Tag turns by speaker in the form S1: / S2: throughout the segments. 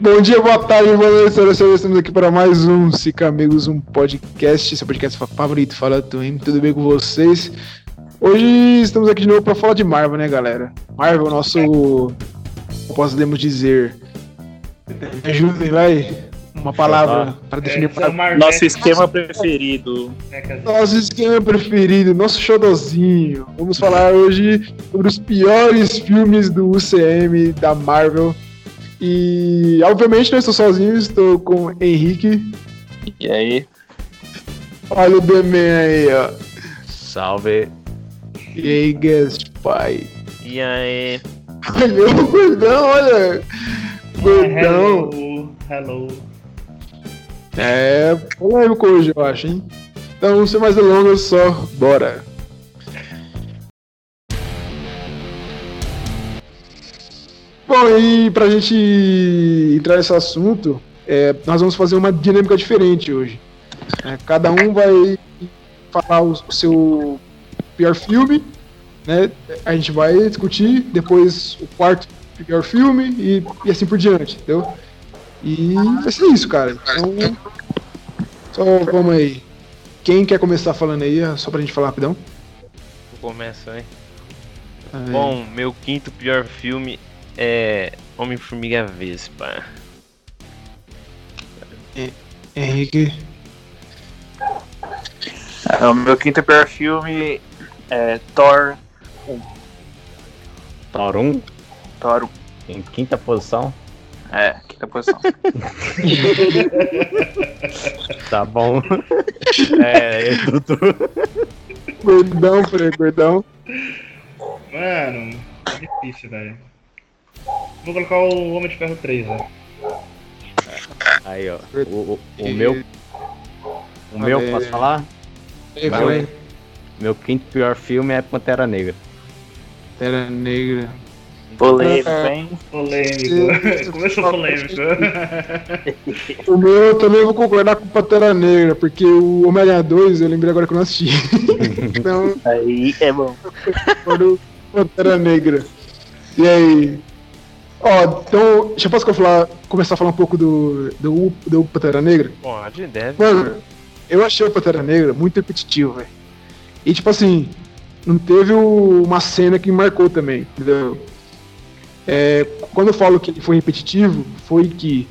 S1: Bom dia, boa tarde, boa noite, senhoras Estamos aqui para mais um Sica Amigos, um podcast, seu podcast favorito, fala Twim, tudo bem com vocês? Hoje estamos aqui de novo para falar de Marvel, né, galera? Marvel, nosso, podemos dizer, me ajudem, vai, uma palavra para definir
S2: São
S1: para...
S2: Marvel.
S3: Nosso esquema preferido.
S2: É, quer dizer,
S1: Nosso esquema preferido, nosso xodozinho. Vamos falar hoje sobre os piores filmes do UCM, da Marvel. E, obviamente, não estou sozinho, estou com o Henrique.
S3: E aí?
S1: Olha o Demen aí, ó.
S4: Salve.
S1: E aí, guest pai.
S4: E aí?
S1: Ai, meu gordão, olha.
S3: É,
S1: Gordão.
S2: é Hello, hello.
S1: É, polêmico hoje, eu acho, hein? Então, sem mais delongas, só bora. Bom, e pra gente entrar nesse assunto, é, nós vamos fazer uma dinâmica diferente hoje. É, cada um vai falar o, o seu pior filme, né? A gente vai discutir, depois o quarto pior filme e, e assim por diante, entendeu? E vai ser isso, cara. Então, só Então, vamos aí. Quem quer começar falando aí, só pra gente falar rapidão?
S4: Começa, hein?
S1: Aí.
S3: Hum.
S4: Bom, meu quinto pior filme é Homem-Formiga Vespa.
S1: Henrique.
S3: Ah, o meu quinto pior filme é Thor.
S5: Thor 1
S3: Thor
S5: em quinta posição.
S3: 1. É, quinta posição.
S5: Tá bom. é, é, Dudu.
S1: Gordão, Frei, gordão.
S2: Mano, é difícil, velho. Vou colocar o Homem de Ferro né? 3, velho.
S5: Aí, ó. O, o- o meu. O meu,
S1: Valeu.
S5: posso falar?
S1: Ei, fala aí.
S5: Meu quinto pior filme é Pantera Negra.
S1: Terra Negra.
S3: Polêmico,
S1: É.
S3: hein?
S2: Polêmico. Começou polêmico.
S1: O meu eu também vou concordar com Pantera Negra, porque o Homem-Aranha 2 eu lembrei agora que eu não assisti. então,
S3: Aí é bom.
S1: foram Pantera Negra. E aí? Ó, então, deixa eu posso que eu falar- começar a falar um pouco do, do, do Pantera Negra?
S4: Pode, deve.
S1: Mano, eu achei o Pantera Negra muito repetitivo, velho. E tipo assim, não teve o- uma cena que me marcou também, entendeu? É, quando eu falo que ele foi repetitivo, foi que,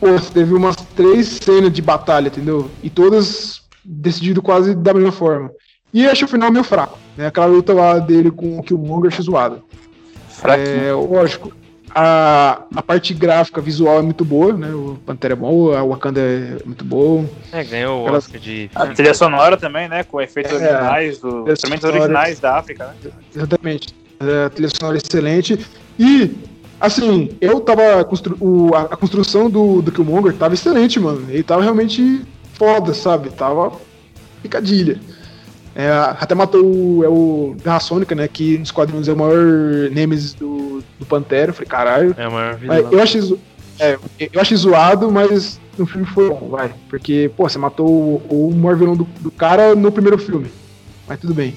S1: pô, teve umas três cenas de batalha, entendeu? E todas decidido quase da mesma forma. E eu achei o final meio fraco, né? Aquela luta lá dele com o Killmonger achei zoada.
S3: Fraquinho.
S1: É, lógico, a, a parte gráfica, visual é muito boa, né? O Pantera é bom, a Wakanda é muito bom.
S4: É, ganhou o
S1: Aquela-
S4: Oscar de.
S3: A trilha sonora também, né? Com efeitos
S1: É.
S3: originais, do...
S1: Trilha
S3: instrumentos
S1: sonora.
S3: originais da África, né?
S1: Exatamente. É, A trilha sonora é excelente. E, assim, eu tava. constru- o- a, a construção do, do Killmonger tava excelente, mano. Ele tava realmente foda, sabe? Tava picadilha. É, até matou o, é o Guerra Sônica, né? Que nos quadrinhos é o maior Nemesis do, do Pantera. Eu falei, caralho.
S4: É a maior vida.
S1: Mas eu achei, zo- é, eu achei zoado, mas no filme foi bom, vai. Porque, pô, você matou o, o maior vilão do, do cara no primeiro filme. Mas tudo bem.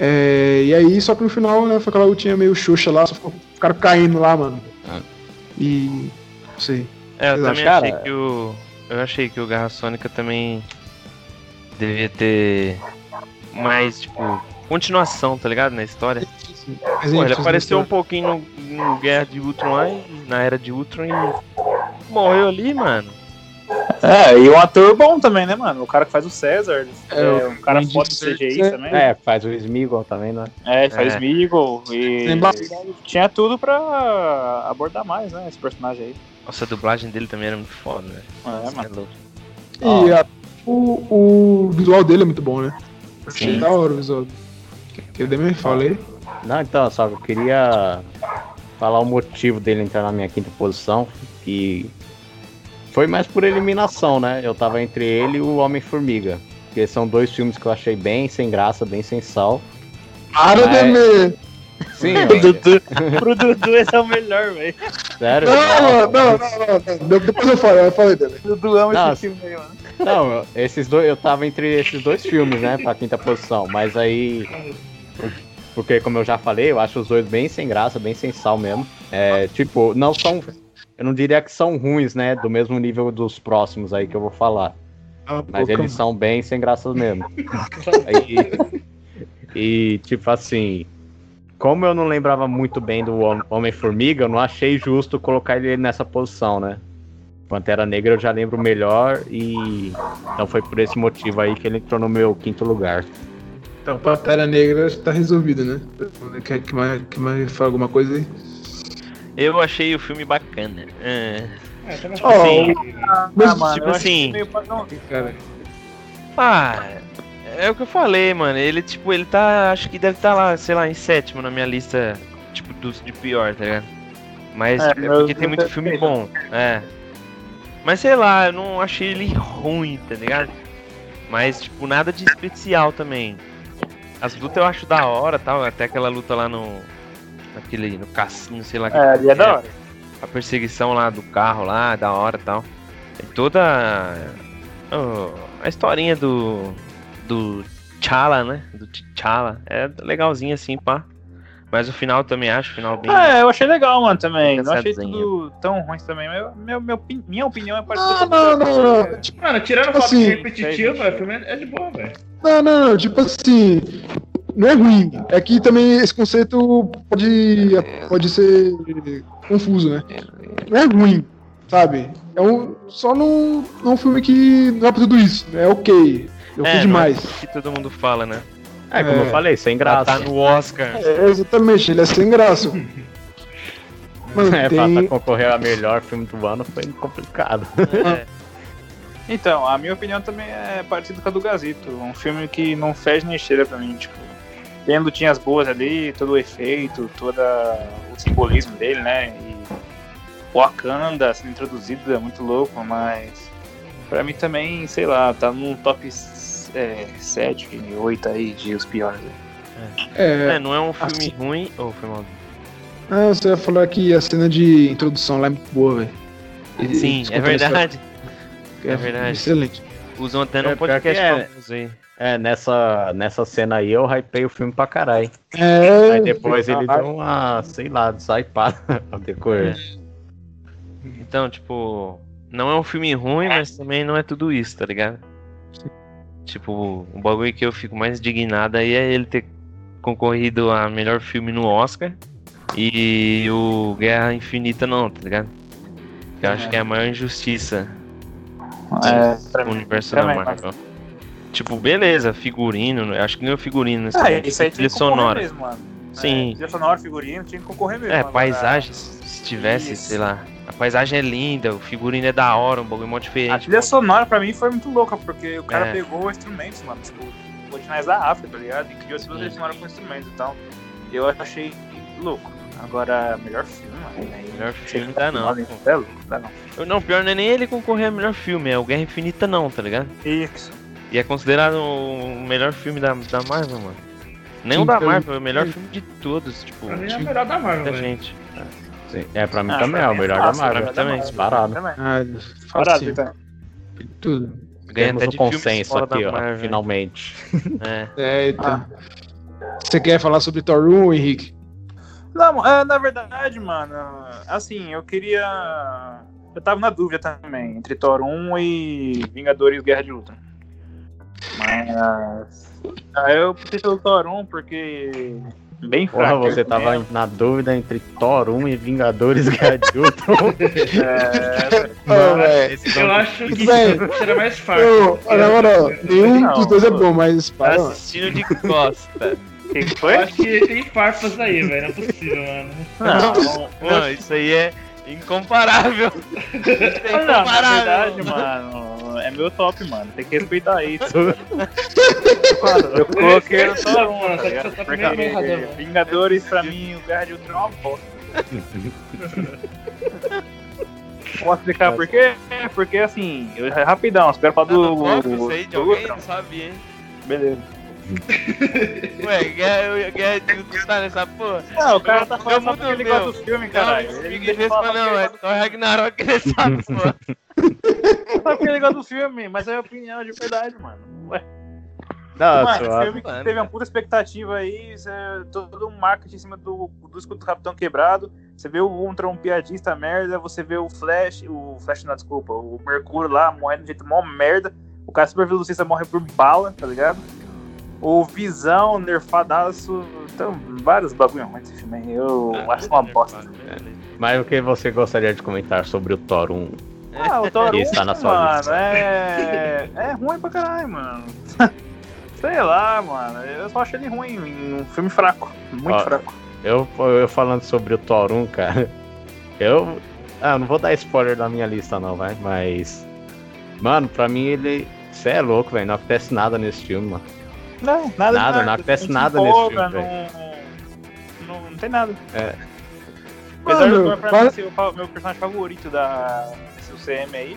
S1: É, e aí, só que no final, né, foi aquela lutinha meio xoxa lá, só ficou- ficaram caindo lá, mano.
S5: Ah.
S1: E. Não sei.
S4: É, eu
S1: Vocês
S4: também
S5: acharam?
S4: achei que o. Eu achei que o Garra Sônica também devia ter mais, tipo, continuação, tá ligado? Na história.
S1: Mas, é né?
S4: Pô,
S1: gente,
S4: ele
S1: vocês
S4: apareceu um
S1: gostaram?
S4: pouquinho no, no Guerra de Ultron lá, e- na Era de Ultron e morreu ali, mano.
S3: É, e um ator bom também, né, mano? O cara que faz o César. É, um cara
S1: Andy
S3: foda do
S1: Serkis,
S3: CGI
S1: né?
S3: também.
S5: É, faz o Smigol também, né?
S3: É, ele faz
S4: É.
S3: Beagle e
S1: Tem ba-
S3: tinha tudo pra abordar mais, né, esse personagem aí.
S4: Nossa, a dublagem dele também era muito foda, né?
S3: É, mano.
S4: Cê é louco. um-
S1: E a- o, o visual dele é muito bom, né? Achei
S5: Sim.
S1: da hora o visual. Que eu também falei.
S5: Não, então, só que eu queria falar o motivo dele entrar na minha quinta posição, que foi mais por eliminação, né? Eu tava entre ele e o Homem-Formiga. Porque são dois filmes que eu achei bem sem graça, bem sem sal.
S1: Para,
S5: Mas-
S1: Demer!
S5: Sim,
S4: é
S3: Pro
S5: velho.
S3: Dudu, pro Dudu esse é o melhor, velho.
S5: sério.
S1: Não, não, não, não, não. Depois eu falo, eu falei dele.
S3: Dudu ama
S5: Nossa.
S3: esse filme aí, mano.
S5: Não, eu- esses dois, eu tava entre esses dois filmes, né, pra quinta posição, mas aí, por- porque como eu já falei, eu acho os dois bem sem graça, bem sem sal mesmo, é, tipo, não são Eu não diria que são ruins, né? Do mesmo nível dos próximos aí que eu vou falar.
S1: Cala a
S5: Mas
S1: boca,
S5: eles são bem sem graça mesmo. Aí- e, tipo assim, como eu não lembrava muito bem do Hom- Homem-Formiga, eu não achei justo colocar ele nessa posição, né? Pantera Negra eu já lembro melhor e então foi por esse motivo aí que ele entrou no meu quinto lugar.
S1: Então, Pantera Negra tá resolvido, né? Quer que mais, que mais fala alguma coisa aí?
S4: Eu achei o filme bacana. É.
S2: É, também
S1: Ó,
S2: assim,
S3: tá,
S1: Mas,
S4: tipo assim-
S1: Ah, cara,
S4: Ah, é o que eu falei, mano. Ele, tipo, ele tá. Acho que deve estar tá lá, sei lá, em sétimo na minha lista, tipo, dos de pior, tá ligado? Mas
S3: É,
S4: é,
S3: meu,
S4: porque tem
S3: eu
S4: muito
S3: também
S4: filme
S3: não.
S4: bom. É. Mas sei lá, eu não achei ele ruim, tá ligado? Mas, tipo, nada de especial também. As lutas eu acho da hora tal. Até aquela luta lá no. Naquele. No cassino, sei lá. que-
S3: É, ali é da hora.
S4: a perseguição lá do carro lá, da hora e tal. E toda a- o- a historinha do do T'Challa, né? Do T'Challa. É legalzinho assim, pá. Mas o final eu também acho, o final bem.
S1: Ah,
S3: É, eu achei legal, mano, também. Não achei
S4: Cansadinho.
S3: tudo tão ruim também. Meu, meu, meu opin- minha opinião é parecida
S1: Não, Ah, não, não, não.
S2: Mano, tirando o fato
S1: Assim,
S2: de repetitivo, é, filme é de boa, velho.
S1: Não, não, não, tipo assim, não é ruim. É que também esse conceito pode, pode ser confuso, né? Não é ruim, sabe? É um, só não não é um filme que não é pra tudo isso. É ok. Eu
S4: É,
S1: fiz
S4: não
S1: demais.
S4: Que todo mundo fala, né?
S5: É, como
S1: É.
S5: eu falei, sem
S4: Tá,
S5: graça.
S4: no Oscar.
S1: É, exatamente, ele é sem graça. Mano,
S5: É, pra
S1: tem...
S5: concorrer a melhor filme do ano foi complicado.
S4: É.
S3: Então, a minha opinião também é parecida com a do Gazito. Um filme que não fez nem cheira pra mim, tipo. Tem lutinhas boas ali, todo o efeito, todo o simbolismo dele, né? E o Wakanda sendo introduzido é muito louco, mas pra mim também, sei lá, tá num top é, 7, 8 aí de os piores. né?
S1: É,
S4: É, não é um filme
S3: Assim.
S4: ruim. Ou foi mal.
S1: ah, você ia falar que a cena de introdução lá é muito boa, velho. E-
S4: Sim, é
S1: desculpa,
S4: verdade.
S1: é
S4: é verdade.
S1: Excelente.
S4: Usam até
S5: É,
S4: no
S5: pior que
S4: podcast
S5: é.
S4: famoso aí.
S5: É, nessa, nessa cena aí eu hypei o filme pra caralho.
S1: É,
S5: Aí depois ele deu uma, sei lá, desaipada ao decorrer.
S4: Então, tipo, não é um filme ruim, mas também não é tudo isso, tá ligado? Tipo, o bagulho que eu fico mais indignado aí é ele ter concorrido a melhor filme no Oscar e o Guerra Infinita não, tá ligado? Eu acho que é a maior injustiça
S3: É, pra
S4: no
S3: mim.
S4: universo da
S3: também,
S4: Marvel. Tipo, beleza, figurino, né? acho que ganhou figurino nesse
S3: Ah,
S4: filme,
S3: isso aí tinha
S4: é trilha
S3: que concorrer
S4: sonora.
S3: mesmo, mano. É,
S4: Sim.
S3: trilha sonora, figurino, tinha que concorrer mesmo.
S4: É,
S3: Agora,
S4: paisagem, se tivesse,
S3: Isso.
S4: sei lá. A paisagem é linda, o figurino é da hora, um bagulho mó diferente.
S3: A trilha sonora pra mim foi muito louca, porque o cara
S4: É.
S3: pegou instrumentos, mano, tipo, originais da África, tá ligado? E criou toda a trilha sonora com instrumentos e tal. Eu achei louco. Agora, melhor filme, mano. aí-
S4: Melhor filme dá não,
S3: Nossa,
S4: pô.
S3: É louco, dá não.
S4: Eu- Não, pior não é nem ele concorrer a melhor filme, é o Guerra Infinita não, tá ligado?
S3: Isso.
S4: E é considerado o melhor filme da, da Marvel, mano. Nem o da
S1: Então-
S4: Marvel, é o melhor filme de todos, tipo,
S2: Pra mim é o
S4: muita
S2: melhor da Marvel,
S3: né?
S2: velho.
S4: gente.
S5: Sim, É, pra mim
S3: Ah,
S5: também
S3: pra
S5: é o
S3: mim é
S5: melhor da
S3: fácil,
S5: Marvel.
S4: pra mim também.
S5: Disparado.
S3: Também.
S1: Ah,
S3: Parado,
S1: facinho,
S3: então.
S1: tudo.
S4: Ganha
S5: Temos
S4: até
S5: um
S4: de filmes
S5: consenso
S4: fora
S5: aqui,
S4: da
S5: ó,
S4: Marvel,
S5: finalmente.
S4: É.
S1: É, então. Você quer falar sobre Thor 1, Henrique?
S3: Não, é, na verdade, mano, assim, eu queria. Eu tava na dúvida também, entre Thor 1 e Vingadores Guerra de Luta. Mas. ah, eu optei pelo Thor 1 porque. Bem
S5: Porra,
S3: fraco. É,
S5: você tava
S3: mesmo.
S5: na dúvida entre Thor 1 e Vingadores Guerra de Ultron.
S3: É,
S2: Eu acho
S1: Tudo
S2: que
S1: bem.
S2: será mais fácil.
S1: Ah, Eu, na moral, nenhum
S3: Não,
S1: dos dois é
S3: pô.
S1: bom, mas
S4: Tá
S1: para.
S4: assistindo de costa.
S3: o que que
S2: Eu
S3: foi?
S2: acho que tem farpas aí, velho. Não é possível, mano.
S3: Não,
S4: não, isso aí é incomparável. Isso
S3: não,
S4: é
S3: na verdade,
S4: incomparável.
S3: mano, é meu top, mano. Tem que respeitar isso. Mano, eu coloquei
S2: é
S3: no Thor 1, tá ligado?
S2: Tá
S3: Porque
S2: meio errado, mano.
S3: Vingadores, pra mim, o Guerra de Ultron é uma bosta. Posso explicar por quê? É, Porque assim, eu, rapidão, espero falar do.
S4: Tá no isso aí de
S3: do
S4: alguém,
S3: Ultron.
S4: não sabia, hein?
S3: Beleza.
S4: Ué, Guerra, guerra de Ultron tá nessa porra.
S3: Não, o cara tá
S4: Eu
S3: falando só
S4: mudo
S3: porque ele
S4: o meu.
S3: gosta do filme, caralho.
S4: Não,
S3: Ele
S4: ninguém
S3: deixa eu falar
S4: responde,
S3: só
S4: não,
S3: porque
S4: é
S3: ele
S4: só Ragnarok nessa porra.
S3: gosta- só porque ele gosta do filme, mas é a opinião de verdade, mano. é Ué.
S5: Não,
S3: Mano, esse
S5: Ah, suave.
S3: filme que
S4: mano.
S3: teve uma puta expectativa aí, isso é todo um marketing em cima do, do escudo do Capitão Quebrado. Você vê o Ultron um piadista merda, você vê o Flash, o Flash não, desculpa, o Mercúrio lá morrendo de jeito mó merda, o cara super velocista morre por bala, tá ligado? O Visão, nerfadaço, então vários bagulho ruim desse filme aí, eu
S4: Ah,
S3: acho
S4: é,
S3: uma bosta.
S5: Mas o que você gostaria de comentar sobre o Thor 1?
S3: Ah, o Thor
S5: Ele
S3: 1,
S5: está na sua
S3: mano,
S5: lista.
S3: é... é ruim pra caralho, mano. Sei lá, mano, eu só acho ele ruim, um filme fraco, muito
S5: Ó,
S3: fraco.
S5: Eu, eu falando sobre o Thor 1, cara, eu. Ah, não vou dar spoiler da minha lista, não, vai, mas. Mano, pra mim ele. Cê é louco, velho. Não acontece nada nesse filme, mano.
S3: Não,
S5: Nada,
S3: nada, de
S5: não acontece
S3: te
S5: nada nesse
S3: empolga,
S5: filme,
S3: Não, não, não tem nada.
S5: É.
S3: Apesar do
S1: Mano,
S3: Thor pra
S1: mas-
S3: mim ser o fa- meu personagem favorito da desse UCM aí,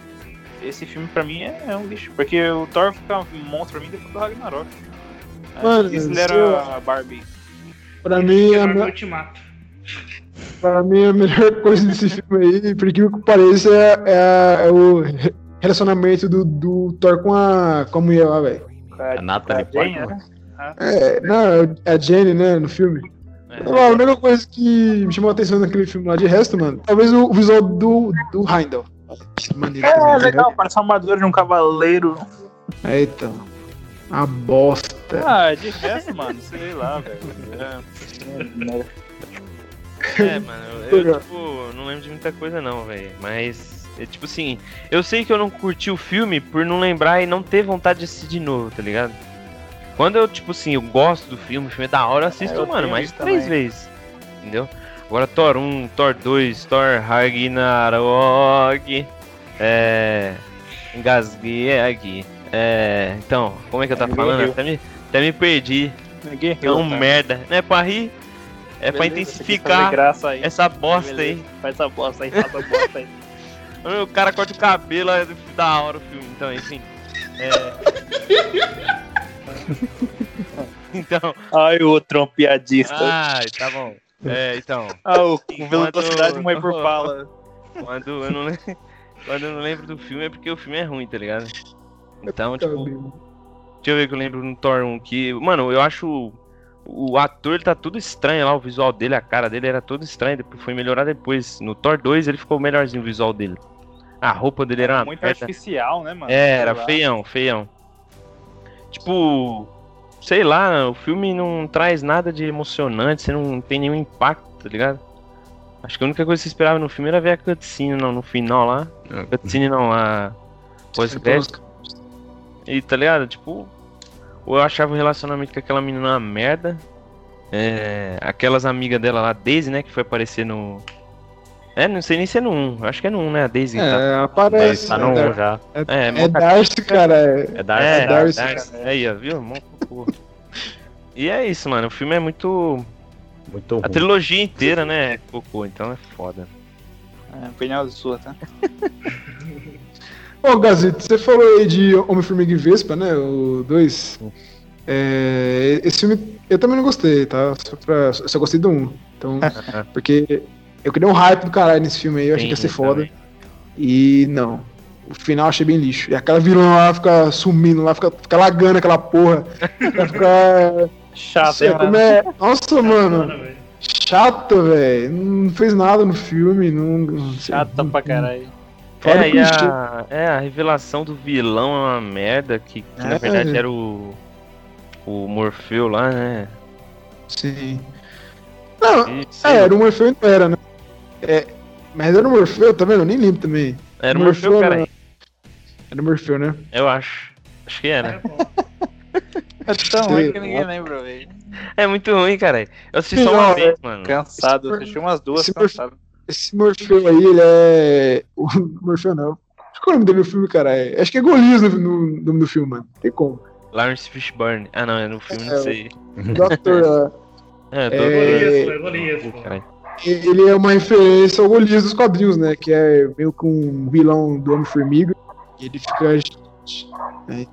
S3: esse filme pra mim é, é um lixo. Porque o Thor fica um monstro pra mim depois do Ragnarok.
S1: Mano,
S3: Antes disso, ele
S1: se
S3: era
S1: eu-
S3: a Barbie.
S1: Pra mim, a, né?
S2: Marvel
S1: me-
S2: Ultimato.
S1: pra mim, a melhor coisa desse filme aí, por incrível que pareça, é, é o re- relacionamento do, do Thor com a, com a mulher lá, velho.
S3: com A,
S5: A É Natalie
S3: com a Jane,
S5: Portman.
S3: né?
S1: É, não, é a Jenny, né, no filme.
S4: É.
S1: Sei lá, a única coisa que me chamou a atenção naquele filme lá, de resto, mano, talvez o visual do, do Heindel. Maneiro
S3: É,
S1: também,
S3: legal, parece uma armadura de um cavaleiro.
S1: né? É, então. A bosta.
S3: Ah, de resto, mano, sei lá, velho. É.
S4: É, mano, eu, eu, tipo, não lembro de muita coisa não, velho. Mas, é, tipo assim, eu sei que eu não curti o filme por não lembrar e não ter vontade de assistir de novo, tá ligado? Quando eu, tipo assim, eu gosto do filme, o filme é da hora, eu
S3: É,
S4: assisto,
S3: eu
S4: mano,
S3: tenho
S4: mais
S3: isso
S4: três
S3: também.
S4: vezes. Entendeu? Agora Thor 1, Thor 2, Thor Ragnarok. É. Engasguei aqui. É. Então, como é que eu tava
S3: Ninguém
S4: falando?
S3: riu.
S4: Até me, até me perdi.
S3: Ninguém
S4: É
S3: riu,
S4: um
S3: tá?
S4: merda. Não é pra rir? É pra
S3: Beleza, você quis fazer
S4: intensificar
S3: graça aí.
S4: essa bosta aí.
S3: Beleza, Faz essa bosta aí, faz essa bosta aí.
S4: O cara corta o cabelo, é da hora o filme, então, enfim. É... então,
S3: Ai, o Trump piadista.
S4: ai, tá bom. É, então,
S3: Ah, o com
S4: Enquanto-
S3: velocidade morre por bala.
S4: quando eu, não, lem- quando eu não lembro do filme é porque o filme é ruim, tá ligado? Então, tipo, deixa
S1: Sabe?
S4: eu ver o que eu lembro no Thor 1 que. Mano, eu acho. O ator ele tá tudo estranho lá, o visual dele, a cara dele era todo estranho, depois foi melhorar depois. No Thor 2 ele ficou melhorzinho o visual dele. A roupa dele era uma
S3: Muito
S4: merda.
S3: artificial, né, mano?
S4: É, era
S3: Sei lá.
S4: feião, feião. Tipo, sei lá, o filme não traz nada de emocionante, você não tem nenhum impacto, tá ligado? Acho que a única coisa que você esperava no filme era ver a cutscene não, no final lá. Cutscene não, a pós-crédito. E tá ligado? Tipo, eu achava o relacionamento com aquela menina uma merda. É, aquelas amigas dela lá, a Daisy, né, que foi aparecer no. É, não sei nem se é no 1. Eu acho que é no 1, né? A Daisy. que tá-
S1: É,
S5: Mas
S1: aparece.
S5: tá no
S1: né?
S5: 1 já.
S4: É,
S1: É Darcy, cara. é-
S5: É da
S4: é,
S1: Darcy.
S4: Darcy. Aí, ó, viu? Mó cocô. E é isso, mano. O filme é muito.
S5: Muito
S1: Uhum.
S4: A
S5: ruim.
S4: trilogia inteira, né? é Cocô, então é foda.
S3: É, opinião sua, tá?
S1: Ô, Gazito, você falou aí de Homem-Formiga e Vespa, né? O 2. É, esse filme eu também não gostei, tá? Só, pra, só gostei do 1. Um. Então, porque eu queria um hype do caralho nesse filme aí, eu achei que ia ser
S4: Sim,
S1: foda.
S4: também.
S1: E não. O final eu achei bem lixo. E aquela vilã lá fica sumindo lá, fica, fica lagando aquela porra. Vai ficar.
S3: Chato,
S1: sei
S3: hein,
S1: como
S3: mano?
S1: é. Nossa, mano.
S2: Mano, velho.
S1: Chato, velho. Não fez nada no filme. Não, não sei.
S3: Chata pra caralho.
S1: Foda
S4: É, e
S1: com
S4: a, é, a revelação do vilão é uma merda, que, que na
S1: É.
S4: verdade era o. O Morfeu lá, né?
S1: Sim. Não,
S4: E, sei
S1: É,
S4: lá,
S1: era o Morfeu e não era, né? É, mas era o Morfeu, tá vendo? Eu nem lembro também.
S4: era o Morfeu,
S1: Morfeu, né?
S4: cara.
S1: Era o Morfeu, né?
S4: Eu acho. Acho que
S2: É
S4: era.
S2: bom.
S3: É tão ruim que ninguém
S1: Sei
S3: lembra, velho.
S4: É muito ruim, cara. Eu assisti só
S1: Não,
S4: uma
S1: é-
S4: vez, mano.
S3: Cansado, assisti umas duas,
S1: Esse
S3: cansado.
S1: Esse Morfeu aí, ele é. O Morfeu não. Qual é o nome dele no filme, cara? É- Acho que é Golias no, no no nome do filme, mano. Tem como.
S4: Lawrence Fishburne. Ah, não, é no filme,
S1: É,
S4: não sei.
S1: Doctor, uh,
S4: É, eu tô.
S1: é-
S2: Golias, pô, Golias, pô.
S4: Caralho.
S1: ele é uma referência ao Golias dos quadrinhos, né? Que é meio com um vilão do Homem-Formiga. E ele fica. Né?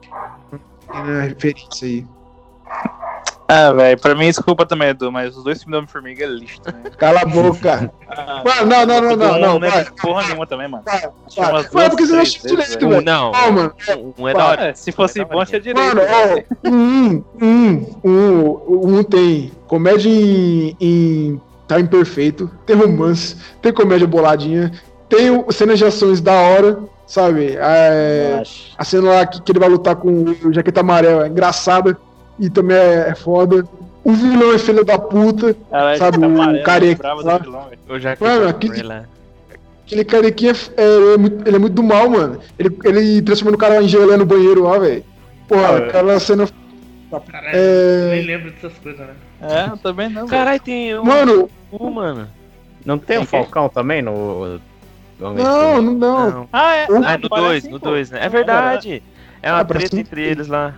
S1: Tem a referência aí.
S3: Ah, velho, pra mim, desculpa também, Edu, mas os dois filmes do Homem-Formiga é lixo também.
S1: Cala a boca! Mano, Ah, não, não, não, não, não,
S3: Não
S1: vai.
S3: lembro de porra nenhuma também, mano.
S1: Vai,
S3: Assisti
S1: vai.
S3: umas
S1: Mas é porque
S3: duas,
S1: você não
S3: três
S1: assistiu
S3: vezes,
S1: direito,
S3: velho.
S1: velho.
S4: Não,
S1: Calma.
S4: um é da hora.
S3: É, se fosse bom, tinha direito.
S1: Mano, ó, um, um, um, um tem comédia em, em Tá imperfeito, tem romance, tem comédia boladinha, tem o- cenas de ações da hora, sabe? É,
S5: Eu acho.
S1: a cena lá que, que ele vai lutar com o Jaqueta Amarela é engraçada e também é, é foda. O vilão é filho da puta.
S3: Caralho,
S1: Sabe,
S3: tá
S1: o
S3: amarelo,
S1: careca
S3: bravo
S1: lá?
S3: do vilão, velho.
S4: Eu já que
S1: Mano,
S4: tá
S1: aqui-
S4: Umbrella.
S1: Aquele carequinha é, é, muito, ele é muito do mal, mano. Ele, ele transformando o cara lá em gelé no banheiro lá, velho. Porra,
S3: Ah, é.
S1: aquela cena.
S2: Caralho,
S1: É.
S2: nem lembro dessas coisas, né?
S3: É, eu também não. velho.
S4: Caralho, tem um
S1: Mano,
S4: cu, mano.
S5: Não tem o
S3: Tem
S5: Falcão também no. no Homem
S1: não, não,
S5: Formiga?
S1: não.
S4: Não.
S3: Ah, é.
S1: Ah,
S4: Ah,
S3: não,
S4: no
S3: parece
S4: 2,
S3: sim,
S4: no
S3: pô.
S4: 2, né? É
S3: Não,
S4: verdade. É uma
S1: Ah, parece
S4: treta
S1: um
S4: entre
S1: cu.
S4: eles lá.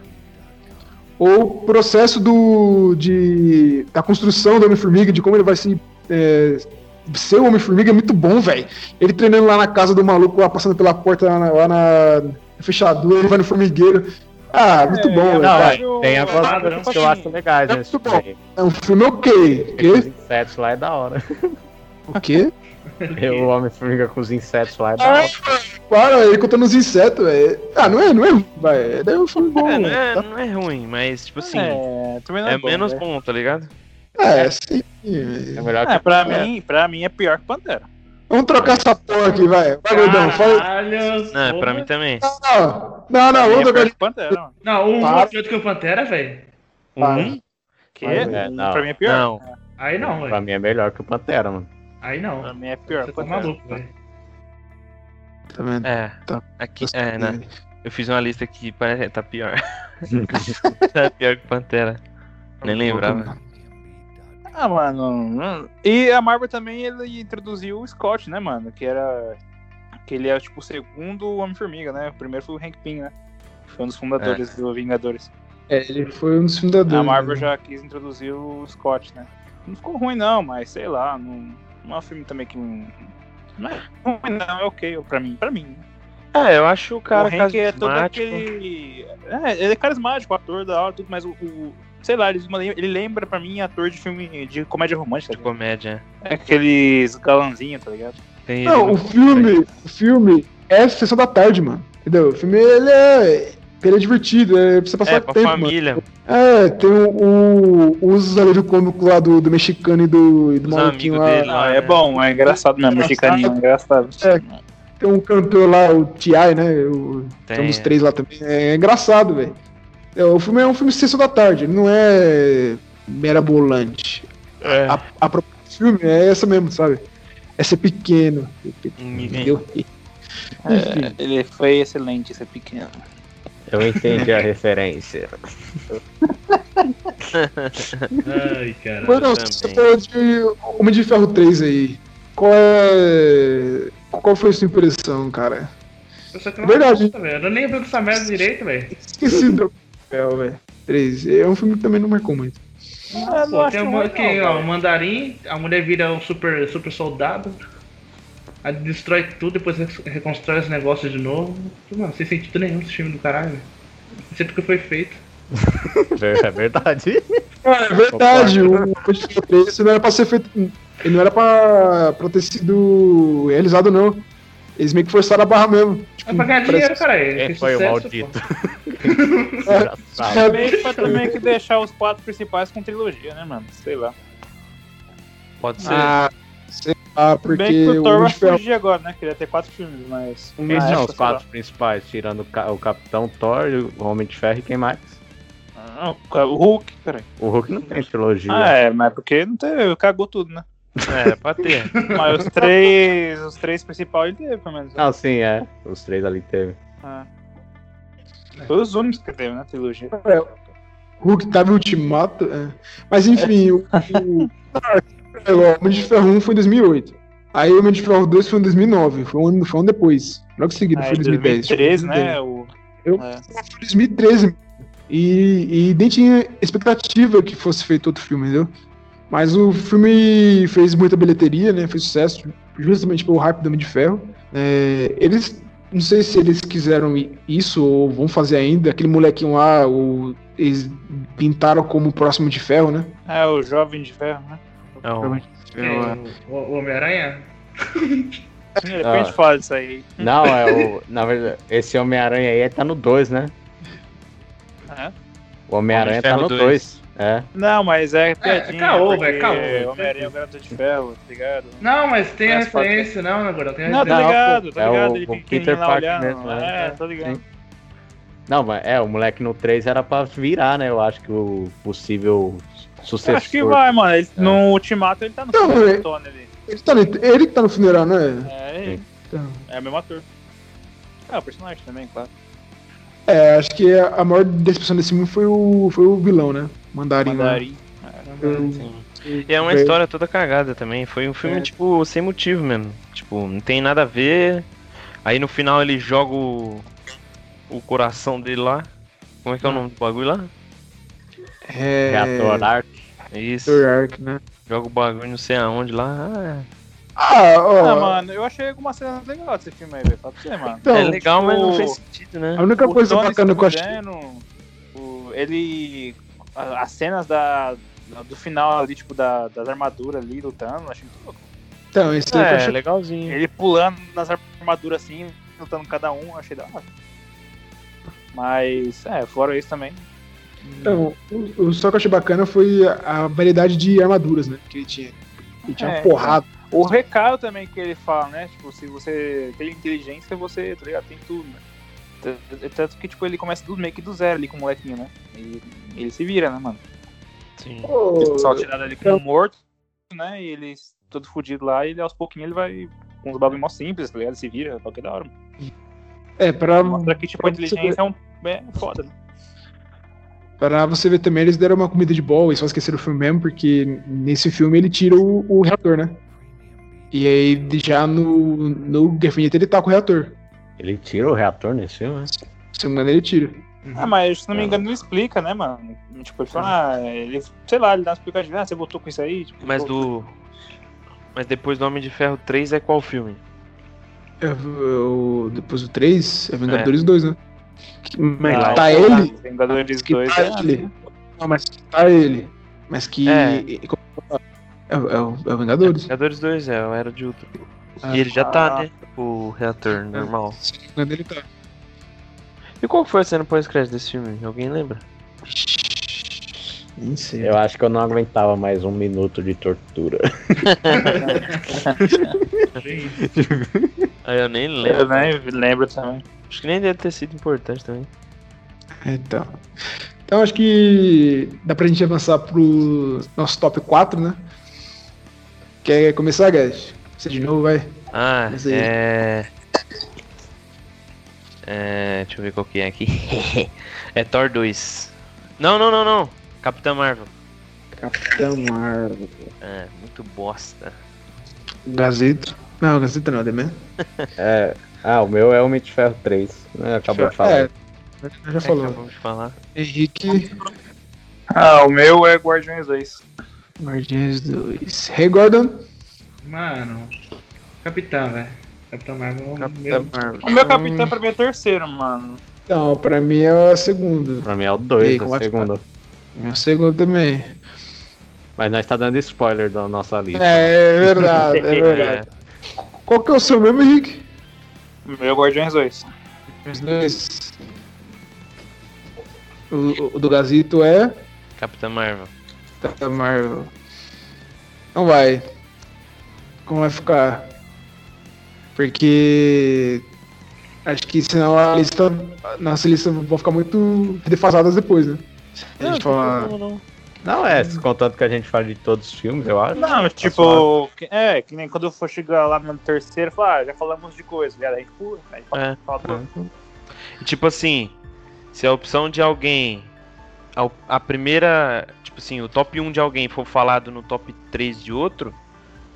S1: O processo do, de, da construção do Homem-Formiga, de como ele vai se. É, ser o Homem-Formiga é muito bom, velho. Ele treinando lá na casa do maluco, lá passando pela porta lá na, lá na fechadura, ele vai no formigueiro. Ah, muito
S3: É,
S1: bom,
S3: é,
S1: velho.
S5: Não,
S1: É,
S5: é, tem agora
S2: Ah,
S5: coisas
S2: não,
S5: que eu acho legais,
S1: Não,
S5: né?
S1: muito bom. um filme ok.
S5: Os
S1: ok?
S5: insetos lá é da hora.
S1: O quê?
S5: O Homem-Formiga com os insetos lá é da
S1: Ah,
S5: hora.
S3: Tipo
S1: Para, ele contando os insetos, velho. Ah, não é, não é, vai. É um filme bom.
S4: É, não,
S1: velho.
S4: é, não é ruim, mas, tipo assim, é,
S3: É, também não é, bom,
S4: menos
S3: velho.
S4: bom, tá ligado?
S1: É, sim. velho.
S5: É melhor
S3: É,
S5: que.
S3: pra, Mim, pra mim é pior que Pantera.
S1: Vamos trocar essa porra aqui, vai. Vai, gordão. Fala...
S2: Caralho,
S4: Não, é pra
S2: porra.
S4: mim também.
S3: Tá
S1: Não, não, não,
S3: Pra mim
S1: vamos
S3: é pior
S1: trocar.
S3: que Pantera, mano.
S2: Não, um
S1: Para.
S2: é pior do que o Pantera, velho.
S1: Para.
S4: Um?
S3: Que?
S5: É, não.
S3: Pra mim é pior.
S4: Não.
S2: Aí não,
S5: Pra
S2: velho.
S5: mim é melhor que o Pantera, mano.
S2: Aí
S3: Pra
S2: não.
S3: mim é pior
S2: Você
S3: que
S2: tá
S3: Pantera.
S2: maluco, velho.
S1: Tá vendo?
S4: É.
S1: Tá.
S4: Aqui, é, né? Eu fiz uma lista que parece tá pior. tá pior que Pantera.
S1: Tá
S4: Nem lembrava.
S3: Ah, mano. hum. E a Marvel também ele introduziu o Scott, né, mano? Que era. Que ele é tipo o segundo Homem-Formiga, né? O primeiro foi o Hank Pym, né? Foi um dos fundadores do Vingadores.
S1: É, ele foi um dos
S3: A
S1: fundadores.
S3: Marvel
S1: né?
S3: já quis introduzir o Scott, né? Não ficou ruim, não, mas sei lá. Não, não é um filme também que. Não, não é ruim, não. É ok pra mim. Pra mim.
S4: É, eu acho o cara
S3: o Hank é todo
S4: carismático.
S3: aquele. É, ele é carismático, ator da hora, tudo, mas o. o- Sei lá, ele, ele lembra pra mim ator de filme de comédia romântica.
S4: de comédia.
S3: É aqueles galanzinhos, tá ligado?
S4: Tem
S1: Não,
S4: ele
S1: o
S4: no-
S1: filme, o filme é sessão da tarde, mano. Entendeu? O filme ele é, ele é divertido, é pra você passar
S4: É,
S1: tempo,
S4: pra
S1: mano.
S4: família,
S1: É, tem o, o, os alívio cômico lá do, do mexicano e do, e do
S4: Os
S1: maluquinho
S4: amigos
S1: lá.
S4: dele.
S3: Ah, é bom, é engraçado É. mesmo, mexicaninho, é engraçado.
S1: Tem um cantor lá, o T.I., né? O, tem,
S4: Tem,
S1: uns
S4: é.
S1: três lá também. É engraçado, velho. É, o filme é um filme sessão da tarde, ele não é merabolante.
S4: É.
S1: A, a proposta do filme é essa mesmo, sabe? É ser pequeno, Ah,
S4: Ninguém.
S1: entendeu? Enfim.
S3: Ele foi excelente, esse pequeno.
S5: Eu entendi a referência.
S2: Ai, cara.
S1: Mano,
S4: também.
S1: você falou de Homem de Ferro 3 aí. Qual é. Qual foi a sua impressão, cara?
S2: Eu só que não
S1: Verdade.
S2: gosto, velho. Eu nem lembro dessa merda direito, velho.
S1: Esqueci do Homem de Ferro, velho. 3. É um filme que também não marcou muito.
S3: Ah, não
S2: Pô,
S3: acho
S2: tem um
S3: ruim,
S2: aqui,
S3: não,
S2: ó,
S3: cara.
S2: o mandarim, a mulher vira um super, super soldado, aí destrói tudo, depois re- reconstrói os negócios de novo. Mano, sem sentido nenhum esse filme do caralho. velho. Não sei porque foi feito.
S5: É verdade.
S1: É verdade, o Homem de Ferro 3 esse não era pra ser feito. Ele não era pra, pra ter sido realizado, não. Eles meio que forçaram a barra mesmo.
S2: É pra ganhar
S1: parece-
S2: dinheiro, caralho.
S5: Quem
S2: fez
S5: foi o
S2: sucesso,
S5: maldito?
S2: pô.
S5: Desgraçado.
S1: É,
S3: Meio que também que deixar os quatro principais com trilogia, né, mano? Sei lá.
S4: Pode ser.
S1: ah, sei lá,
S3: Tudo
S1: Ah, porque
S3: Bem que o
S1: o
S3: Thor
S1: Homem
S3: vai
S1: de Ferro.
S3: fugir agora, né? Queria ter quatro filmes, mas. Ah, é,
S5: Eles
S3: na
S5: não,
S3: época,
S5: os
S3: sei lá.
S5: quatro principais, tirando o, ca- o Capitão Thor, o Homem de Ferro e quem mais?
S3: Ah, o Hulk, peraí.
S5: O Hulk não tem trilogia.
S3: Ah, é, mas porque não teve, cagou tudo, né?
S4: É, pode ter.
S3: Mas os três. Os três principais ele teve, pelo menos.
S5: Não, sim, é. Os três ali teve.
S3: Ah. Foi os únicos que teve, né? Trilogia.
S1: Hulk tava em ultimato. é. Mas enfim, o, o, é, o Homem de Ferro 1 foi em 2008. Aí o Homem de Ferro 2 foi em 2009. Foi um ano, foi um ano depois. Logo seguido,
S3: Ah,
S1: foi em
S3: em
S1: 2010.
S3: 2013, né? O...
S1: Eu-
S3: É.
S1: Foi em 2013. E, e nem tinha expectativa que fosse feito outro filme, entendeu? Mas o filme fez muita bilheteria, né? Fez sucesso, justamente pelo hype do Homem de Ferro. É, eles, não sei se eles quiseram i- isso ou vão fazer ainda. Aquele molequinho lá, o, eles pintaram como o próximo de Ferro, né?
S3: é, o Jovem de Ferro, né?
S4: Não. É.
S2: Quem?
S1: é.
S2: O, o Homem-Aranha?
S3: De repente
S5: Ah.
S3: fala disso aí.
S5: Não, é o. Na verdade, esse é, Homem-Aranha aí tá no 2, né?
S3: É.
S5: O
S4: Homem
S5: Homem-Aranha
S4: de
S5: tá
S4: Ferro
S5: no
S4: dois.
S5: 2. É.
S3: Não, mas é piadinha.
S2: caô,
S3: porque
S2: velho, caô.
S3: Homem-Aranha é o garoto de ferro, tá ligado?
S2: Não, mas tem
S3: Mas pode-
S2: referência, não, né, Gordão? Tem
S3: Não, tá
S5: Não,
S3: ligado, tá
S5: é o-
S3: ligado.
S5: o
S3: Ele
S5: Peter
S3: pequenininho lá
S5: Parker
S3: olhando.
S5: mesmo, né?
S3: É, tá ligado.
S5: Não, mas é, o moleque no 3 era pra virar, né? Eu acho que o possível sucessor.
S3: Acho que vai, mano. Ele-
S5: É.
S3: No Ultimato ele tá no
S1: Não,
S3: fundo
S1: velho.
S3: do Tony ali.
S1: Ele, tá, no- ele que tá no funeral, né?
S3: É, ele- é o mesmo ator. É, o personagem também, claro.
S1: É, acho que a maior decepção desse filme foi o, foi o vilão, né? Mandarim. lá. Então,
S3: Mandarim.
S4: E é uma
S1: Foi-
S4: história toda cagada também. Foi um filme,
S1: É.
S4: tipo, sem motivo mesmo. Tipo, não tem nada a ver. Aí no final ele joga o, o coração dele lá. Como é
S1: Hum.
S4: que é o nome do bagulho lá?
S1: É.
S5: Reator Arc.
S4: É Isso.
S1: Thor Ark, né?
S4: Joga o bagulho não sei aonde lá. Ah,
S1: Ah,
S3: Ah,
S1: ó.
S3: mano, eu achei algumas cenas legais desse filme aí, velho. Fala pra você, mano.
S1: então,
S4: é legal, mas não
S3: tipo,
S4: fez sentido, né?
S1: a única
S3: O é.
S1: coisa
S3: Tony
S1: bacana
S3: se
S1: que eu achei.
S3: fudendo, o- ele. a- As cenas da, da- do final ali, tipo, da- das armaduras ali lutando, achei muito louco.
S1: Então, esse daí que eu
S4: É,
S1: achei.
S4: legalzinho.
S3: Ele pulando nas armaduras assim, lutando cada um, achei da hora. Mas, é, fora isso também.
S1: Então, o, o só que eu achei bacana foi a, a variedade de armaduras, né? Que ele tinha. Ele tinha
S3: É,
S1: uma porrada.
S3: O recado também que ele fala, né? Tipo, se você tem inteligência, você, tá ligado? Tem tudo, né? T- Tanto que, tipo, ele começa do, meio que do zero ali com o molequinho, né? E ele se vira, né, mano?
S4: Sim.
S1: Pô,
S3: Ele só tirado ali
S1: então-
S3: como morto, né? E ele todo fudido lá, e ele aos pouquinhos ele vai com uns bagulho mó simples, tá ligado? Ele se vira, tá que da hora. mano.
S1: é, pra,
S3: Mostra que, tipo, a inteligência é um. É foda, né?
S1: pra você ver também, eles deram uma comida de bola e só esqueceram o filme mesmo, porque nesse filme ele tira o, o reator, né? E aí já no, no Guerfinita ele tá com o reator.
S5: Ele tira o reator nesse filme, né?
S1: Se não me engano, ele tira.
S3: Ah, mas se não me engano, ele explica, né, mano? Tipo, ele fala, ah, ele, sei lá, ele dá uma explicação, ah, você voltou com isso aí? Tipo,
S4: Mas
S3: voltou.
S4: do. Mas depois do Homem de Ferro 3 é qual filme?
S1: É, o- depois do 3, é Vingadores 2, né? Que- Mas
S3: Ah,
S1: tá
S3: sei lá,
S1: ele?
S3: Vingadores
S1: Que
S3: 2
S1: tá
S3: é-
S1: ele. Não, mas que tá ele. Mas que.
S4: É.
S1: e- como eu falo, É, o- é o é o
S4: É,
S1: Vingadores.
S4: Vingadores 2, é, o Era de Ultron.
S1: Ah,
S4: e ele já
S3: ah.
S4: tá, né? O reator normal.
S1: Se não me engano, ele tá.
S4: E qual foi a cena pós-crédito desse filme? Alguém lembra?
S1: Nem sei.
S5: Eu acho que eu não aguentava mais um minuto de tortura.
S2: Gente,
S4: Ah, eu nem
S3: Eu
S4: lembro.
S3: nem lembro né? também.
S4: Acho que nem deve ter sido importante também.
S1: Então. Então acho que dá pra gente avançar pro nosso top 4, né? Quer começar, Guedes? Você de novo, vai.
S4: Ah,
S1: Mas aí-
S4: é... é. Deixa eu ver qual que é aqui. é Thor 2. Não, não, não, não. Capitã Marvel.
S1: Capitão Marvel.
S4: É, muito bosta.
S1: Gazeta. Não, Gazeta não, Demen.
S5: É. Ah, o meu é o Homem de Ferro 3. Né? Acabou de falar.
S1: É, já
S4: É,
S1: falou.
S4: acabamos de falar.
S1: Henrique,
S3: Ah, o meu é Guardiões 2.
S1: Guardiões 2. Rei Gordon.
S2: mano. Capitão, velho. Capitão Marvel é o
S4: Capitã
S2: meu.
S4: Marvel.
S3: O meu capitão
S1: Hum.
S3: pra mim é terceiro, mano.
S1: Não, pra mim é o segundo.
S5: Pra mim é o
S1: E aí,
S5: 2,
S1: como é
S5: o
S1: que
S5: segundo.
S1: Meu segundo também.
S5: Mas nós tá dando spoiler da nossa lista.
S1: É, é verdade, é
S4: É,
S1: verdade. Qual que é o seu mesmo, Henrique?
S3: O meu é Guardiões 2.
S1: Os dois. O, o do Gazito é.
S4: Capitã Marvel.
S1: Capitã Marvel. Não vai. Como vai ficar? Porque. Acho que senão a lista. a Nossa lista vai ficar muito defasadas depois, né? A gente fala.
S5: Não é, contanto que a gente fala de todos os filmes, eu acho.
S3: Não,
S4: Tá
S3: tipo, que- é, que nem quando eu for chegar lá no terceiro, falar, ah, já falamos de coisa, ligado? Aí, pô, né? aí fala,
S4: É.
S3: fala, pô.
S4: E, Tipo assim, se a opção de alguém. A, op- a primeira. Tipo assim, o top 1 de alguém for falado no top 3 de outro,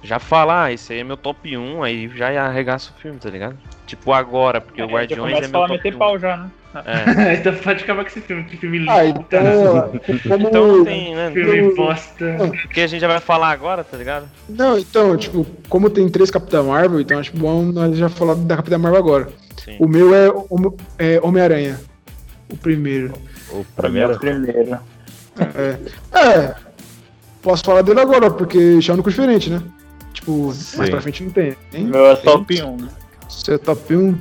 S4: já fala, ah, esse aí é meu top 1, aí já arregaça o filme, tá ligado? Tipo agora, porque
S3: Aí
S4: o
S3: já
S4: Guardiões
S3: começa
S4: é
S3: a
S4: meu
S3: falar,
S4: top
S3: meter
S4: 1.
S3: pau já, né?
S4: É.
S2: então pode acabar com esse filme, que filme lindo.
S1: Ah, então. Como...
S4: Então não tem, né?
S2: Filme bosta.
S4: Porque a gente já vai falar agora, tá ligado?
S1: Não, então, tipo, como tem três Capitã Marvel, então acho bom nós já falar da Capitã Marvel agora.
S4: Sim.
S1: O meu é, Homo- é Homem-Aranha. O primeiro.
S5: O
S3: O
S5: primeiro.
S3: primeiro.
S1: É. é. Posso falar dele agora, porque já é um único diferente, né? Tipo, mais pra frente não tem.
S3: O
S1: hein?
S3: meu é top 1, né?
S1: Você é top 1?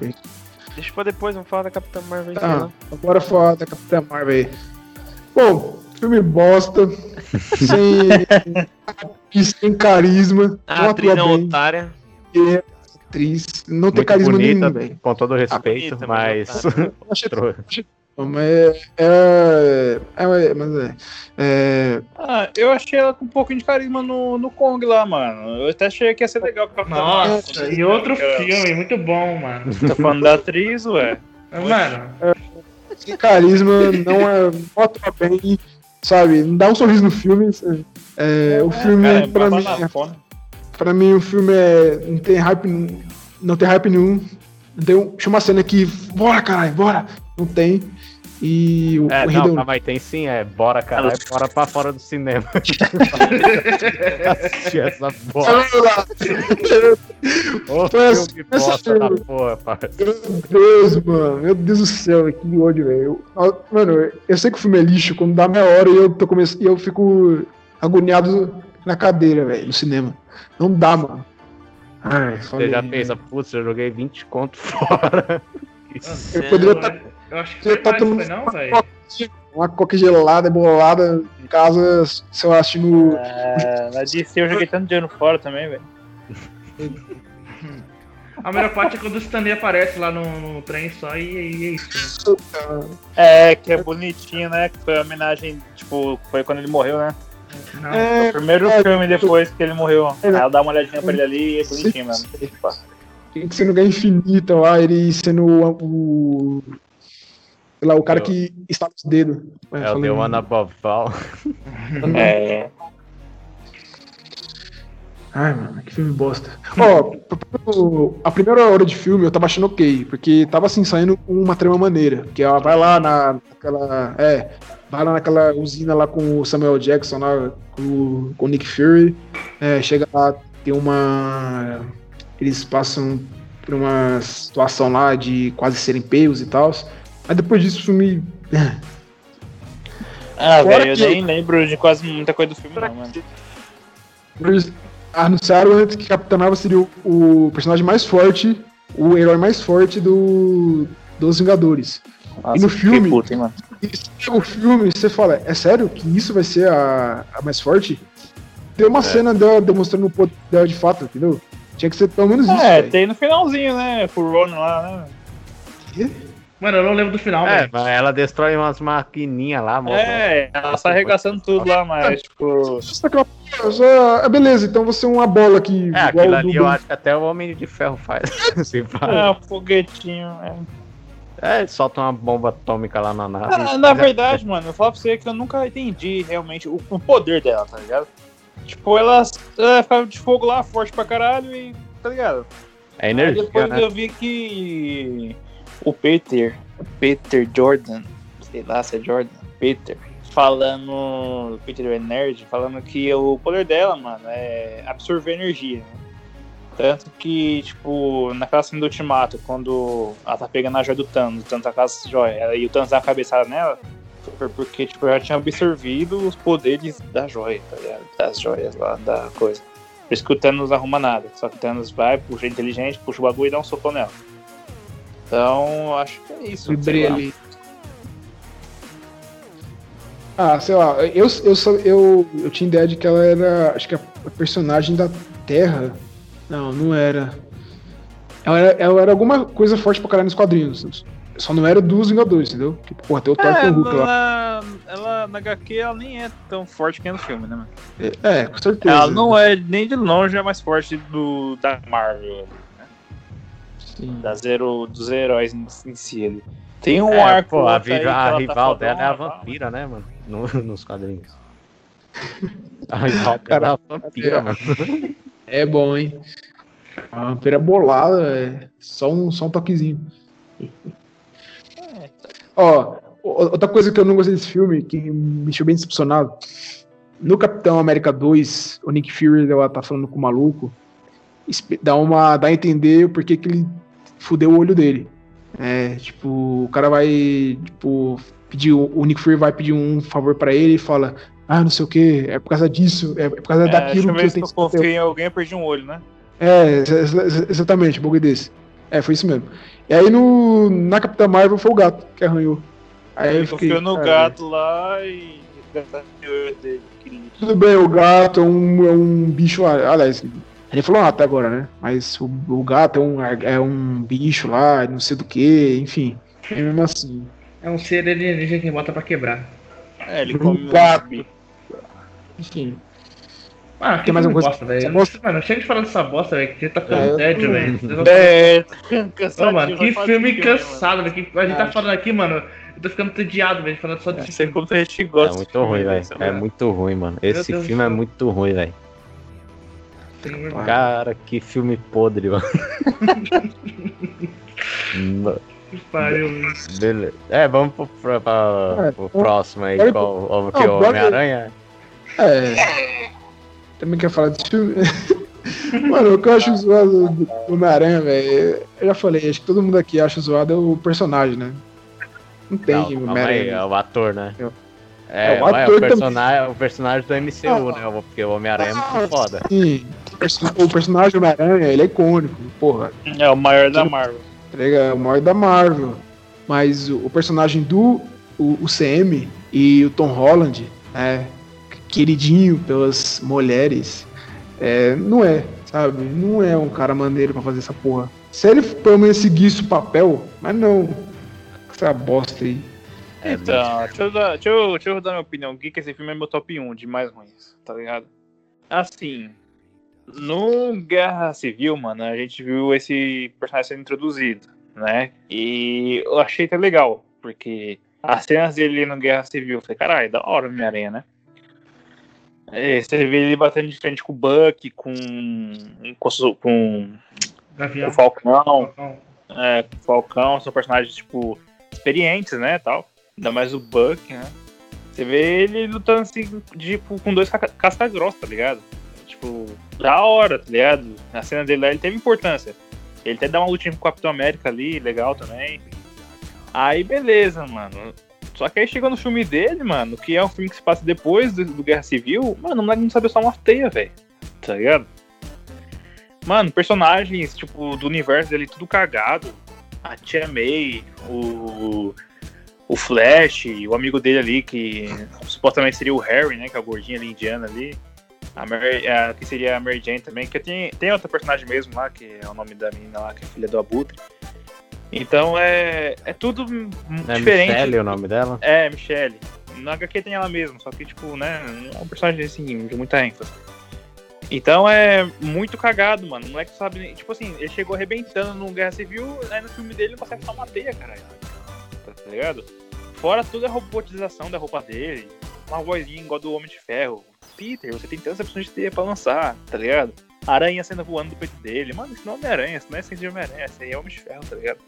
S3: É.
S4: Deixa pra depois, vamos falar da Capitã Marvel.
S1: Tá,
S4: então.
S1: agora fala da Capitã Marvel aí. Bom, Filme bosta. sem, e sem carisma.
S4: A atriz é uma otária.
S1: bem, é atriz. Não tem
S5: Muito
S1: carisma
S5: bonita,
S1: nenhum.
S5: com todo respeito,
S4: bonita, mas
S5: mas.
S1: Eu achei mas é, é, é, mas é, é,
S3: Ah, eu achei ela com um pouco de carisma no, no Kong lá, mano. Eu até achei que ia ser legal. com o Capitão
S2: Nossa,
S3: Marvel.
S2: e outro
S3: Eu-
S2: filme, muito bom, mano.
S3: Tá falando da atriz, ué.
S2: Mano,
S1: sem carisma, não é, não atua bem, sabe? Não dá um sorriso no filme. sabe? É, o filme,
S3: Cara, é
S1: pra,
S3: baba
S1: mim,
S3: na fome.
S1: pra mim, o filme é, não tem hype, nenhum- não tem hype nenhum. Não tem um- chama a cena que, bora, caralho, bora! Não tem. E o,
S5: É,
S1: o
S5: não,
S1: Riddle-
S5: mas tem sim, é bora, caralho, bora pra fora do cinema. Assistir essa porra.
S1: Olha lá,
S5: Ô,
S1: Foi
S5: filme
S1: essa-
S5: bosta da porra, parça.
S1: Meu Deus, mano. Meu Deus do céu, que ódio, velho. Eu- Mano, eu sei que o filme é lixo, quando dá meia hora eu, tô come... eu fico agoniado na cadeira, velho, no cinema. Não dá, mano. Ai,
S5: Você já
S1: falei. né?
S5: pensa, putz, eu joguei 20 conto fora.
S1: Eu poderia tá-
S2: eu acho que
S1: Você
S2: foi
S1: tá
S2: mais,
S1: tomando-
S2: foi não, velho?
S1: Uma coca gelada, bolada, em casa, sei lá, assistindo.
S3: É, na DC eu joguei tanto dinheiro fora também, velho.
S2: A melhor parte é quando o Stanley aparece lá no, no trem só e, e é isso.
S3: É, que é bonitinho, né? Que foi a homenagem, tipo, foi quando ele morreu, né?
S2: Não,
S1: É,
S3: O primeiro
S1: É, né?
S3: filme depois que ele morreu. Aí ela dá uma olhadinha pra ele ali e é
S1: Sim.
S3: bonitinho mesmo.
S1: tem que ser no ganho infinito lá, ele sendo o. o- sei lá, o cara
S5: Eu-
S1: que está nos dedos.
S5: É o The One Above All.
S3: É.
S1: Ai, mano, que filme bosta. Ó, o- a primeira hora de filme eu tava achando ok, porque tava assim, saindo com uma trama maneira. Que ela vai lá na, naquela. É, vai lá naquela usina lá com o Samuel Jackson, lá com, o- com o Nick Fury. É, chega lá, tem uma. Eles passam por uma situação lá de quase serem pegos e tal. Aí depois disso o filme. Fora
S3: Ah, velho, eu
S1: que-
S3: nem lembro de quase muita coisa do filme, não, mano.
S1: Eles anunciaram antes que Capitão Marvel seria o, o personagem mais forte, o herói mais forte do, dos Vingadores.
S3: Nossa,
S1: no
S3: eu fiquei
S1: filme?
S3: puto, hein, mano.
S1: E você pega o filme e você fala, é sério que isso vai ser a, a mais forte? Tem uma cena dela demonstrando o poder dela de fato, entendeu? Tinha que ser pelo menos isso.
S3: É,
S1: velho.
S3: tem no finalzinho, né? Pro Ronan lá, né?
S2: Mano, eu não lembro do final,
S5: É,
S2: velho.
S5: mas ela destrói umas maquininhas lá, mano.
S3: É, ela tá arregaçando tudo lá, mas, tipo.
S1: Só que ela, só- ah, beleza, então você é uma bola que.
S5: É, aquilo ali eu acho que até o Homem de Ferro faz. Se faz.
S3: É, um foguetinho. é.
S5: É, solta uma bomba atômica lá na nave. é
S3: Ah, na verdade, mano, eu falo pra você que eu nunca entendi realmente o, o poder dela, tá ligado? Tipo, ela, ela ficava de fogo lá, forte pra caralho e. tá ligado?
S5: É
S3: Aí
S5: energia,
S3: depois
S5: né?
S3: eu vi que o Peter, Peter Jordan, sei lá se é Jordan, Peter, falando, Peter é nerd, falando que o poder dela, mano, é absorver energia, né? Tanto que, tipo, naquela cena do Ultimato, quando ela tá pegando a joia do Thanos, o Thanos tá com as joias, e o Thanos dá uma cabeçada nela, foi porque, tipo, ela tinha absorvido os poderes da joia, tá ligado? Das joias lá, da coisa. Por isso que o Thanos não arruma nada. Só que o Thanos vai, puxa inteligente, puxa o bagulho e dá um socão nela. Então, acho que é isso. sei lá.
S1: Ah, sei lá, eu, eu, só- eu, eu tinha ideia de que ela era, acho que a personagem da Terra. Não, não era. Ela era, ela era alguma coisa forte pra caralho nos quadrinhos. Só não era dos Vingadores, entendeu? Tipo, porra, tem o Thor
S3: É,
S1: com o Hulk lá.
S3: ela, ela, na HQ, ela nem é tão forte que é no filme, né, mano?
S1: É, com certeza.
S3: Ela não é, nem de longe, é mais forte do, da Marvel,
S1: Sim.
S3: da zero, dos heróis em, em si. ali. Tem um
S5: É,
S3: arco
S5: pô, a,
S3: outro
S5: vi-
S3: aí que
S5: a
S3: ela tá
S5: rival
S3: fodona
S5: dela é a
S3: e tal.
S5: vampira, né, mano? No- nos quadrinhos. A rival dela é
S1: Cara,
S5: a vampira, mano.
S1: É bom, hein? A vampira bolada, é só um, só um toquezinho. Ó, o- outra coisa que eu não gostei desse filme, que me deixou bem decepcionado. No Capitão América 2, o Nick Fury ela tá falando com o maluco, espe- dá, uma, dá a entender o porquê que ele fudeu o olho dele. É, tipo, o cara vai, tipo, pedir, o o Nick Fury vai pedir um favor pra ele e fala, ah, não sei o que, é por causa disso, é por causa
S3: É, deixa
S1: daquilo
S3: eu
S1: que eu
S3: ver
S1: tenho
S3: se
S1: que
S3: eu
S1: fazer."
S3: confio em alguém, eu perdi um olho, né?
S1: É, ex- ex- exatamente, um bagulho desse. É, foi isso mesmo. E aí no, na Capitã Marvel foi o gato que arranhou. Aí É, eu
S3: Ele
S1: fiquei,
S3: confiou no
S1: cara,
S3: gato lá e dele, querido.
S1: Tudo bem, o gato é um, é um bicho. ah, Aliás, ele falou até agora, né? Mas o, o gato é um, ar- é um bicho lá, não sei do que, enfim. É mesmo assim.
S2: É um ser alienígena que bota pra quebrar.
S3: É, ele come
S1: Gato.
S3: um bicho.
S1: Enfim.
S2: Ah, que
S1: Tem mais
S2: mais
S1: alguma coisa?
S2: bosta, velho.
S1: Essa bosta?
S2: Mano, chega de falar dessa bosta, velho, que você tá
S1: É.
S2: ficando tédio, velho. Vocês não-
S3: É, cansado.
S2: Ô, mano, que filme cansado, velho. que A gente tá falando aqui, mano. Eu tô ficando entediado, velho, falando só
S3: É,
S2: de
S3: sei como a gente
S5: É
S3: gosta.
S5: muito ruim, velho. É
S3: né?
S5: muito ruim, mano. Esse
S2: Deus do
S5: filme é
S2: céu.
S5: muito ruim, velho.
S2: filme, mano.
S5: Cara, que filme podre, mano. No-
S2: Que pariu, velho.
S5: Beleza. É, vamos pro, pra- pra-
S1: É,
S5: pro
S1: bom.
S5: próximo aí,
S1: Bora
S5: qual, o
S1: Não,
S5: que é o
S1: bora-
S5: Homem-Aranha.
S1: É. Também quer falar desse filme? Mano, o que eu acho zoado do do Homem-Aranha, velho. Eu já falei, acho que todo mundo aqui acha zoado é o personagem, né? Não tem
S5: Não, calma aí,
S1: Homem-Aranha.
S5: é o ator, né?
S1: Eu-
S5: É,
S1: É, o
S5: vai, é o,
S1: ator também.
S5: personagem, o personagem do MCU, né? Porque o Homem-Aranha é muito foda.
S1: Sim, o perso- o personagem do Homem-Aranha, ele é icônico, porra.
S3: É o maior da Marvel.
S1: tá ligado? É o maior da Marvel. Mas o, o personagem do o, o CM e o Tom Holland, né, queridinho pelas mulheres, é, não é, sabe? Não é um cara maneiro pra fazer essa porra. Se ele pelo menos seguisse o papel, mas não. Essa bosta aí.
S5: É,
S3: Então, deixa eu, dar, deixa, eu, deixa eu dar minha opinião aqui, que esse filme é meu top 1 de mais ruins, tá ligado? Assim, no Guerra Civil, mano, a gente viu esse personagem sendo introduzido, né? E eu achei até legal, porque as cenas dele no Guerra Civil, eu falei, caralho, é da hora minha aranha, né? É, você vê ele batendo de frente com o Buck, com, com, o- com
S2: Gavião.
S3: o Falcão,
S2: Falcão.
S3: é, Falcão são personagens, tipo, experientes, né, tal. Ainda mais o Buck, né. Você vê ele lutando, assim, tipo, com dois caça- caça-grossa, tá ligado? Tipo, da hora, tá ligado? A cena dele lá, ele teve importância. Ele até dá uma lutinha com o Capitão América ali, legal também. Aí, beleza, mano. Só que aí chegou no filme dele, mano, que é um filme que se passa depois do, do Guerra Civil, mano, o moleque não sabe só uma teia, velho. Tá ligado? Mano, personagens, tipo, do universo dele tudo cagado a Tia May, o, o Flash, o amigo dele ali, que supostamente seria o Harry, né? Que é o gordinho ali indiano ali. A Mary, a- que seria a Mary Jane também, que tem, tem outra personagem mesmo lá, que é o nome da menina lá, que é filha do Abutre. Então é, é tudo hum,
S5: é
S3: diferente.
S5: Michelle o nome dela?
S3: É, Michelle. Na HQ tem ela mesma, só que, tipo, né, não é um personagem, assim, de muita ênfase. Então é muito cagado, mano. Não é que sabe. nem- Tipo assim, ele chegou arrebentando no Guerra Civil, aí no filme dele ele não consegue tomar teia, caralho. Tá ligado? Fora toda a robotização da roupa dele, uma vozinha igual do Homem de Ferro. Peter, você tem tantas opções de teia pra lançar, tá ligado? Aranha sendo voando do peito dele. Mano, isso não é Homem-Aranha, isso não é essência de Homem-Aranha, isso aí é Homem de Ferro, tá ligado?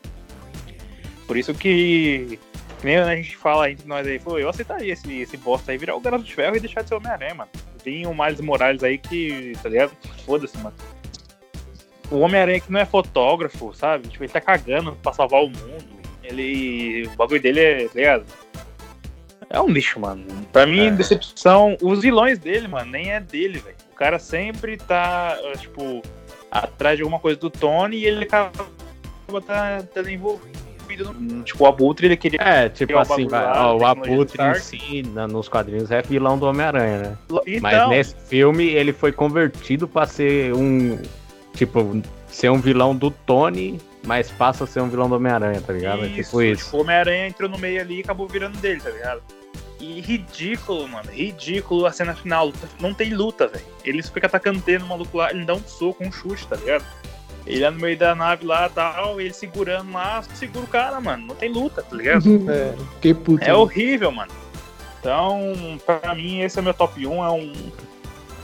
S3: Por isso que que nem a gente fala entre nós aí, pô, eu aceitaria esse, esse bosta aí virar o Garoto de Ferro e deixar de ser Homem-Aranha, mano. Tem o Miles Morales aí que, tá ligado? Foda-se, mano. O Homem-Aranha que não é fotógrafo, sabe? Tipo, ele tá cagando pra salvar o mundo. Ele. O bagulho dele é, tá ligado? É um lixo, mano. Pra mim,
S5: É.
S3: decepção. Os vilões dele, mano, nem é dele, velho. O cara sempre tá, eh, tipo, atrás de alguma coisa do Tony e ele acaba tá, tá envolvido. No... Tipo, o Abutre, ele queria
S5: É, tipo
S3: É o
S5: assim,
S3: bagulho
S5: vai,
S3: lá,
S5: ó, o
S3: da tecnologia
S5: Abutre
S3: do
S5: em
S3: Stark.
S5: si, na- nos quadrinhos, é vilão do Homem-Aranha, né?
S3: Então,
S5: Mas nesse filme ele foi convertido pra ser um. Tipo, ser um vilão do Tony, mas passa a ser um vilão do Homem-Aranha, tá ligado? É tipo isso.
S3: tipo, o Homem-Aranha entrou no meio ali e acabou virando dele, tá ligado? E ridículo, mano. Ridículo a cena final. Não tem luta, velho. Ele fica atacando o dedo no maluco lá, ele dá um soco, um chute, tá ligado? Ele lá no meio da nave lá e tal, ele segurando lá, segura o cara, mano. Não tem luta, tá ligado?
S1: É, fiquei puto.
S3: É horrível, mano. Então, pra mim, esse é meu top 1. É um.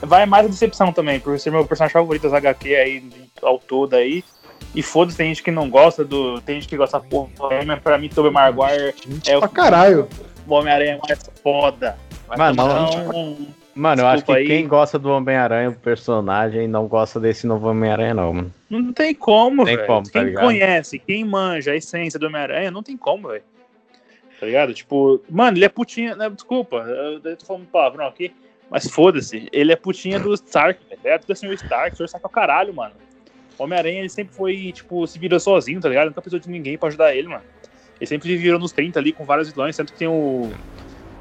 S3: Vai mais a decepção também, por ser meu personagem favorito das HQ aí, de- ao todo aí. E foda-se, tem gente que não gosta do. Tem gente que gosta da porra do Homem, mas pra mim, Tobey Maguire,
S1: Gente,
S3: é o-
S1: pra caralho.
S3: o Homem-Aranha é mais foda. Mas então,
S5: Mano,
S3: não.
S5: Mano, eu acho que
S3: Desculpa aí.
S5: quem gosta do Homem-Aranha, o personagem, não gosta desse novo Homem-Aranha, não, mano.
S3: Não tem como,
S5: Tem
S3: velho.
S5: como, tá
S3: quem
S5: ligado?
S3: conhece, quem manja a essência do Homem-Aranha, não tem como, velho. Tá ligado? Tipo, mano, ele é putinha. né, Desculpa, eu eu tô falando palavrão aqui. Mas foda-se, ele é putinha do Stark, velho. É puta assim, o Stark, o senhor Stark é o caralho, mano. O Homem-Aranha, ele sempre foi, tipo, se virou sozinho, tá ligado? Nunca precisou de ninguém pra ajudar ele, mano. Ele sempre se virou nos 30 ali com vários vilões, tanto que tem o.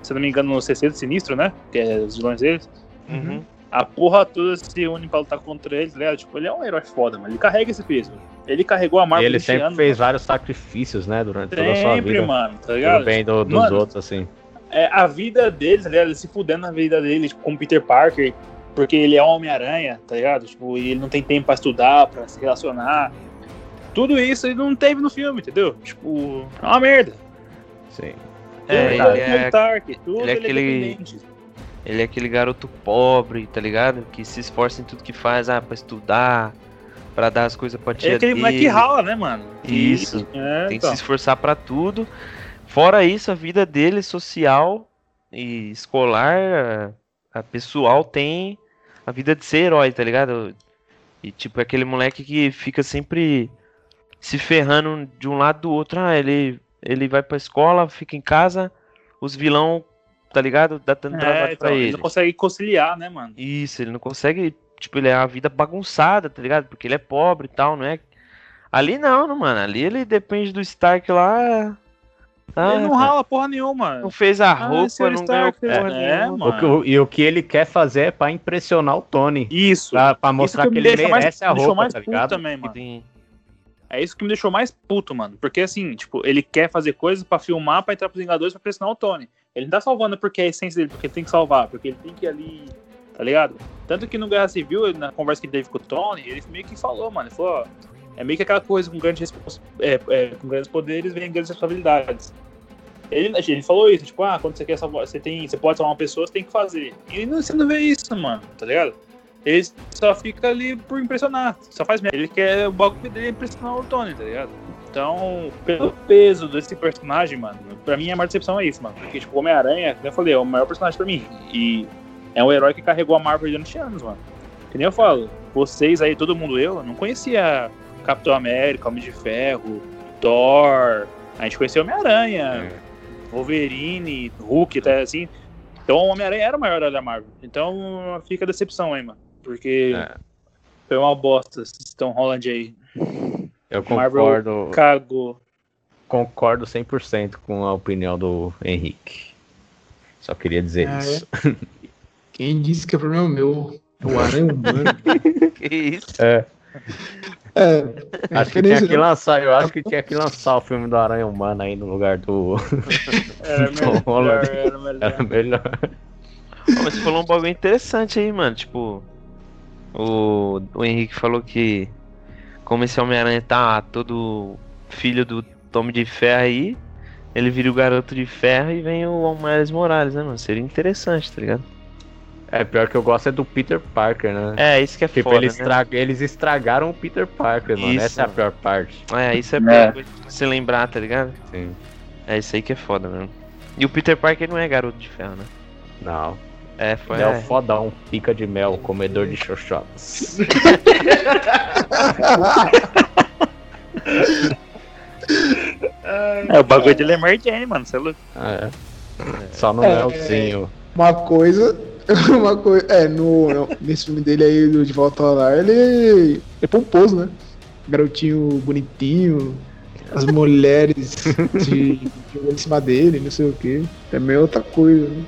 S3: se eu não me engano, no CC do Sinistro, né? Que é os vilões deles.
S4: Uhum.
S3: A porra toda se une pra lutar contra ele, tá ligado? Tipo, ele é um herói foda, mano. Ele carrega esse peso. Ele carregou a
S5: E
S3: marca
S5: ele
S3: 20
S5: sempre
S3: anos,
S5: fez vários sacrifícios, né? Durante toda a sua
S3: né? Sempre,
S5: vida.
S3: mano, tá
S5: Pelo
S3: ligado?
S5: bem do- dos
S3: Mano,
S5: outros, assim.
S3: é, a vida deles, tá ligado? Eles se fudendo na vida deles tipo, como Peter Parker, porque ele é um Homem-Aranha, tá ligado? Tipo, e ele não tem tempo pra estudar, pra se relacionar. Tudo isso ele não teve no filme, entendeu? Tipo, é uma merda.
S5: Sim.
S4: É,
S3: Ele
S4: ele
S3: tá
S4: é-
S3: Peter Parker, tudo
S4: ele é
S3: ele é
S4: aquele-
S3: dependente.
S4: Ele é aquele garoto pobre, tá ligado? Que se esforça em tudo que faz, ah, pra estudar, pra dar as coisas pra tia
S3: É aquele moleque
S4: dele.
S3: que rala, né, mano?
S4: Isso.
S3: É,
S4: Tem que
S3: então.
S4: se esforçar pra tudo. Fora isso, a vida dele, social e escolar, a a pessoal, tem a vida de ser herói, tá ligado? E tipo, é aquele moleque que fica sempre se ferrando de um lado do outro. Ah, ele, ele vai pra escola, fica em casa, os vilão, tá ligado? Dá tanto
S3: É,
S4: trabalho
S3: então,
S4: pra
S3: ele
S4: ele.
S3: não consegue conciliar, né, mano?
S4: Isso, ele não consegue. Tipo, ele é a vida bagunçada, tá ligado? Porque ele é pobre e tal, não é? Ali não, não, mano. Ali ele depende do Stark lá. tá?
S3: ele não rala porra nenhuma.
S4: Não fez a
S3: Ah,
S4: roupa,
S3: senhor
S4: não ganhou
S3: Stark,
S4: porra
S3: é,
S4: nenhuma.
S3: mano.
S5: O que- o- e o que ele quer fazer é pra impressionar o Tony.
S3: Isso.
S5: Pra, pra
S3: Isso
S5: mostrar
S3: me
S5: que,
S3: deixa
S5: ele merece
S3: mais-
S5: a
S3: me deixou
S5: roupa,
S3: mais
S5: tá
S3: puto
S5: ligado?
S3: também, mano.
S4: Sim.
S3: É isso que me deixou mais puto, mano. Porque assim, tipo, ele quer fazer coisas pra filmar, pra entrar pros Vingadores, pra pressionar o Tony. Ele não tá salvando porque é a essência dele, porque ele tem que salvar, porque ele tem que ir ali, tá ligado? Tanto que no Guerra Civil, ele- na conversa que ele teve com o Tony, ele meio que falou, mano. Ele falou, ó, é meio que aquela coisa com grandes, respons- é, é, com grandes poderes vem grandes responsabilidades. Ele, ele falou isso, tipo, ah, quando você quer salvar, você, tem, você pode salvar uma pessoa, você tem que fazer. E não, você não vê isso, mano, tá ligado? Ele só fica ali por impressionar, só faz merda. Ele quer o bagulho dele é impressionar o Tony, tá ligado? Então, pelo peso desse personagem, mano, pra mim a maior decepção é isso, mano. Porque, tipo, o Homem-Aranha, como eu falei, é o maior personagem pra mim. E é um herói que carregou a Marvel durante anos, mano. Que nem eu falo, vocês aí, todo mundo, eu, não conhecia Capitão América, Homem de Ferro, Thor. A gente conhecia Homem-Aranha, Wolverine, Hulk, até assim. Então o Homem-Aranha era o maior herói da Marvel. Então fica a decepção aí, mano. Porque
S5: É.
S3: foi uma bosta esse Tom Holland aí.
S5: É, Eu
S3: Marvel-
S5: concordo,
S3: Cagou.
S5: concordo 100% com a opinião do Henrique. Só queria dizer
S1: Ah, é?
S5: isso.
S1: Quem disse que é problema meu? É O aranha humano.
S4: Que isso?
S1: É, é
S5: Acho que tinha
S1: diferença,
S5: que
S1: né?
S5: lançar, eu acho que tinha que lançar o filme do Aranha Humana aí no lugar do
S3: Era
S5: Tom
S3: melhor,
S5: Holland.
S3: era melhor.
S5: era melhor.
S4: Ó, Mas você falou um bagulho interessante aí, mano. Tipo, o, o Henrique falou que como esse Homem-Aranha tá todo filho do Tome de Ferro aí, ele vira o garoto de ferro e vem o Miles Morales, né, mano? Seria interessante, tá ligado?
S5: É, pior que eu gosto é do Peter Parker, né?
S4: É, isso que é
S5: tipo,
S4: foda,
S5: eles,
S4: né?
S5: estra- eles estragaram o Peter Parker, mano.
S4: Isso,
S5: Essa é a
S4: mano.
S5: pior parte.
S4: É, isso é,
S3: É.
S4: é. se lembrar, tá ligado?
S5: Sim.
S4: É isso aí que é foda mesmo. E o Peter Parker não é garoto de ferro, né?
S5: Não.
S4: É, foi.
S5: Ele é o
S4: é.
S5: fodão, pica de mel, comedor de xoxotas.
S3: É, o bagulho dele é Mary Jane, mano. Você é louco.
S5: É. Só no
S1: É.
S5: melzinho.
S1: Uma coisa. Uma coisa. É, no, no- nesse filme dele aí, do De Volta ao Lar, ele é pomposo, né? Garotinho bonitinho, as mulheres de, jogando em cima dele, não sei o quê. Também é outra coisa. né?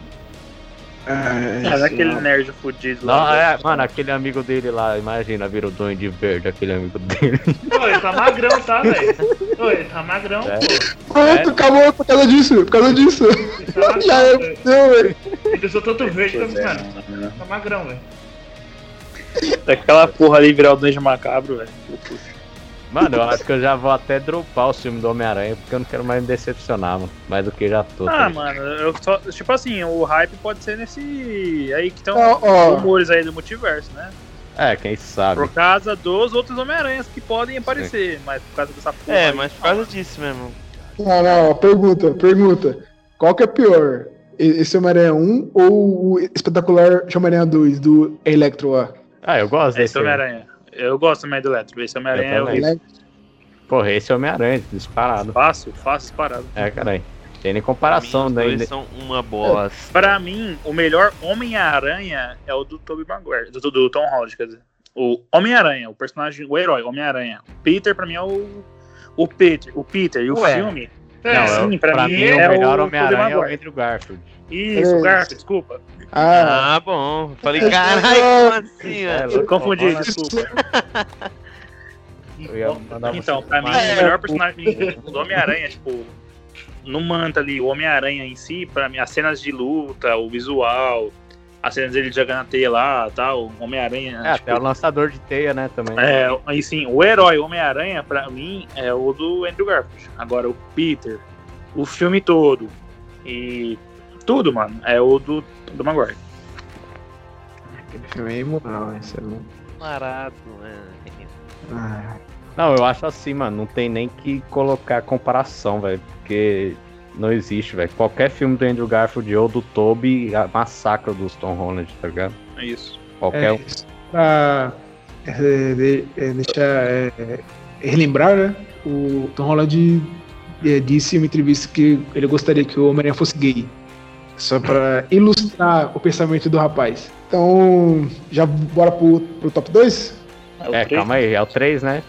S1: Ah,
S3: Mas
S1: sei
S3: aquele
S1: lá.
S3: nerd fudido lá.
S5: Não, é, mano, aquele amigo dele lá, imagina, vira o dono de verde, aquele amigo dele.
S2: Ô, ele tá magrão, tá, velho? Ô, ele tá magrão,
S5: É.
S2: pô.
S1: Pronto, Ah, acabou por causa disso, por causa disso.
S2: Ele tá
S1: Já é,
S2: magrão, velho.
S1: não, velho.
S2: Ele deixou tanto verde
S3: Pois
S2: que
S3: é,
S2: mano,
S3: mano.
S2: tá magrão, velho.
S3: Daquela é, porra ali virar o Dungeon Macabro, velho.
S5: Mano, eu acho que eu já vou até dropar o filme do Homem-Aranha, porque eu não quero mais me decepcionar, mano. Mais do que já tô. tá
S3: Ah,
S5: ligado?
S3: mano, eu só, tipo assim, o hype pode ser nesse. Aí que estão
S1: Ó, ó.
S3: rumores aí do multiverso, né?
S5: É, quem sabe.
S3: Por causa dos outros Homem-Aranhas que podem aparecer, mas por causa dessa porra.
S4: É,
S3: aí,
S4: mas por causa disso mesmo.
S1: Não, não, pergunta, pergunta. Qual que é pior? E- Esse Homem-Aranha 1 ou o espetacular Homem-Aranha 2 do Electro lá?
S5: Ah, eu
S3: Esse
S5: gosto desse. Homem-Aranha.
S3: Homem-Aranha. Eu gosto também do Electro. Esse Homem-Aranha é
S5: Eu também.
S3: horrível.
S5: Porra, esse Homem-Aranha, disparado.
S3: Fácil, fácil, parado.
S5: É, caralho. Tem nem
S4: Pra
S5: comparação,
S4: mim, os
S5: né?
S4: dois são uma bosta.
S3: Pra mim, o melhor Homem-Aranha é o do Tobey Maguire, do, do Tom Holland, quer dizer. O Homem-Aranha, o personagem, o herói, o Homem-Aranha. Peter, pra mim, é o. O Peter, o Peter e o
S5: Ué.
S3: filme
S2: É,
S5: não,
S3: sim,
S5: eu-
S3: pra
S5: pra,
S3: mim
S5: mim,
S3: é
S5: o melhor
S3: o
S5: Homem-Aranha é o
S3: Maguire.
S5: Andrew Garfield.
S3: Isso,
S1: É.
S3: Garfield, desculpa.
S1: Ah,
S4: Ah, bom. Falei, caralho, como assim,
S5: É,
S4: velho?
S3: Eu confundi,
S5: Olha,
S3: desculpa.
S5: Eu ia mandar
S3: Então,
S5: você
S3: pra mim,
S5: tomar.
S3: o melhor personagem do Homem-Aranha, tipo, no manto ali, o Homem-Aranha em si, pra mim, as cenas de luta, o visual, as cenas dele jogando a teia lá tal, o Homem-Aranha.
S5: É,
S3: tipo,
S5: até o lançador de teia, né, também.
S3: É, aí sim, o herói Homem-Aranha, pra mim, é o do Andrew Garfield. Agora, o Peter, o filme todo e tudo, mano, é o do, do Maguire.
S1: aquele filme é imoral, esse é louco.
S4: Barato, mano.
S1: Ah,
S5: Não, eu acho assim, mano, não tem nem que colocar comparação, velho, porque não existe, velho. Qualquer filme do Andrew Garfield ou do Toby a- massacra do Tom Holland, tá ligado?
S3: É isso.
S5: Qualquer
S1: é,
S5: um.
S1: isso pra é, de- é, deixar é, relembrar, né? O Tom Holland é, disse em uma entrevista que ele gostaria que o Homem-Aranha fosse gay. Só pra ilustrar o pensamento do rapaz. Então, já bora pro, pro top 2?
S3: o
S5: É,
S3: três.
S5: calma aí, é o 3, né?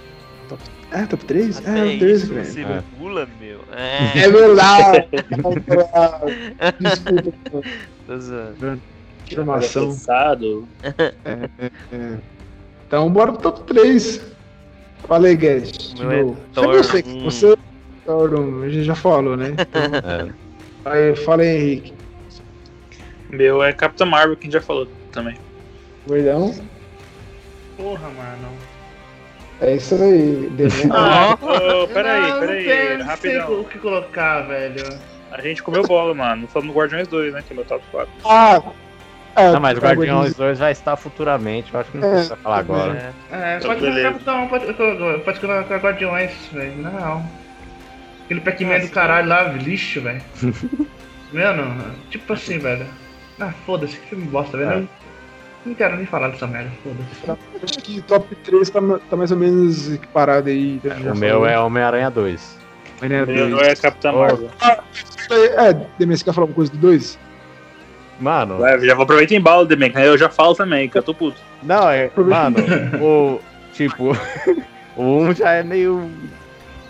S1: É, top 3?
S4: Até
S1: É, top 3,
S4: isso,
S1: velho.
S4: você
S5: É.
S4: não pula, meu.
S1: É
S4: É,
S1: verdade. É verdade. Desculpa pela
S4: tô zoando.
S2: É
S1: informação.
S3: Engraçado.
S1: Então, bora pro top 3. Falei, Guedes. de
S4: Meu é
S1: novo.
S4: Thor
S1: Sabe você, que
S4: um.
S1: você é Thor um, a gente já falou, né? Então,
S5: É.
S1: aí, fala aí, Henrique.
S3: Meu é Capitão Marvel, que a gente já falou também.
S1: Verdão.
S2: Porra, mano.
S1: É isso aí. Demônio.
S3: Ah, oh, peraí,
S2: Não, não
S3: peraí,
S2: tem, não sei
S3: rapidão.
S2: o que colocar, velho.
S3: A gente comeu bola, mano. Falando no Guardiões 2, né? Que é meu top 4.
S1: Ah, é,
S5: Não, mas o
S1: tá,
S5: Guardiões 2 vai estar futuramente, eu acho que não
S1: É,
S5: precisa falar agora.
S4: É.
S2: É,
S3: Então,
S2: pode
S3: beleza.
S2: colocar Capitão, pode, pode, pode colocar Guardiões, velho. Não. Aquele Pac-Man do caralho lá, lixo, velho. Mano, tipo assim, velho. Ah, foda-se, que filme bosta, velho.
S5: É.
S2: Não, não quero nem falar dessa merda, foda-se.
S1: Acho que top 3 tá, tá mais ou menos equiparado aí. já
S5: O
S1: falou.
S5: meu é Homem-Aranha 2.
S1: Homem-Aranha
S3: Meu
S1: dois.
S3: é Capitão Marvel.
S1: É, Demi, você quer falar alguma coisa do 2?
S5: Mano,
S3: Vai, já vou aproveitar em bala, The Man. Eu já falo também, que eu tô puto.
S5: Não, é. Mano, o. Tipo, o 1 já é meio.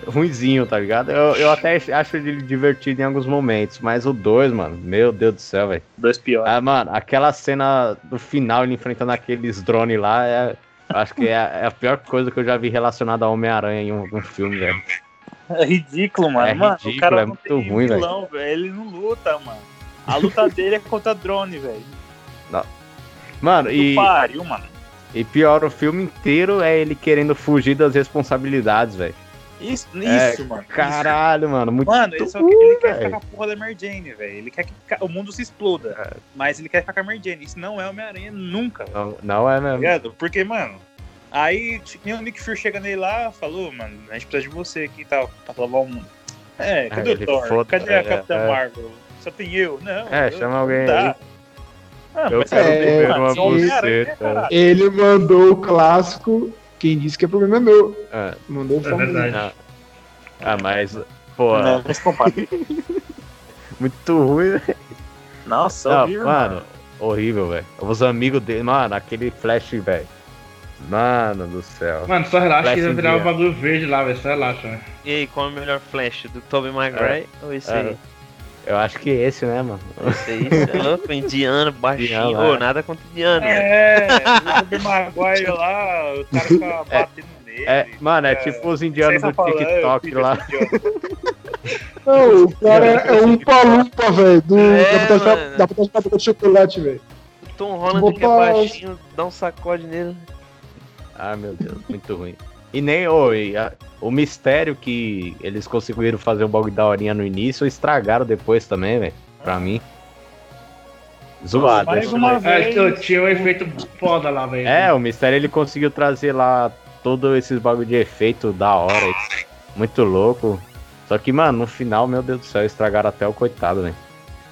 S5: ruinzinho, tá ligado? Eu, eu até acho ele divertido em alguns momentos, mas o 2, mano, meu Deus do céu, velho.
S3: Dois piores.
S5: Ah, mano, aquela cena do final, ele enfrentando aqueles drones lá, é. eu Acho que é, a- é a pior coisa que eu já vi relacionada a Homem-Aranha em um, um filme, velho.
S3: É ridículo, mano.
S5: É
S3: mano,
S5: ridículo,
S3: o cara
S5: é
S3: não
S5: muito
S3: tem
S5: ruim, velho.
S3: vilão, velho. Ele não luta, mano. A luta dele é contra drone, velho.
S5: Mano,
S3: E...
S5: e,
S3: Pariu, mano.
S5: e pior, o filme inteiro é ele querendo fugir das responsabilidades, velho.
S3: Isso,
S5: É,
S3: isso mano.
S5: Caralho, mano, muito.
S3: Isso. Mano, ele, só,
S5: ruim,
S3: ele quer ficar
S5: velho.
S3: com a porra da Mary Jane, velho. Ele quer que ca- o mundo se
S5: É.
S3: exploda. Mas ele quer ficar com a Mary Jane. Isso não é Homem-Aranha nunca, velho.
S5: Não, não é
S3: Tá
S5: mesmo.
S3: ligado? Porque, mano. Aí t- nem o Nick Fury chega nele lá falou, mano, a gente precisa de você aqui e tal, pra salvar o mundo. É, cadê
S5: Ah,
S3: o
S5: ele
S3: Thor?
S5: foda-
S3: cadê
S5: é,
S3: a Capitã
S5: é.
S3: Marvel? Só tem eu? Não.
S5: É,
S3: eu-
S5: chama alguém
S3: tá.
S5: aí.
S3: Ah,
S5: Eu
S3: mas
S5: quero
S3: é,
S1: beber
S3: mano,
S5: uma
S3: só né? Homem-Aranha,
S5: buceta.
S3: caralho.
S1: Ele mandou o clássico. Quem disse que é problema é meu.
S5: Ah.
S1: Mandou o
S2: É verdade.
S5: Ah, ah, mas, pô,
S3: Não, não se compara.
S5: muito ruim. né?
S3: Nossa,
S5: Não,
S3: horrível,
S5: mano,
S3: mano.
S5: horrível, velho. Os amigos dele, mano, aquele flash, velho. Mano do céu.
S2: Mano, só relaxa que
S5: Flash
S2: vai
S5: em
S2: virar um
S5: dia.
S2: bagulho verde lá, velho. Só relaxa, velho.
S4: E aí, qual é o melhor flash? Do Tobey Maguire ou esse
S5: É.
S4: aí?
S5: Eu acho que é esse, né, mano?
S4: Esse aí, cê é louco? Indiano, baixinho.
S5: Indiano,
S4: Ô,
S5: é.
S4: nada contra indiano, velho.
S3: É, o Tobey Maguire lá, o cara fica batendo nele.
S5: É, mano, é,
S3: É,
S5: tipo os indianos do TikTok lá.
S1: Não, o cara é um palumpa, velho. do-
S4: É,
S1: Da puta de
S4: mano.
S1: fa- da puta de fábrica de chocolate, velho.
S4: O Tom Holland
S1: Vou
S4: que é
S1: pra-
S4: baixinho, dá um sacode nele.
S5: Ah, meu Deus, muito ruim. E nem ô, e a- o mistério que eles conseguiram fazer o bagulho da horinha no início, estragaram depois também, velho. Pra mim. Zoado.
S3: Mais
S5: esse
S3: uma
S5: daí.
S2: É,
S3: vez.
S2: tinha- tinha um efeito foda lá, velho.
S5: É, o Mistério ele conseguiu trazer lá todo esses bagulho de efeito da hora. Muito louco. Só que, mano, no final, meu Deus do céu, estragaram até o coitado, velho.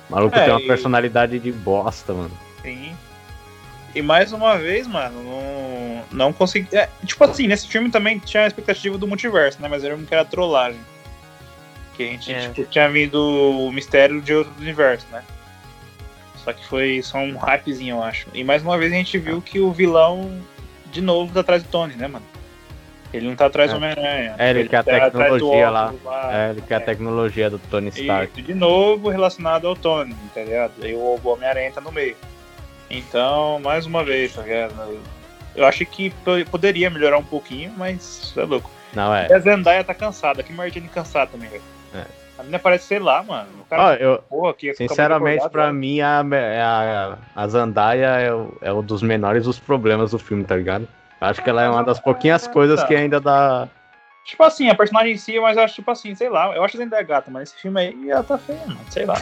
S5: O maluco
S3: É,
S5: tem uma
S3: e-
S5: personalidade de bosta, mano.
S3: Sim. E mais uma vez, mano, não, não consegui. é, tipo assim, nesse filme também tinha a expectativa do multiverso, né? Mas era um que era trollagem. Que a gente
S4: É.
S3: tipo, tinha vindo o mistério de outro universo, né? Só que foi só um hypezinho,
S5: É.
S3: eu acho. E mais uma vez a gente viu que o vilão de novo tá atrás do Tony, né, mano? Ele não tá atrás
S5: É.
S3: do Homem-Aranha. tá
S5: É, ele quer a
S3: atrás do
S5: tecnologia lá.
S3: óculos lá.
S5: É, ele quer a tecnologia do Tony Stark.
S3: E, de novo, relacionado ao Tony, tá ligado? E o Homem-Aranha tá no meio. Então, mais uma vez, tá ligado? Eu acho que po- poderia melhorar um pouquinho, mas é louco.
S5: Não, é.
S3: E a Zendaya tá cansada, que Martini cansada também, velho.
S5: É.
S3: A menina parece, sei lá, mano. O cara,
S5: Ó, eu,
S3: porra, que fica
S5: sinceramente,
S3: muito
S5: pra
S3: acordado, né?
S5: mim, a, é a, a Zandaia é, o- é um dos menores dos problemas do filme, tá ligado? Acho que ela é uma das pouquinhas coisas que ainda tá dá.
S3: Tipo assim, a personagem em si, mas eu acho, tipo assim, sei lá. Eu acho a Zendaya gata, mas esse filme aí ela tá feia, mano. Sei lá.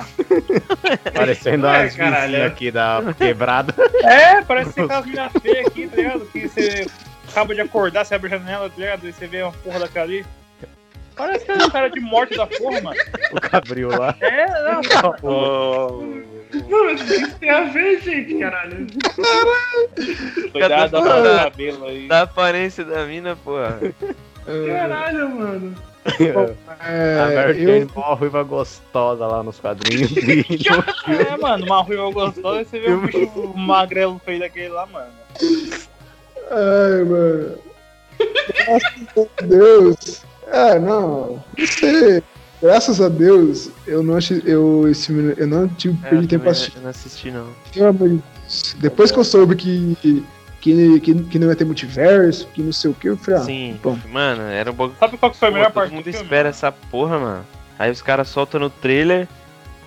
S5: parecendo
S2: É,
S5: as
S2: caralho.
S5: vizinhas aqui da quebrada.
S3: É, parece que você tá mina feia aqui, tá ligado? Que você acaba de acordar, você abre a janela, tá ligado? E você vê uma porra daquela ali. Parece que é um cara de morte da porra, mano.
S5: o cabril lá.
S3: É, não.
S2: Não, mas o que tem a ver, gente, caralho?
S3: Cuidado da porra do cabelo aí.
S4: Da aparência da mina, porra.
S1: É,
S2: Caralho, mano.
S5: a Mary
S1: eu,
S5: Jane, mó ruiva gostosa lá nos quadrinhos. E no
S3: É, mano, uma ruiva gostosa, você vê um bicho magrelo feio daquele lá, mano.
S1: ai, mano. Graças a Deus. É, não. Você, graças a Deus, eu não achei, eu, esse, filme- eu não tive
S4: É,
S1: perdi
S4: eu
S1: tempo
S4: também
S1: assistindo.
S4: não assisti, não.
S1: Pelo amor de Deus. Depois que eu soube que, que, que, que não ia ter multiverso, que não sei o que, eu falei, ah,
S4: Sim,
S1: bom.
S4: mano, era um bagulho.
S3: Sabe qual que foi a
S4: Pô,
S3: melhor
S4: todo
S3: parte do
S4: mundo
S3: filme? né?
S4: espera essa porra, mano. Aí os caras soltam no trailer,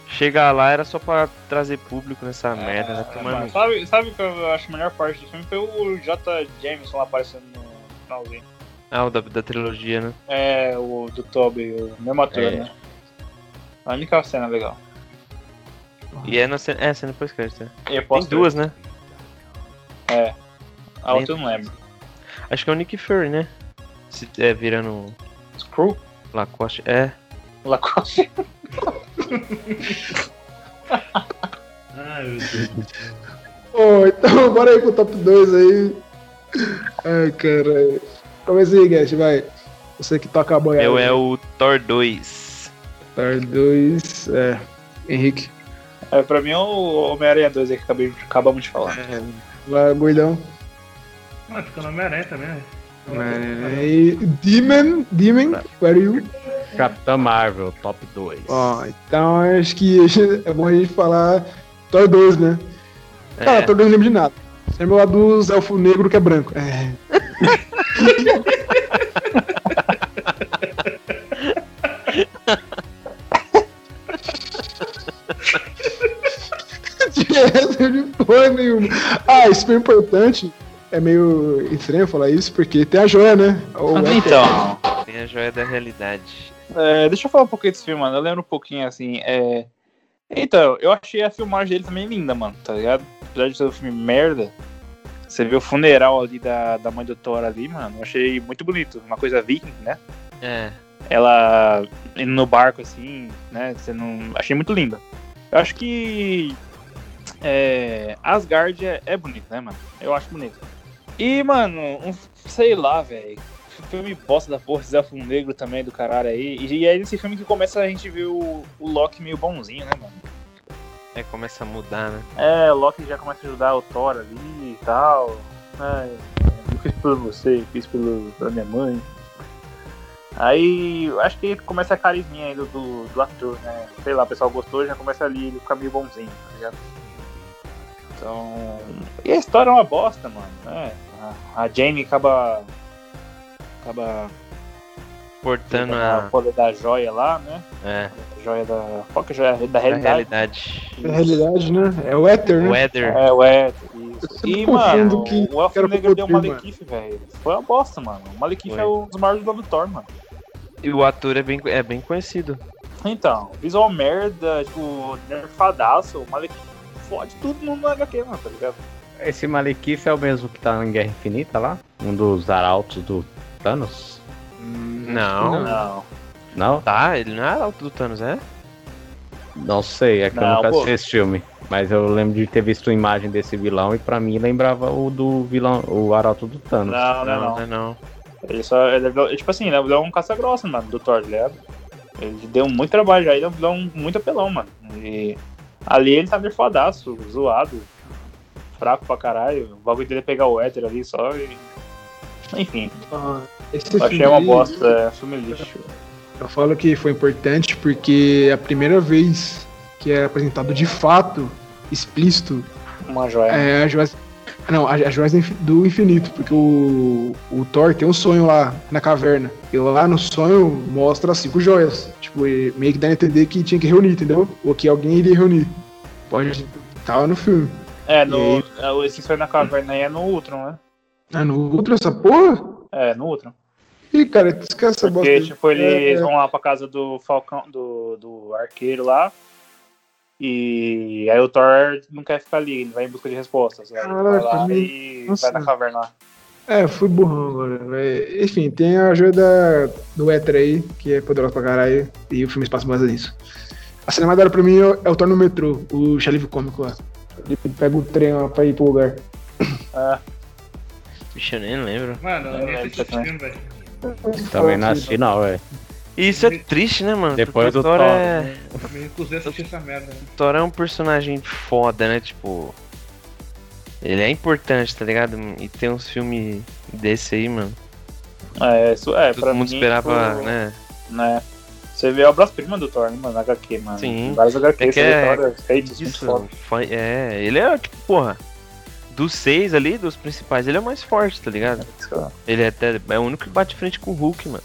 S4: chega lá, era só pra trazer público nessa merda, né?
S3: Ah,
S4: Tomando...
S3: mano, sabe, sabe o que eu acho a melhor parte do filme? Foi o J. Jameson lá aparecendo no finalzinho.
S4: Ah, o da, da trilogia, né?
S3: É, o do Toby, o mesmo ator,
S5: É.
S3: né? A única cena legal.
S4: E é na cena. É, cena pós-crédito. né?
S3: E eu
S4: Tem
S3: posso
S4: duas, né?
S3: A outra eu não lembro.
S4: Acho que é o Nick Fury, né? Se é virando
S3: Screw?
S4: Lacoste. É.
S3: Lacoste?
S2: Ai, meu Deus.
S1: Pô, então bora aí pro top 2 aí. Ai, caralho. Começa aí, Guest, vai. Você que toca a boiada.
S4: Eu é o Thor 2.
S1: Tar 2, é. Henrique,
S3: É, pra mim é o Homem-Aranha 2 aí que acabei, acabamos de falar.
S1: vai, Gordão.
S2: Ah, fica no Homem-Aranha também, né?
S1: É, e Demon, Demon, where are you?
S5: Capitã Marvel, top 2.
S1: Ó, então acho que a gente- é bom a gente falar Thor 2, né? Cara,
S4: É.
S1: Thor 2 não lembro de nada. Lembro lá dos elfo negro que é branco. É. Essa de porra nenhuma. Ah, isso é importante. É meio estranho falar isso, porque tem a joia, né? Ou é-
S3: Então,
S4: Tem a joia da realidade.
S3: é, deixa eu falar um pouquinho desse filme, mano. Eu lembro um pouquinho assim. é, Então, eu achei a filmagem dele também linda, mano, tá ligado? Apesar de ser um filme merda, você vê o funeral ali da, da mãe do Thor ali, mano. Eu achei muito bonito. Uma coisa viking, né?
S4: É.
S3: ela indo no barco assim, né? Você não... Achei muito linda. Eu acho que é, Asgard é, é bonito, né, mano? Eu acho bonito. E, mano, um, sei lá, velho. Filme bosta da porra, esse Elfo Negro também do caralho aí. E, e é nesse filme que começa a gente ver o, o Loki meio bonzinho, né, mano?
S4: É, começa a mudar, né?
S3: É, o Loki já começa a ajudar o Thor ali e tal. Ai, eu fiz por você, eu fiz pelo, pela minha mãe. Aí eu acho que começa a carisminha aí do, do, do ator, né? Sei lá, o pessoal gostou, já começa ali, ele fica meio bonzinho, tá ligado? Então. E a história é uma bosta, mano. né? A, a Jamie acaba. acaba.
S4: Portando
S3: a
S4: a.
S3: folha da joia lá, né?
S4: É.
S3: A joia da. Qual que é a joia? Da
S4: Da
S3: realidade.
S4: realidade.
S1: Na realidade, né? É o éter, né?
S4: Weather.
S3: É, o Ether,
S1: Eu
S3: isso.
S1: sempre
S3: E,
S1: confundo
S3: mano,
S1: que
S3: o Elfo
S1: era pro
S3: Negro deu uma
S1: Godzilla,
S3: Malekith, velho. Foi uma bosta, mano. O Malekith
S4: Foi.
S3: é um dos maiores do Thor, mano.
S4: E o ator é bem, é bem conhecido.
S3: Então, visual merda, tipo, nerfadaço, o Malekith fode tudo no HQ, mano, tá ligado?
S5: Esse Malekith é o mesmo que tá em Guerra Infinita lá? Um dos arautos do Thanos?
S4: Não.
S3: Não.
S5: Não?
S4: Tá, ele não é alto do Thanos, é?
S5: Não sei, é que
S3: Não,
S5: eu nunca
S3: pô.
S5: assisti esse filme. Mas eu lembro de ter visto a imagem desse vilão e pra mim lembrava o do vilão, o arauto do Thanos.
S3: Não, não, não.
S4: não. é não.
S3: Ele só. Ele é, vilão- ele, tipo assim, ele é um vilão caça grossa, mano, do Thor, tá ligado? Ele deu muito trabalho já, ele é um vilão muito apelão, mano. E ali ele tá nerfadaço, zoado, fraco pra caralho. O bagulho dele é pegar o Ether ali só e. Enfim,
S1: Ah, esse
S3: eu achei
S1: filme
S3: uma
S1: aí,
S3: bosta, é, filme lixo.
S1: Eu falo que foi importante porque é a primeira vez que é apresentado de fato, explícito,
S3: Uma joia.
S1: é a Joyce. Não, a, a Joyce do Infi- do Infinito, porque o, o Thor tem um sonho lá na caverna. E lá no sonho mostra as cinco joias. Tipo, e meio que dá a entender que tinha que reunir, entendeu? Ou que alguém iria reunir. Pode. Tava no filme.
S3: É, no, é, esse foi na caverna aí é no Ultron, né?
S1: Ah, no outro essa porra?
S3: É, no Ultron.
S1: Ih, cara, esquece essa bosta.
S3: Porque, tipo, eles
S1: É,
S3: vão lá pra casa do Falcão, do, do arqueiro lá. E aí o Thor não quer ficar ali, ele vai em busca de respostas. Aí ele vai
S1: Caraca,
S3: lá
S1: meu-
S3: e
S1: Nossa.
S3: vai na caverna lá.
S1: É, fui burrão agora. velho. Enfim, tem a ajuda do Etra aí, que é poderosa pra caralho, e o filme se passa mais nisso. A cinema dela pra mim é o- é o Thor no metrô, o xerife cômico lá. Ele pega o trem lá pra ir pro lugar.
S4: Vixe, eu nem lembro.
S2: Mano, eu nem
S3: É,
S2: assisti esse
S3: também.
S2: filme, velho.
S5: Também não assisti não, velho.
S4: E isso é triste, né, mano?
S5: Depois
S4: Porque
S5: do
S4: o Thor
S5: Thor,
S4: é...
S2: Me recusei a assistir essa merda. né?
S4: O Thor é um personagem foda, né? Tipo. Ele é importante, tá ligado? E tem uns filmes desse aí, mano.
S3: É, isso é,
S4: Todo
S3: pra
S4: mundo
S3: mim,
S4: esperava,
S3: tipo,
S4: né?
S3: né? Você vê a obras-prima do Thor, né, mano, na HQ, mano.
S4: Sim.
S3: Várias HQs,
S4: É que é-
S3: feitos,
S4: Isso. né?
S3: muito foda.
S4: fa- É, ele é, tipo, porra. Dos seis ali, dos principais, ele é o mais forte, tá ligado? Ele é até. É o único que bate de frente com o Hulk, mano.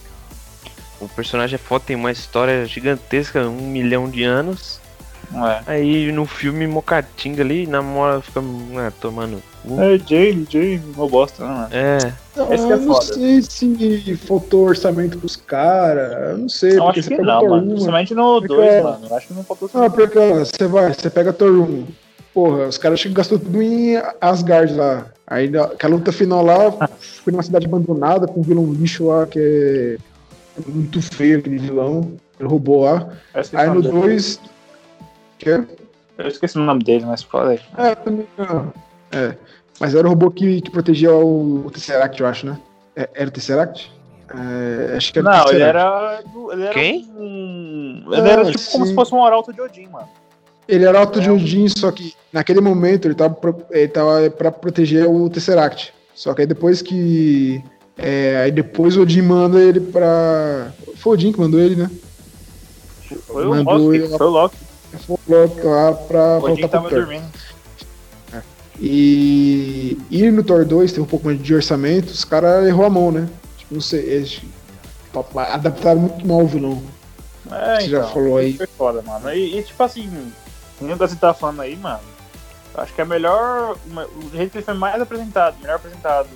S4: O personagem é foda, tem uma história gigantesca, um milhão de anos.
S3: É.
S4: Aí no filme Mocatinga ali, namora, fica ah, tomando cu.
S3: É, Jane, Jane, uma bosta, né, mano?
S4: É,
S1: Ah,
S3: Esse que é
S1: eu não
S3: foda.
S1: sei se faltou orçamento pros caras, eu não sei,
S3: Eu
S1: porque
S3: acho
S1: você
S3: que
S1: pega
S3: não,
S1: Thor
S3: mano.
S1: 1.
S3: Principalmente no
S1: Porque
S3: 2,
S1: é-
S3: mano. Eu acho que não faltou
S1: Ah,
S3: saber.
S1: porque ó, você vai, você pega Thor 1. Porra, os caras acho que gastou tudo em Asgard lá. Aí na- aquela luta final lá foi numa cidade abandonada com um vilão lixo lá que é muito feio aquele vilão. Ele roubou lá.
S3: Eu esqueci
S1: Aí
S3: o
S1: no
S3: nome dele.
S1: 2. Que?
S3: Eu esqueci o nome dele, mas fala aí.
S1: É, também. ah, É. Mas era o robô que, que protegia o, o Tesseract, eu acho, né? É- era o Tesseract? É, acho que era o
S3: Não, ele
S1: Tesseract.
S3: era. Ele era
S4: Quem?
S3: um- Ele era
S1: Ah,
S3: tipo como
S1: sim.
S3: se fosse um arauto de Odin, mano.
S1: Ele era alto de Odin, só que naquele momento ele tava, pro- ele tava pra proteger o Tesseract. Só que aí depois que. é, aí depois o Odin manda ele pra. Foi o Odin que mandou ele, né?
S3: Foi o
S1: Mandou
S3: Loki.
S1: ele lá.
S3: Foi o Loki.
S1: Foi o Loki lá pra
S3: O Odin
S1: voltar pro
S3: tava
S1: Thor.
S3: dormindo.
S1: E, e no Thor 2 tem um pouco mais de orçamento, os caras errou a mão, né? Tipo, não sei, eles pa- adaptaram muito mal o vilão.
S3: É,
S1: Você já
S3: então,
S1: falou aí.
S3: Foi foda, mano. E, e, tipo assim, nem o que você tá falando aí, mano. eu Acho que é melhor. uma- O jeito que ele foi mais apresentado, melhor apresentado,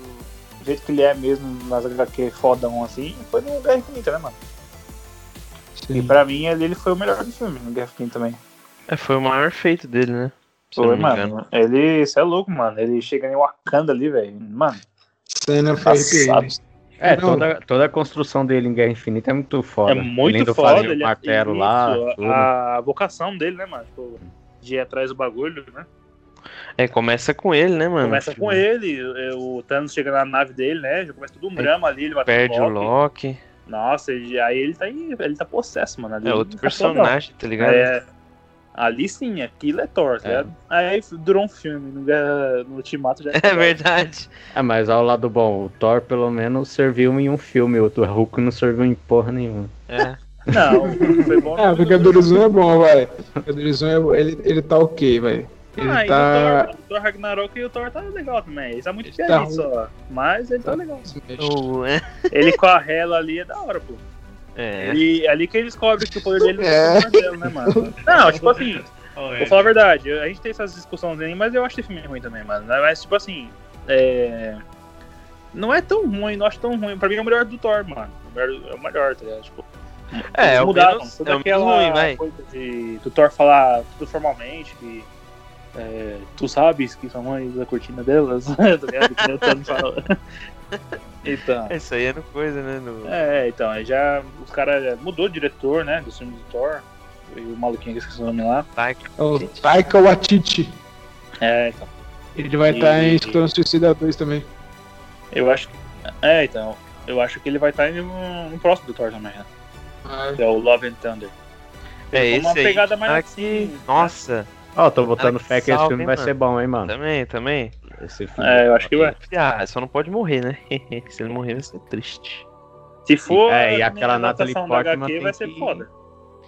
S3: o jeito que ele é mesmo nas HQ fodão assim, foi no Guerra Infinita, né, mano? E pra mim ali ele foi o melhor do filme, no Guerra Infinita também.
S4: é, foi o maior feito dele, né? Se eu
S3: Foi,
S4: não me engano.
S3: mano. Ele, isso é louco, mano. Ele chega em Wakanda ali, velho. Mano,
S1: Cena foi
S3: passado.
S1: arrepiante.
S5: É,
S1: Não.
S5: toda, toda a construção dele em Guerra Infinita é muito foda. é
S3: É
S5: Além
S3: muito
S5: do
S3: foda.
S5: farinho,
S4: um
S3: Ele
S5: martelo
S3: isso,
S5: lá, tudo.
S3: a, a vocação dele, né, mano? Tipo, de ir atrás do bagulho, né?
S4: É, começa com ele, né, mano?
S3: Começa
S4: Tipo,
S3: com ele, eh, o Thanos chega na nave dele, né? Já começa tudo um
S4: Aí
S3: drama ali, ele bateu
S4: Perde o Loki.
S3: Nossa, e aí ele tá em- ele tá possesso, mano. Ali
S4: É
S3: ele
S4: outro
S3: não tá fodão.
S4: personagem, tá ligado?
S3: É, ali sim, aquilo é Thor, tá
S4: É.
S3: ligado? Aí f- durou um filme, no, Guerra- no Ultimato já
S4: É verdade.
S5: É, mas ao lado bom, o Thor pelo menos serviu em um filme, o do Hulk não serviu em porra nenhuma.
S4: É.
S3: Não, foi bom.
S1: É, o Vingadores 1 é bom, vai. O Vingadores 1 é, ele, ele tá ok, vai. Ele
S3: Ah, e
S1: tá.
S3: o Thor, o Thor Ragnarok e o Thor tá legal também. Ele tá muito
S1: Ele
S3: feliz
S1: tá ruim.
S3: só. Mas ele tá legal.
S4: O- é.
S3: Ele com a Hela ali é da hora, pô.
S4: É.
S3: Ele, ali que ele descobre que o poder dele não
S1: É.
S3: é o poder dela, né, mano? Não, tipo assim,
S2: Ó, é.
S3: vou falar a verdade. A gente tem essas discussões aí, mas eu acho esse filme ruim também, mano. Mas, tipo assim, é... Não é tão ruim, não acho tão ruim. Pra mim é o melhor do Thor, mano. É o melhor, é o melhor tá ligado? Tipo,
S4: É, é o
S3: mudaram
S4: menos-
S3: toda
S5: um
S4: é o menos
S3: aquela
S4: ruim, vai.
S3: coisa de, do Thor falar tudo formalmente, que é, tu sabes que sua mãe usa a cortina delas, tá ligado? Que nem o Thanos fala. Então,
S4: É, Isso aí é no coisa, né? No...
S3: é, então, aí já os caras mudou de diretor, né, dos filmes do Thor, e o maluquinho que eu esqueci o nome lá.
S4: Taika.
S1: É o Taika Waititi.
S3: É, então,
S1: Ele vai
S3: E-
S1: estar em Esquadrão Suicida 2 também.
S3: eu acho que... É, então, eu acho que ele vai estar indo no, no próximo do Thor também, né, que é o Love and Thunder.
S4: É
S3: Ele
S4: esse
S3: tomou uma
S4: aí.
S3: pegada mais
S4: cara
S3: assim,
S4: que- Nossa,
S5: Ó, tô
S3: Ah,
S5: botando
S4: que
S5: fé que esse
S4: salve,
S5: filme
S4: hein,
S5: vai
S4: mano.
S5: ser bom, hein, mano.
S4: Também, também.
S5: Esse filme.
S3: É, eu acho que vai.
S4: Ah, só não pode morrer, né? Se ele morrer, vai ser triste.
S3: Se for.
S5: É, e
S3: a
S5: aquela Natalie
S3: adaptação
S5: Portman
S3: da HQ
S5: tem
S3: vai ser
S5: que-
S3: foda.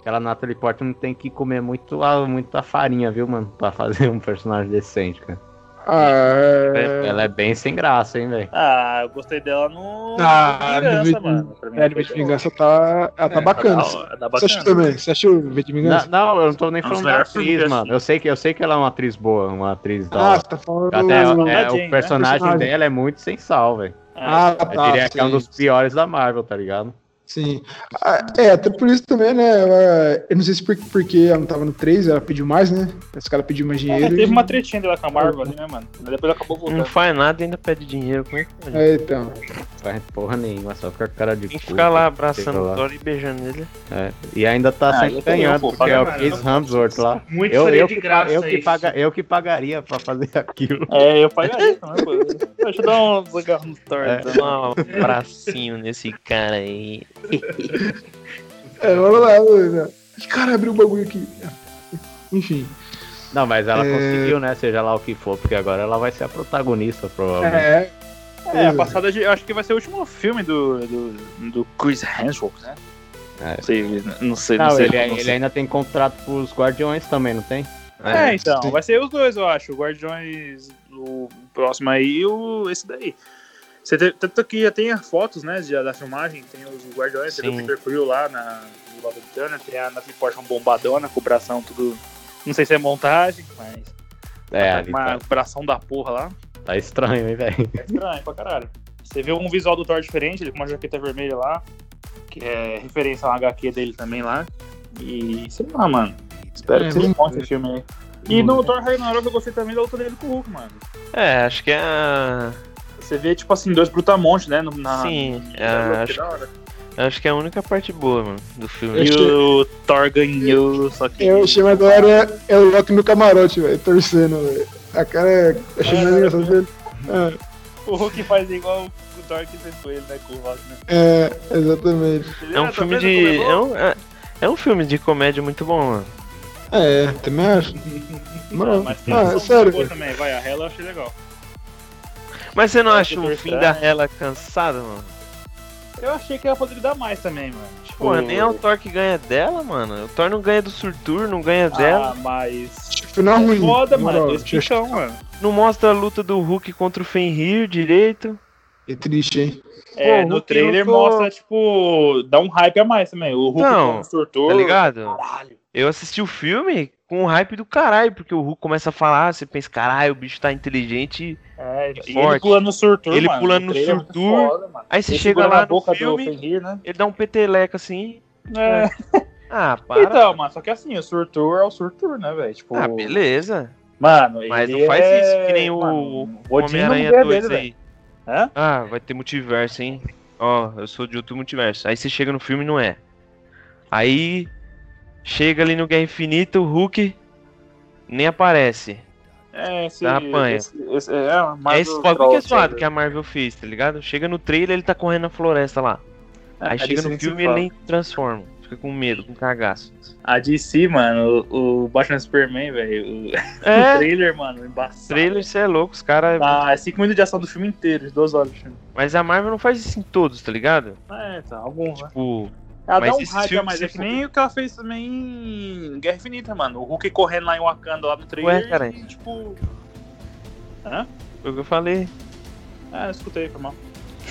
S5: Aquela Natalie Portman tem que comer muito, a- muita farinha, viu, mano? Pra fazer um personagem decente, cara.
S1: Ah,
S5: Ela é bem sem graça, hein, velho.
S3: Ah, eu gostei dela no.
S1: Ah, no
S3: no Vingança,
S1: vídeo-
S3: mano. Pra mim
S1: é, de
S3: foi
S1: Vez de
S3: bom.
S1: Vingança tá, ela tá
S3: É,
S1: bacana.
S3: tá- tá
S1: Você
S3: bacana.
S1: achou também? Você achou o V de
S5: Na-
S1: Vingança?
S5: Não, eu não tô nem
S3: É um
S5: falando
S3: dos
S5: da
S3: melhores filmes
S5: atriz,
S3: que eu
S5: mano. Eu sei, que, eu sei que ela é uma atriz boa, uma atriz da
S1: Ah,
S5: hora.
S1: você tá falando.
S5: Até
S3: Jane,
S5: é,
S3: né?
S5: o personagem
S1: Personagem.
S5: dela é muito sem sal, velho.
S3: Ah,
S1: Ah, tá.
S5: Eu diria que é um
S1: sim.
S5: dos piores da Marvel, tá ligado?
S1: Sim. Ah, é, até por isso também, né? ela- eu não sei se por, porque ela não tava no 3, ela pediu mais, né? Esse cara pediu mais
S3: é,
S1: dinheiro.
S3: teve
S1: e-
S3: uma tretinha dela com a Marvel ali, né, mano? Mas depois acabou
S4: Não
S3: voltando.
S4: faz nada e ainda pede dinheiro. Como é que pode?
S1: É, então.
S5: Faz porra nenhuma, só fica com cara de
S4: Tem que
S5: cu,
S4: ficar lá
S5: cara.
S4: abraçando
S5: Sei lá.
S4: o Thor e beijando ele.
S5: É, E ainda tá
S3: Ah,
S5: sempre
S3: eu também,
S5: ganhando,
S3: pô,
S5: porque é o
S2: paga-
S5: Chris Hemsworth lá.
S2: Muito
S5: Eu,
S2: seria
S5: eu,
S2: de
S5: que,
S2: graça
S5: eu, que
S2: isso.
S5: paga, eu que pagaria pra fazer aquilo.
S3: É, eu pagaria também, pô. Deixa eu dar um desgarro no Thor.
S5: É.
S3: então.
S4: Dá um abracinho nesse cara aí.
S1: É, olha lá. olha lá. Ih, Cara, abriu o bagulho aqui. Enfim.
S5: Não, mas ela
S1: É.
S5: conseguiu, né? Seja lá o que for, porque agora ela vai ser a protagonista, provavelmente.
S1: É.
S3: É, a passada de, eu acho que vai ser o último filme do, do, do Chris Hemsworth, né?
S5: É.
S3: Não sei, não sei, não
S5: Não,
S3: sei.
S5: ele, é-
S3: não
S5: ele
S3: sei.
S5: ainda tem contrato pros Guardiões também, não tem?
S3: É, então,
S1: Sim.
S3: vai ser os dois, eu acho. O Guardiões, o próximo aí e o, esse daí. Você te- tanto que já tem as fotos, né, de- da filmagem, tem os Guardiões, tem o
S4: Sim.
S3: Peter Quill lá na no Love and Thunder, tem a Natalie Portman bombadona, com o bração tudo... Não sei se é montagem, mas...
S5: É, ali
S3: uma
S5: tá,
S3: bração da porra lá.
S5: tá estranho, hein, velho?
S3: É estranho pra caralho. Você vê um visual do Thor diferente, ele com uma jaqueta vermelha lá, que é referência a uma HQ dele também lá. E sei lá, mano. Espero
S1: É,
S3: que seja
S1: muito
S3: bom esse filme aí. E no Thor Ragnarok eu gostei também da luta dele com o Hulk, mano.
S4: É, acho que é a.
S3: Você vê, tipo assim, dois brutamontes, né? no- Na,
S4: Sim,
S3: na-
S4: é, acho,
S3: que da hora.
S4: acho que é a única parte boa, mano, do filme.
S1: Eu
S3: E
S1: achei-
S3: o Thor ganhou, só que.
S1: Eu achei mais da hora é- é o Loki no camarote, velho, torcendo, velho. A cara é. Achei mais engraçado dele.
S3: O Hulk faz igual o Thor que fez com ele, né? Com o Hulk, né?
S1: É, exatamente.
S4: É um
S3: Tá
S4: filme
S3: vendo
S4: de.
S3: como é
S4: É
S3: bom?
S4: um, é, é um filme de comédia muito bom, mano.
S1: É, também acho.
S4: um-
S1: Mano,
S3: Mas tem
S1: ah,
S3: uma
S1: sério.
S3: boa também, vai, a Hela eu achei legal.
S4: Mas você não
S3: É,
S4: acha o
S3: Doutor
S4: fim
S3: Estranho.
S4: da Hela cansado, mano?
S3: Eu achei que ela poderia dar mais também, mano. Tipo,
S4: Pô, nem é o Thor que ganha dela, mano. O Thor não ganha do Surtur, não ganha dela.
S3: Ah, mas.
S1: Final Tá ruim.
S3: É Foda,
S1: na
S3: mano.
S1: moral.
S3: Dois pichão, mano.
S4: Não mostra a luta do Hulk contra o Fenrir direito.
S1: É triste, hein?
S3: É,
S4: Pô,
S3: no
S4: Hulk
S3: trailer
S4: lutou-
S3: mostra, tipo, dá um hype a mais também. O Hulk
S4: Não,
S3: como surtou.
S4: Tá ligado?
S3: Caralho.
S4: Eu assisti o filme com um hype do caralho, porque o Hulk começa a falar, você pensa, caralho, o bicho tá inteligente.
S3: É, e ele
S4: Forte.
S3: pulando no surtur,
S4: Ele
S3: mano.
S4: pulando
S3: O
S4: no
S3: trailer é muito
S4: surtur.
S3: foda, mano.
S4: Aí você
S3: Ele
S4: chega
S3: segura
S4: lá
S3: na
S4: no
S3: boca
S4: filme,
S3: do Fenrir, né?
S4: ele dá um peteleco assim.
S3: É.
S4: Ah, para.
S3: Então, mano, só que assim, o surtur é o surtur, né, velho? Tipo,
S4: Ah, beleza.
S3: mano,
S4: Mas
S3: ele
S4: não faz
S3: é-
S4: isso, que nem o-
S3: mano,
S4: O
S3: Odin não
S4: Homem-Aranha
S3: ganha
S4: 2
S3: dele, velho.
S4: aí.
S3: Hã?
S4: Ah, vai ter multiverso, hein? Ó, eu sou de outro multiverso. Aí você chega no filme e não é. Aí chega ali no Guerra Infinita, o Hulk nem aparece.
S3: É, esse,
S4: Dá apanha.
S3: esse, esse- é, a Marvel
S4: é esse bagulho que é
S3: Troll, né?
S4: zoado
S3: sabe?
S4: que a Marvel fez, tá ligado? Chega no trailer, ele tá correndo na floresta lá. Aí
S3: É,
S4: chega
S3: desse
S4: no
S3: jeito que se
S4: filme ele
S3: fala.
S4: nem transforma. Fica com medo, com cagaço.
S3: A DC, mano, o, o Batman Superman, velho, o, o
S4: É,
S3: trailer, mano, embaçado.
S4: trailer, você é louco, os caras.
S3: Tá, é 5 minutos de ação do filme inteiro, de duas horas de filme.
S4: Mas a Marvel não faz isso em todos, tá ligado?
S3: É, tá, algum, né?
S4: Tipo,
S3: Ela
S4: mas
S3: dá um
S4: esses
S3: hype a
S4: filmes
S3: mais,
S4: que
S3: é
S4: você
S3: que nem o que ela fez também em Guerra Infinita, mano. O Hulk correndo lá em Wakanda, lá no trailer,
S4: Ué, cara.
S3: e, tipo...
S4: foi é o que eu falei.
S3: Ah, escutei, foi mal.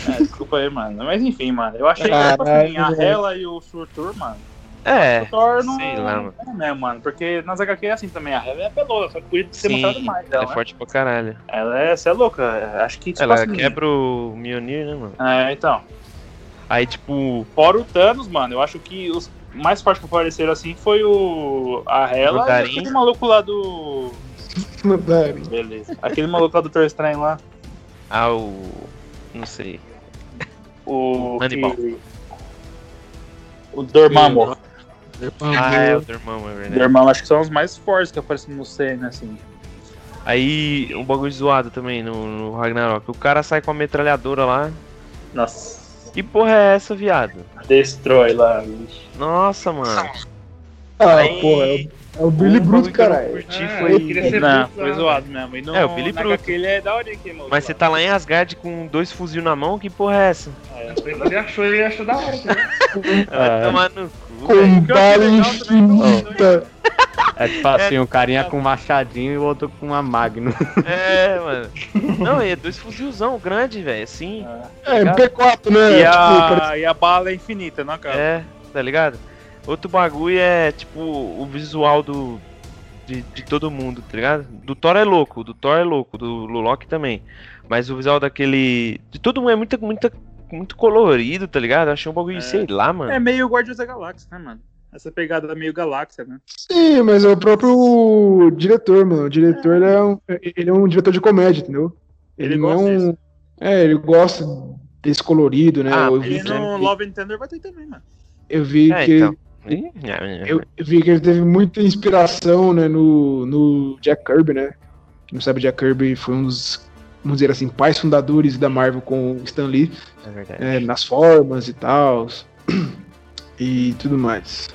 S3: É, desculpa aí, mano. Mas enfim, mano, eu achei que, tipo assim,
S1: Caralho,
S3: a
S1: velho.
S3: Hela e o Surtur, mano,
S4: É,
S3: o Thor não...
S4: sei lá, mano.
S3: É mesmo, mano, porque nas HQ é assim também, a Hela é pelosa, só que podia ter
S4: Sim,
S3: mostrado mais
S4: ela
S3: dela,
S4: é
S3: né?
S4: forte pra caralho.
S3: Ela é, você é louca, acho que, tipo
S4: Ela
S3: assim...
S4: quebra o Mjolnir, né, mano?
S3: É, então...
S4: Aí, tipo,
S3: Fora o Thanos, mano, eu acho que os mais fortes que apareceram assim foi o. A Hela e
S4: Mandarim.
S3: aquele maluco lá do.
S1: Mandarim.
S3: Beleza. Aquele maluco lá do Thor Estranho lá.
S4: ah, o. Não sei.
S3: O.
S4: Hannibal.
S3: que- O Dormammu.
S4: Ah, é o do irmão, é verdade.
S3: Dormammu, acho que são os mais fortes que aparecem no CN, assim.
S4: Aí, um bagulho zoado também no, no Ragnarok. O cara sai com a metralhadora lá.
S3: Nossa.
S4: Que porra é essa, viado?
S3: Destrói lá, bicho.
S4: Nossa, mano.
S1: Ah,
S3: Aí-
S1: porra, é o, é o Billy
S3: Um
S1: Bruto,
S3: bagulho que eu não
S1: caralho.
S3: curti
S2: Ah,
S3: foi.
S2: eu queria ser
S3: não,
S2: Bruto,
S3: foi
S2: ah,
S3: zoado mesmo. E no,
S4: É, o Billy
S3: na
S4: Bruto.
S3: HQ ele é da hora aqui, mano.
S4: Mas você tá lá em Asgard com dois fuzil na mão, que porra é essa?
S2: Ele achou, ele achou da hora. né, cara.
S4: Vai
S5: É.
S4: tomar no cu.
S1: Ah. Com um-
S3: um que eu
S1: bala
S3: achei legal também,
S1: infinita.
S5: É tipo assim, um carinha com um machadinho e o outro com uma magno.
S4: É, mano. Não, é dois fuzilzão grande, velho, assim.
S1: É, P4, né?
S3: E
S1: Tipo,
S3: a, e a bala é infinita, né, cara?
S4: É, tá ligado? Outro bagulho é, tipo, o visual do. De, de todo mundo, tá ligado? Do Thor é louco, do Thor é louco, do Loki também. Mas o visual daquele. De todo mundo é muita, muita, muito colorido, tá ligado? Eu achei um bagulho,
S3: É.
S4: sei lá, mano.
S3: É meio Guardiões da Galáxia, né, mano? Essa pegada é meio galáxia, né?
S1: Sim, mas é o próprio diretor, mano. O diretor ele é, um, ele é um diretor de comédia, entendeu? Ele,
S3: Ele
S1: não é
S3: gosta
S1: um. É, ele gosta desse colorido, né?
S4: Ah,
S1: eu,
S4: mas
S1: vi,
S3: E
S4: Isso,
S3: no
S4: né?
S3: Love and Thunder vai ter também, mano.
S1: eu vi
S4: É,
S1: que.
S4: então.
S1: Eu, eu vi que ele teve muita inspiração, né, no, no Jack Kirby, né? Quem não sabe, Jack Kirby foi um dos, vamos dizer assim, pais fundadores da Marvel com o Stan Lee,
S4: É verdade.
S1: né, nas formas e tal, e tudo mais.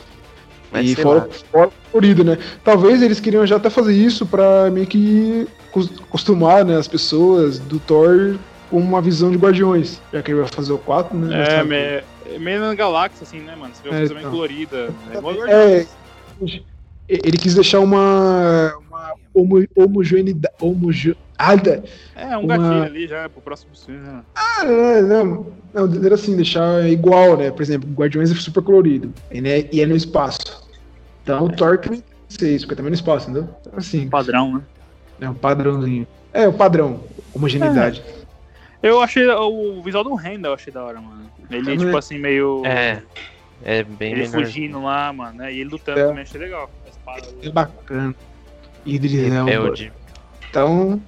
S4: Mas
S1: e
S4: sei
S1: fora,
S4: lá.
S1: fora colorido, né? Talvez eles queriam já até fazer isso pra meio que cos- acostumar né, as pessoas do Thor com uma visão de Guardiões. Já que ele vai fazer o 4, né? mas
S3: É,
S1: tá-
S3: me- é meio na galáxia, assim, né, mano? Você vê uma
S1: É,
S3: coisa meio
S1: então.
S3: colorida. É igual
S1: É,
S3: Guardiões.
S1: e- ele quis deixar uma, uma homo, homogeneidade. Homoge, ah, da-
S3: É, um
S1: uma-
S3: gatilho ali já pro próximo filme, né?
S1: ah, não, não, não, era assim, deixar igual, né? Por exemplo, Guardiões é super colorido e, né, e é no espaço. Então o Thor também tem que ser isso, porque também é no espaço, entendeu? Então, Assim,
S3: Padrão, né?
S1: é um padrãozinho. É, o padrão, homogeneidade.
S3: Eu achei o visual do Renda, eu achei da hora, mano. Ele,
S1: É,
S3: tipo
S1: né?
S3: assim, meio.
S4: É. É bem
S3: ele
S4: melhor.
S3: fugindo lá, mano, né? E ele lutando
S1: É.
S3: também, achei legal. A espada.
S1: É bacana. Idris
S4: É,
S1: Elba.
S4: Rebelde.
S1: Então,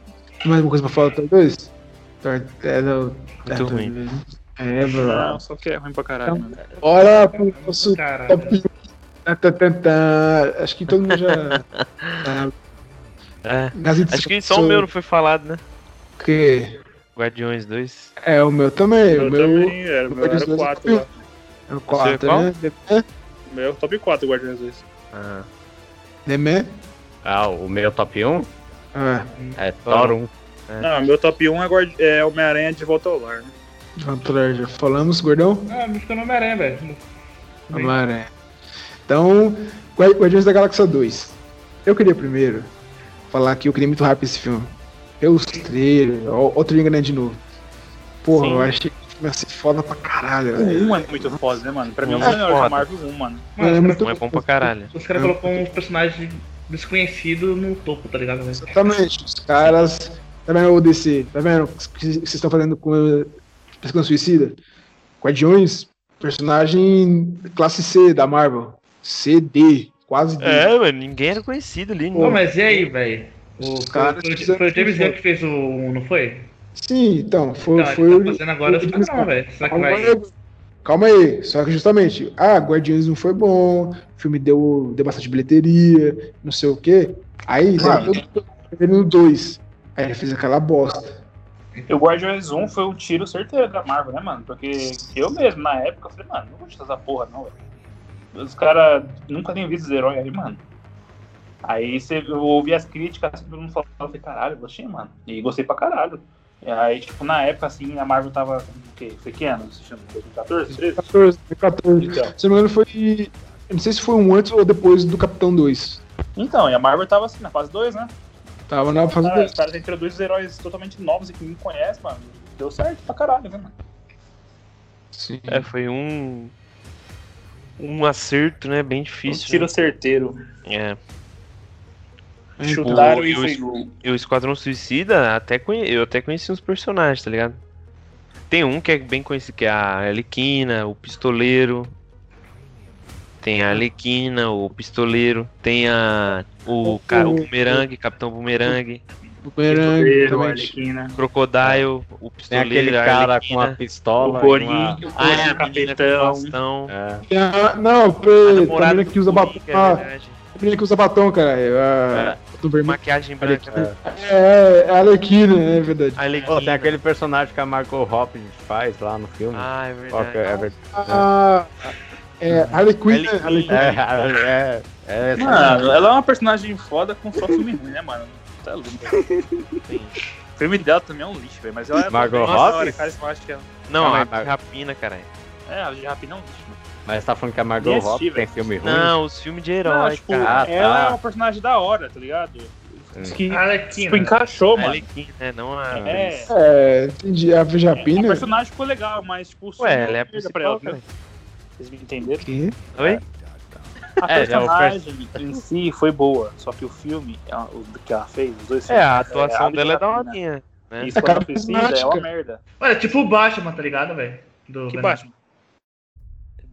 S1: mais uma coisa pra falar do Thor 2? Thor, é, não, é,
S4: Muito
S1: Thor
S4: ruim.
S1: 2. É, bro.
S3: Não, só que é ruim pra caralho, mano.
S1: Bora pro nosso
S2: Caralho.
S1: top. Tá, tá, tá, tá. Acho que todo mundo já. tá.
S4: É.
S1: Gazeta
S4: Acho que só o meu não foi falado, né?
S1: Que
S4: Guardiões 2.
S1: é o meu também.
S3: Eu
S1: o meu
S3: também, era, o meu
S1: Guardiões
S3: era
S1: dois é
S3: 4 lá.
S1: é o 4,
S4: qual?
S1: né? Demé?
S3: O Meu top 4 Guardiões 2.
S4: Ah.
S1: Demé?
S5: Ah, o meu top 1?
S1: Ah,
S5: É Thor 1.
S3: Não, meu top 1 é, Guardi- é Homem-Aranha de Volta ao Lar, né?
S1: Vamos pra- já falamos, gordão?
S2: Ah, me ficou no Homem-Aranha, velho. Bem.
S1: Amaré. Então, Guar- Guardiões da Galáxia 2. Eu queria primeiro falar que eu queria muito rápido esse filme. Eu os trailers, ó, ó o Tringa né, de novo. Porra,
S4: Sim.
S1: eu achei que ia ser foda pra caralho,
S3: O
S1: velho.
S3: 1 é muito foda, né, mano? Pra mim é o
S4: Um é
S3: melhor
S4: foda.
S3: da Marvel 1, mano.
S1: Mano, é
S2: Mano,
S1: muito
S4: Não é bom pra caralho.
S2: os caras colocou um personagem desconhecido no topo, tá ligado? velho?
S1: Exatamente, os caras. Tá vendo o DC? Tá vendo o que vocês estão fazendo com eh, Pescando Suicida? Guardiões, personagem classe C da Marvel. CD, quase D.
S4: É, mano, ninguém era conhecido ali. né?
S2: Não,
S4: Não.
S2: mas e aí, velho? O-
S1: Os
S2: Foi
S1: caras
S2: foi-
S1: fizeram
S2: foi o James
S1: tudo.
S2: Gunn que fez o 1, não foi?
S1: Sim, então, foi,
S2: Não, ele
S1: foi
S2: tá
S1: o-
S2: fazendo agora
S1: foi
S2: os
S1: o James
S2: padrão,
S1: Gunn.
S2: velho.
S4: Tá
S2: Será que
S1: Calma
S2: vai.
S1: aí, calma aí. Só que justamente, ah, Guardiões não foi bom, o filme deu, deu bastante bilheteria, não sei o quê. Aí,
S3: Claro.
S1: sabe, todo mundo vendo no 2. Aí ele fez aquela bosta.
S3: E o Guardiões 1 foi um tiro certeiro da Marvel, né, mano? Porque eu mesmo, na época, eu falei, mano, não vou chutar essa porra, não, velho. Os caras nunca tinham visto os heróis aí, mano. Aí você, eu ouvi as críticas, assim, todo mundo falando, eu falei, caralho, eu gostei, mano. E gostei pra caralho. E aí, tipo, na época, assim, a Marvel tava, o quê? Foi que ano? Se chama? 2014, 13?
S1: 14, 14.
S3: Então,
S1: Se eu não me engano, foi. Eu não sei se foi um antes ou depois do Capitão 2.
S3: então, e a Marvel tava assim, na fase 2, né?
S1: Tava na fase
S3: Cara,
S1: 2.
S3: os caras introduzem heróis totalmente novos e que ninguém conhece, mano. Deu certo pra caralho, né, mano?
S1: Sim.
S4: É, foi um. Um acerto, né? Hum, Bem
S3: Um
S4: difícil.
S3: tiro certeiro.
S4: né? É.
S3: Chutaram
S4: o-
S3: e
S4: e o-
S3: foi gol.
S4: E o Esquadrão Suicida, até conhe- eu até conheci uns personagens, tá ligado? Tem um que é bem conhecido, que é a Arlequina, o Pistoleiro. Tem a Arlequina, o Pistoleiro. Tem a. O cara, o Bumerangue, Capitão Bumerangue.
S1: O Bumerangue,
S4: Ah, é,
S1: exatamente.
S3: Arlequina.
S4: Crocodile, o
S5: Tem
S4: Pistoleiro.
S5: aquele
S4: a
S5: cara com
S4: Arlequina.
S5: uma pistola.
S3: O
S5: e
S3: Coringa,
S5: uma-
S3: o
S4: Ah, é,
S3: Coringa,
S4: a menina com
S3: capitão.
S4: bastão.
S5: É.
S1: Tem a- Ah, Não,
S4: A
S1: foi. A
S4: namorada
S1: menina que usa
S4: do
S1: batom.
S4: Coringa, é
S1: Ah,
S4: verdade.
S1: a menina que usa batom, cara. A...
S4: É.
S1: Do vermelho.
S4: Maquiagem branca.
S1: É, é a Arlequina, é verdade.
S4: A Arlequina.
S5: Pô, tem aquele personagem que a Margot Robbie faz lá no filme.
S4: Ah, é
S5: Qual que
S4: verdade.
S5: é? É ver-
S1: Ah, É, Harley Quinn, né? Harley Quinn.
S5: É, é, é, essa
S3: Mano, ela é uma personagem foda com só filme ruim, né, mano? Tá louco. O filme dela também é um lixo, velho. Mas ela é
S5: Margot
S3: nossa,
S5: Robbie?
S3: ela é carismática.
S4: Não,
S5: Calma
S4: a
S5: aí, Marco.
S4: rapina, caralho.
S3: É, ela de rapina é um lixo, mano.
S5: Mas tá falando que a Margot
S3: Yes,
S5: Robbie
S3: Steven.
S5: tem filme ruim?
S4: Não, os filmes de
S3: Não,
S4: herói,
S3: tipo,
S4: cara.
S5: Ah, tá.
S3: ela é uma personagem da hora, tá ligado? Que,
S4: é
S3: tipo,
S2: Arlequina.
S3: encaixou,
S4: A
S3: mano.
S4: Arlequina, né? Não a.
S3: É.
S1: É, entendi. A
S3: O
S1: Japina.
S3: personagem ficou legal, mas tipo, o
S4: Ué,
S3: filme
S4: ela é a
S3: não liga
S4: principal.
S3: né?
S4: cara.
S3: Vocês me entenderam?
S1: Quê?
S4: Oi?
S3: A
S5: É, já o
S3: personagem em si foi boa, só que o filme, a- o que ela fez, os dois
S4: É,
S3: filmes,
S4: a atuação
S3: a
S4: dela é da
S3: Arlequina.
S4: horinha. né?
S3: Isso quando
S1: É
S3: ela precisa, é uma
S1: carismática.
S3: merda.
S2: Olha, tipo o Batman, tá ligado, velho? Do é
S3: Que
S2: Ben
S3: Batman?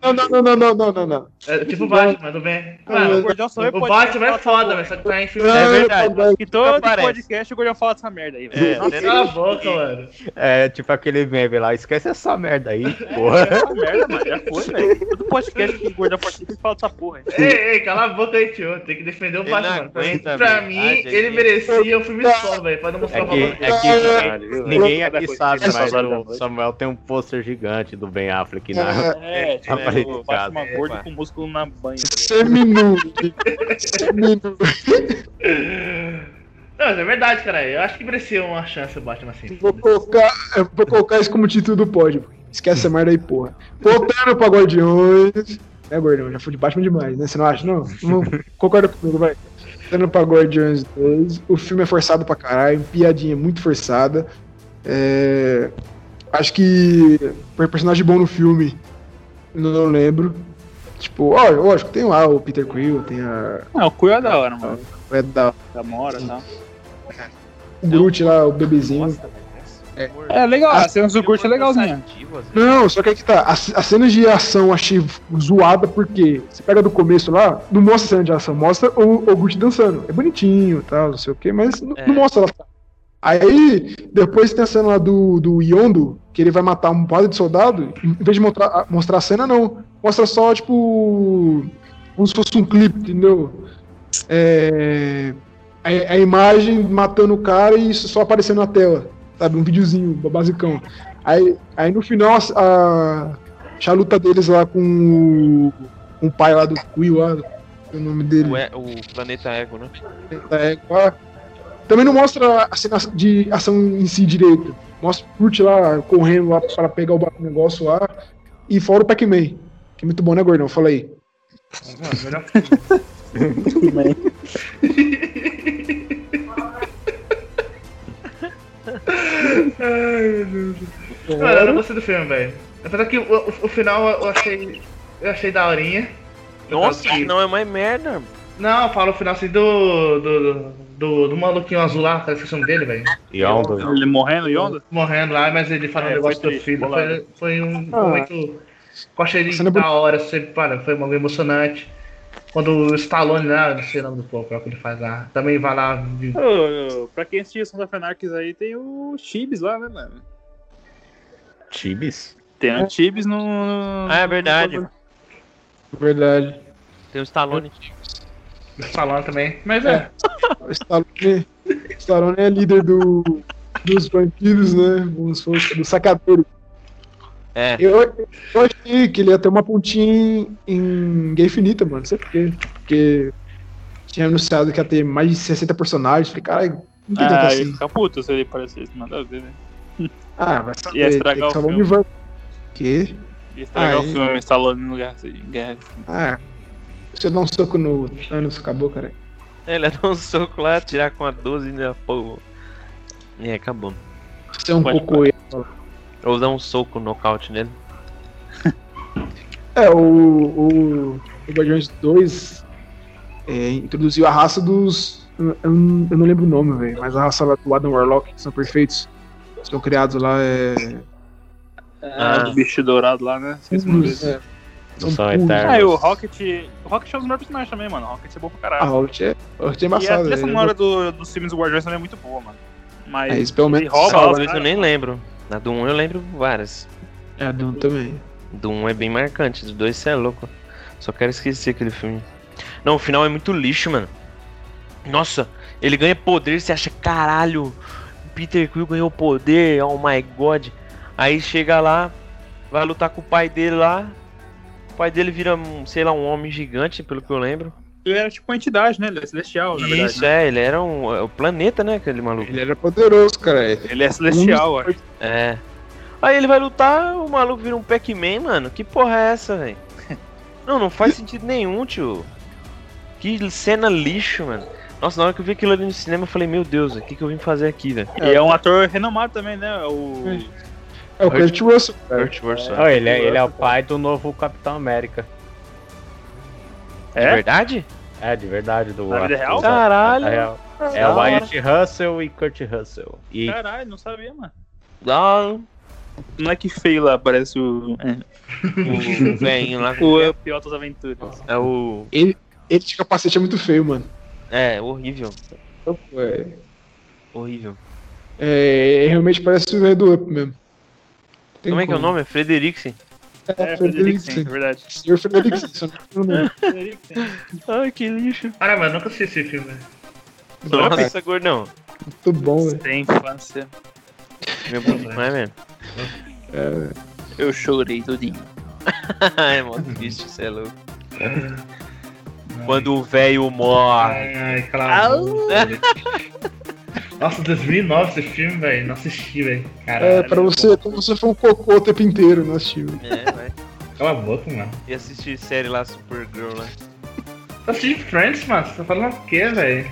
S1: Não, não, não, não, não, não, não, não, não, não, não, não.
S2: É, tipo o Batman, do Ben. Mano,
S3: Gordão só vê
S2: o
S3: podcast
S2: Batman é
S3: dessa
S2: foda,
S3: porra.
S2: velho. Só que tá em filme.
S1: É
S4: É
S1: verdade.
S4: verdade.
S3: E todo
S4: Aparece.
S3: Então, podcast o Gordão fala dessa merda aí, velho.
S4: É,
S3: Nossa,
S4: né?
S2: Cala a boca, mano.
S5: É, tipo aquele meme lá, esquece essa merda aí,
S4: É.
S5: porra.
S3: essa merda, mano, já foi, velho. Todo podcast que o Gordão participa, ele fala dessa porra. hein?
S2: Ei, ei, cala a boca aí, tio. Tem que defender o
S4: Ele
S2: Batman.
S4: não aguenta,
S2: pra
S4: velho.
S2: mim,
S4: Ah, gente.
S2: ele merecia um filme só, velho. Pra não mostrar
S5: É
S2: o
S5: que,
S2: valor dele.
S5: é que ninguém aqui sabe,
S3: Essas
S5: mas
S3: horas da
S5: o
S3: noite.
S5: Samuel tem um pôster gigante do Ben Affleck na,
S3: É, tipo,
S5: Tá aparecendo
S3: o
S5: em casa.
S3: Batman gordo com músculo na banha. tá
S1: Seminu. Seminu.
S2: Não, mas é verdade, cara. Eu acho que merecia uma chance o Batman assim.
S1: Vou colocar, eu vou colocar isso como título do pódio. Esquece essa merda aí, porra. Voltando pra Guardiões. É, Gordão, já foi de Batman demais, né? Você não acha? Não? não concorda comigo, vai. Voltando pra Guardiões 2. O filme é forçado pra caralho. Piadinha muito forçada. É, Acho que. per- Personagem bom no filme. Não lembro. Tipo, ó, lógico, tem lá o Peter Quill, tem a.
S3: ligado? Ah, o cu é da hora, mano.
S1: É da
S3: Da Mora tá? e tal.
S1: o Groot lá, o bebezinho.
S4: Bosta, velho.
S3: É legal,
S1: Ah,
S3: a cena do Gurt é legalzinha.
S4: Cansativo, assim.
S1: Não, só que aí que tá. As, as cenas de ação eu achei zoada porque você pega do começo lá, não mostra a cena de ação, mostra o, o Gucci dançando. É bonitinho e tal, não sei o que, mas n-
S4: É.
S1: não mostra ela. Aí, depois tem a cena lá do, do Yondo, que ele vai matar um padre de soldado, em vez de mostrar, a- mostrar a cena, não. Mostra só, tipo. Como se fosse um clipe, entendeu? É, a, a imagem matando o cara e isso só aparecendo na tela. Sabe? Um videozinho, basicão. Aí, aí no final, a, a, a luta deles lá com o, com o pai lá do Quill, lá, o nome dele
S4: O, é- o planeta Ego, né?
S1: da égua. Também não mostra a cena de ação em si direito. Mostra o Kurt lá correndo lá para pegar o ba- o negócio lá. E fora o Pac-Man. Que é muito bom, né, gordão? Fala aí.
S2: Mano, melhor filme. Ai, meu Deus. Mano, eu não gostei do filme, velho. Apesar que o, o- o final eu achei. Eu achei daorinha.
S4: Nossa,
S2: Aqui.
S4: não é mais merda.
S2: Não, eu falo o final assim do. do. do, do, do maluquinho azul lá, cara, esqueci o nome dele, velho.
S5: Yondo.
S3: Ele morrendo, Yondo?
S2: Morrendo lá, mas ele fala
S3: É,
S2: um negócio
S3: foi
S2: do
S3: triste,
S2: filho. Foi,
S3: bolado.
S2: foi um
S1: Ah.
S2: momento. que Eu achei ele
S1: Você não-
S2: da hora, assim, para, foi um momento emocionante. Quando o Stallone lá, não sei o nome do povo, que ele faz lá. Também vai lá. de-
S3: Ô, ô, Pra quem assistiu Sons of Anarchy aí, tem o Chibis lá, né, mano? É.
S5: Tibis?
S3: Tem o Chibis no... no-
S4: Ah, é verdade.
S1: Verdade.
S4: Tem o Stallone.
S2: do Stallone também. Mas é.
S1: O Stallone, o Stallone é líder do, dos vampiros, né? Como se fosse do sacadeiro.
S4: É.
S1: Eu, eu achei que ele ia ter uma pontinha em, em Guerra Infinita, mano. Não sei por quê. Porque tinha anunciado que ia ter mais de 60 personagens. Falei, caralho, não tem tanto
S3: Ah, eu ia
S1: assim.
S3: ficar puto se ele aparecesse, nada a ver, né?
S1: Ah, vai saber.
S3: Ia estragar
S1: tem que
S3: o
S1: salvar
S3: filme.
S1: Ivan. Que?
S3: Ia estragar tá o
S1: Aí.
S3: filme, instalando no lugar de guerra.
S1: Ah, se eu dar um soco no Thanos, acabou, cara.
S4: Ele ia dar um soco lá, tirar com a 12 na porra. E aí, acabou.
S1: Você é um
S3: Pode
S1: cocô.
S4: Ou dar um soco nocaute nele.
S1: É, o, o, o Guardiões 2 é, introduziu a raça dos. Eu, eu não eu não lembro o nome, velho, mas a raça lá do Adam Warlock, que são perfeitos. São criados lá, é.
S4: Ah.
S3: Ah, o bicho dourado lá, né? Esqueci o nome dele.
S1: puros, é,
S5: Não são
S1: puros.
S5: eternos.
S3: Ah, e o Rocket. O Rocket é um dos melhores personagens também, mano. O Rocket é bom pra
S1: Ah,
S3: caralho.
S1: o Rocket é, o Rocket é
S3: e a
S1: embaçado,
S3: trilha
S1: velho.
S3: sonora do, dos filmes do Guardiões também é muito boa, mano. Mas.
S1: É, isso né? pelo menos.
S3: ele rouba
S4: Só
S3: lá,
S4: uma vez
S3: cara.
S4: eu nem lembro. Na do 1 eu lembro várias.
S1: É, a Doom também.
S4: Do 1 é bem marcante, do 2 você é louco. Só quero esquecer aquele filme. Não, o final é muito lixo, mano. Nossa, ele ganha poder, você acha, caralho, Peter Quill ganhou poder, oh my god. Aí chega lá, Vai lutar com o pai dele lá. O pai dele vira, um, sei lá, um homem gigante, pelo que eu lembro.
S3: Ele era tipo uma entidade, né? Ele é celestial, na verdade.
S4: Isso,
S3: né?
S4: é, ele era um. é, O planeta, né, aquele maluco?
S1: Ele era poderoso, cara.
S3: Ele é celestial, ó.
S4: É. Aí ele vai lutar, o maluco vira um Pac-Man, mano. Que porra é essa, velho? Não, não faz sentido nenhum, tio. Que cena lixo, mano. Nossa, na hora que eu vi aquilo ali no cinema, eu falei, meu Deus, o que, que eu vim fazer aqui, velho?
S3: E é um ator renomado também, né? O...
S1: É o Kurt Russell, cara.
S4: Kurt Russell.
S5: Não, ele, é, ele é o pai do novo Capitão América.
S4: É verdade?
S5: É, de verdade, do
S3: Na vida
S5: ator,
S3: real?
S5: né?
S4: Caralho.
S5: Na real. É
S4: Da
S5: o
S4: hora.
S5: Wyatt Russell e Kurt Russell. E
S3: Caralho, não sabia, mano.
S4: Lá,
S3: Não é que feio lá, parece o. É,
S4: o velhinho lá.
S3: o Pior das Aventuras.
S4: É o.
S1: Ele de capacete é muito feio, mano.
S4: É, horrível.
S1: É,
S4: Horrível.
S1: é, realmente parece o velho do Up mesmo. Tem
S4: Como é que é o
S1: como.
S4: nome? É Frederiksen.
S1: É,
S3: É, Frederico, sim,
S1: Frederiksen.
S3: é verdade.
S1: Senhor Frederiksen, se eu não me engano.
S4: Ai, que lixo.
S2: Caramba, eu nunca assisti esse filme.
S4: Nossa, gordão.
S1: Muito bom, velho.
S3: Tem infância.
S4: Meu bonito, não é mesmo?
S3: Eu chorei tudinho.
S4: é mó triste, cê é louco. Quando o velho
S3: Ah.
S4: morre.
S2: Ai, ai, claro. Nossa, 2009 esse filme, velho. Não assisti, velho. Caralho.
S1: É, pra você, como você foi um cocô o tempo inteiro no time.
S4: É, vai.
S2: Cala a boca, mano.
S4: E assistir série lá, Supergirl né? lá.
S2: Eu assisti Friends, mano. Você tá falando o quê, velho?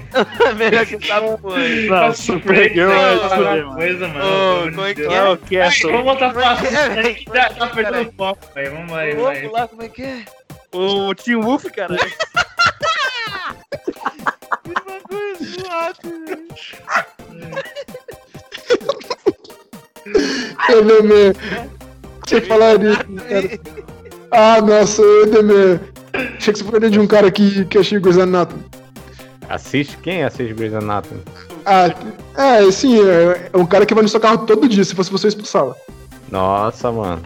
S4: É Melhor que essa porra.
S3: Não,
S2: Friends,
S3: Supergirl é
S2: velho,
S3: isso
S2: falar uma
S3: mesmo.
S2: coisa, mano.
S4: Ô,
S2: Pelo amor de
S4: como é que
S2: Deus.
S4: é?
S3: Não, quieto.
S2: Vamos voltar pra
S4: É,
S2: assunto. Tá, tá perdendo o foco, velho. Vamos lá,
S4: O louco
S2: velho.
S4: lá, como é que é?
S3: O Tim Wolf, cara.
S1: Edemir, você falar isso, cara. Ah, nossa, Edemir. Achei que você falou de um cara que, que achei gozando na.
S5: assiste quem assiste Grey's Anatomy?
S1: Ah, é, sim, é, é um cara que vai no seu carro todo dia, se fosse você expulsá-la.
S5: Nossa, mano.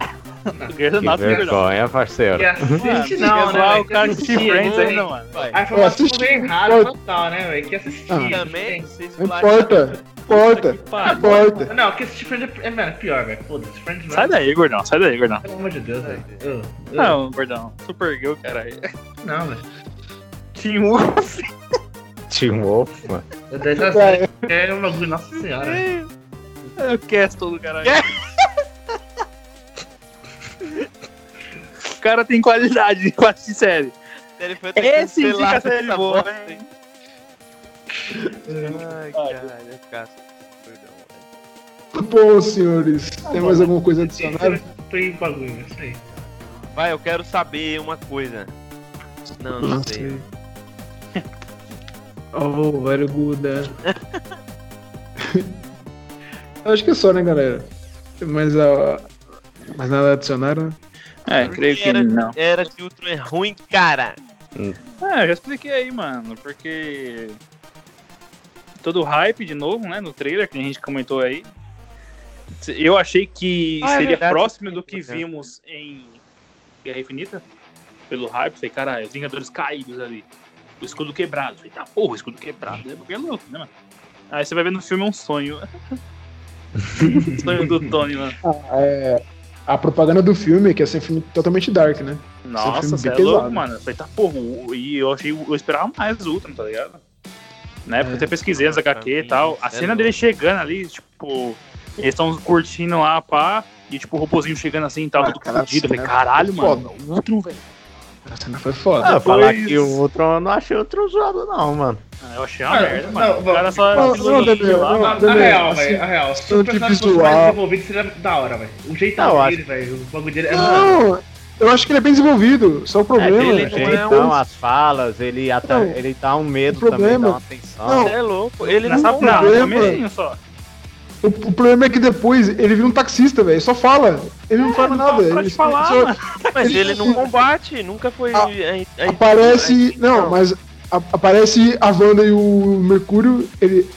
S3: Grey's
S5: Que
S3: Anatomy, melhor.
S5: vergonha,
S2: E
S1: Uhum.
S5: parceiro.
S2: assiste não,
S3: Mano,
S2: né?
S3: lá
S2: velho?
S3: o cara que
S2: Assistir,
S3: assiste Friends é.
S2: né?
S3: ainda, mano.
S4: Vai.
S2: A informação
S1: assisti-
S2: veio errada total, né, velho? Que assistir.
S1: Ah.
S4: Também, vocês
S1: Não
S4: falaram- tá
S1: importa, importa, importa.
S2: Não, que assistir Friends é, é mano, pior, velho. Foda-se. Friends não.
S3: Sai daí, gordão. Sai daí, gordão.
S2: Pelo amor de Deus, velho. Eu- eu-
S3: Não, gordão. Supergirl, caralho.
S2: Não, velho.
S3: Tim Wolf.
S5: Tim Wolf, mano.
S2: Eu dei essa série que é um bagulho, nossa senhora. velho.
S3: É o Castle do caralho. o cara tem qualidade com assistir série.
S4: Ele foi até
S3: Esse indica
S4: cancelado
S3: série
S4: essa
S3: boa,
S4: bosta,
S3: hein?
S4: hein? Ai, caralho, Cássio. Perdão.
S1: Muito bom, senhores. Tem mais alguma coisa adicionada?
S2: Tem bagulho, é isso aí.
S4: Vai, eu quero saber uma coisa. Não, não sei.
S1: Oh, arguda. Acho que é só, né, galera? Tem mais, ah, mais nada a adicionar, né?
S3: É, creio que
S4: Era-
S3: não.
S4: Era que o Ultron é ruim, cara.
S3: Ah, eu já expliquei aí, mano, porque. Todo o hype de novo, né? No trailer que a gente comentou aí. Eu achei que
S4: Ah, é
S3: seria
S4: verdade.
S3: próximo do que vimos em Guerra Infinita. Pelo hype, falei, caralho, os Vingadores caídos ali. O escudo quebrado. Falei, tá porra, o escudo quebrado. É porque é louco, né, mano? Aí você vai ver no filme é um sonho. Um sonho do Tony, mano.
S1: É, a propaganda do filme, que é sempre filme totalmente dark, né?
S3: Nossa,
S1: filme
S3: você é
S1: bem
S3: louco,
S1: pesado.
S3: mano. Eu falei, tá, porra, o- e eu achei, eu esperava mais do Ultron, tá ligado? Na época eu até pesquisei as HQ e tal. A
S4: É
S3: cena
S4: louco.
S3: dele chegando ali, tipo, eles estão curtindo lá, pá, e tipo, o robozinho chegando assim e tal,
S1: Ah,
S3: tudo
S1: cara,
S3: fudido. Eu
S1: assim,
S3: falei,
S1: né?
S3: caralho,
S1: Foda.
S3: mano, o Ultron, velho.
S1: Essa não foi foda.
S5: Ah, falar
S3: Pois.
S5: que o Ultron, eu não achei o Ultron zoado, não, mano.
S3: Ah, Eu achei uma
S2: Ah,
S3: merda,
S2: não,
S3: mano.
S2: não,
S3: o cara só.
S1: não,
S3: só
S1: não,
S3: elogio
S1: Daniel,
S3: lá,
S1: não.
S3: mano.
S2: Na, na real,
S1: assim,
S2: velho, a real. Se
S1: tanto
S2: o
S1: de
S2: personagem fosse
S1: visual-
S2: mais desenvolvido, seria da hora, velho. O jeitão
S5: Não,
S2: dele, velho. O bagulho dele é. mano,
S1: não, eu acho que ele é bem desenvolvido. Só o
S5: É,
S1: problema.
S5: ele
S1: é que
S5: não
S1: ele
S5: é
S1: tão-
S5: as falas, ele, ata-
S1: Não.
S5: ele dá um medo
S1: O problema-
S5: também, dá uma atenção.
S1: Não.
S4: É louco. Ele não
S3: Nessa
S1: não,
S3: não, no
S1: problema.
S3: comecinho só.
S1: o, o problema é que depois ele vira um taxista, velho. Só fala. Ele não faz
S3: não
S1: nada.
S3: para de
S1: Ele
S3: falar,
S1: só
S3: mano.
S4: Mas ele não combate, nunca foi.
S1: Ah,
S4: a- a-
S1: aparece.
S4: a-
S1: Não, mas a- aparece a Wanda e o Mercúrio. Ele,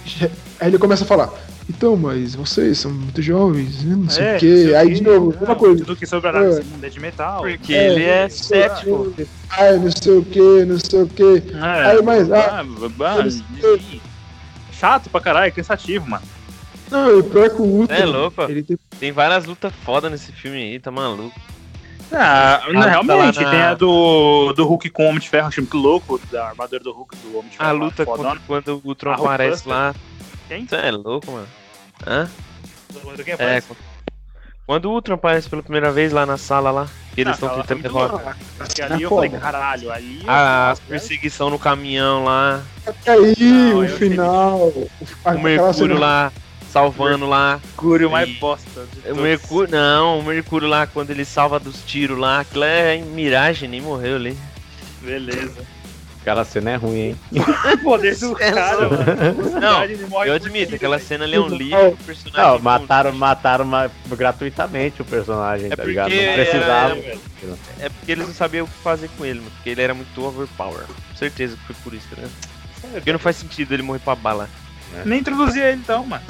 S1: aí ele começa a falar. Então, mas vocês são muito jovens, né? Não sei
S3: É,
S1: o quê.
S3: não
S1: Aí, de
S3: sei o quê.
S1: novo,
S3: Não,
S1: mesma coisa.
S3: Tudo que sobrará nesse
S1: É.
S3: mundo é de metal.
S4: Porque ele é cético.
S1: Ai, não sei o que, não sei o que.
S3: É,
S1: Aí, mas, ah,
S3: ah, bah, bah,
S1: eles-
S3: chato pra caralho, é cansativo, mano.
S1: Não, e pior que o Ultron.
S4: É louco, ó.
S1: Ele tem...
S4: Tem várias lutas foda nesse filme aí, tá maluco.
S3: Ah, não,
S4: tá
S3: realmente,
S4: lá na-
S3: tem a do, do Hulk com o Homem de Ferro, achei muito louco, da armadura do Hulk do Homem de Ferro.
S4: A
S3: lá,
S4: luta
S3: fodona.
S4: contra quando o Ultron
S3: A
S4: aparece
S3: Hulkbuster.
S4: lá.
S3: Ah, Quem?
S4: Você é louco, mano. Hã?
S3: Quem
S4: É,
S3: aparece?
S4: quando- quando o Ultron aparece pela primeira vez lá na sala lá, e eles
S3: Ah,
S4: estão
S3: tá lá,
S4: tentando
S3: tá muito
S4: derrotar
S3: Porque
S1: na
S3: ali eu falei,
S1: é foda.
S3: caralho, ali...
S4: a a perseguição no caminhão lá,
S1: Aí,
S3: Não,
S1: o
S3: eu sei.
S1: final.
S4: o Mercúrio lá salvando lá,
S3: Mercúrio mais
S4: E-
S3: bosta de
S4: o
S3: todos.
S4: Mercúrio, não, o Mercúrio lá quando ele salva dos tiros lá, aquilo é miragem, nem morreu ali.
S3: Beleza.
S5: Cara, a cena é ruim, hein?
S3: O poder do cara, mano.
S4: Não,
S3: ele morre
S4: Eu
S3: com
S4: admito,
S3: tiro,
S4: aquela
S3: velho.
S4: cena ali é um
S1: Não.
S4: livro, o personagem
S5: Não,
S4: é um-
S5: mataram, mataram ma- gratuitamente o personagem,
S4: É
S5: tá ligado?
S4: porque
S5: Não precisava.
S4: era-
S3: velho.
S4: É porque eles não sabiam o que fazer com ele, mano, porque ele era muito overpower. Com certeza que foi por isso, tá ligado? Porque não faz sentido ele morrer pra bala.
S3: Nem introduzia ele então, mano.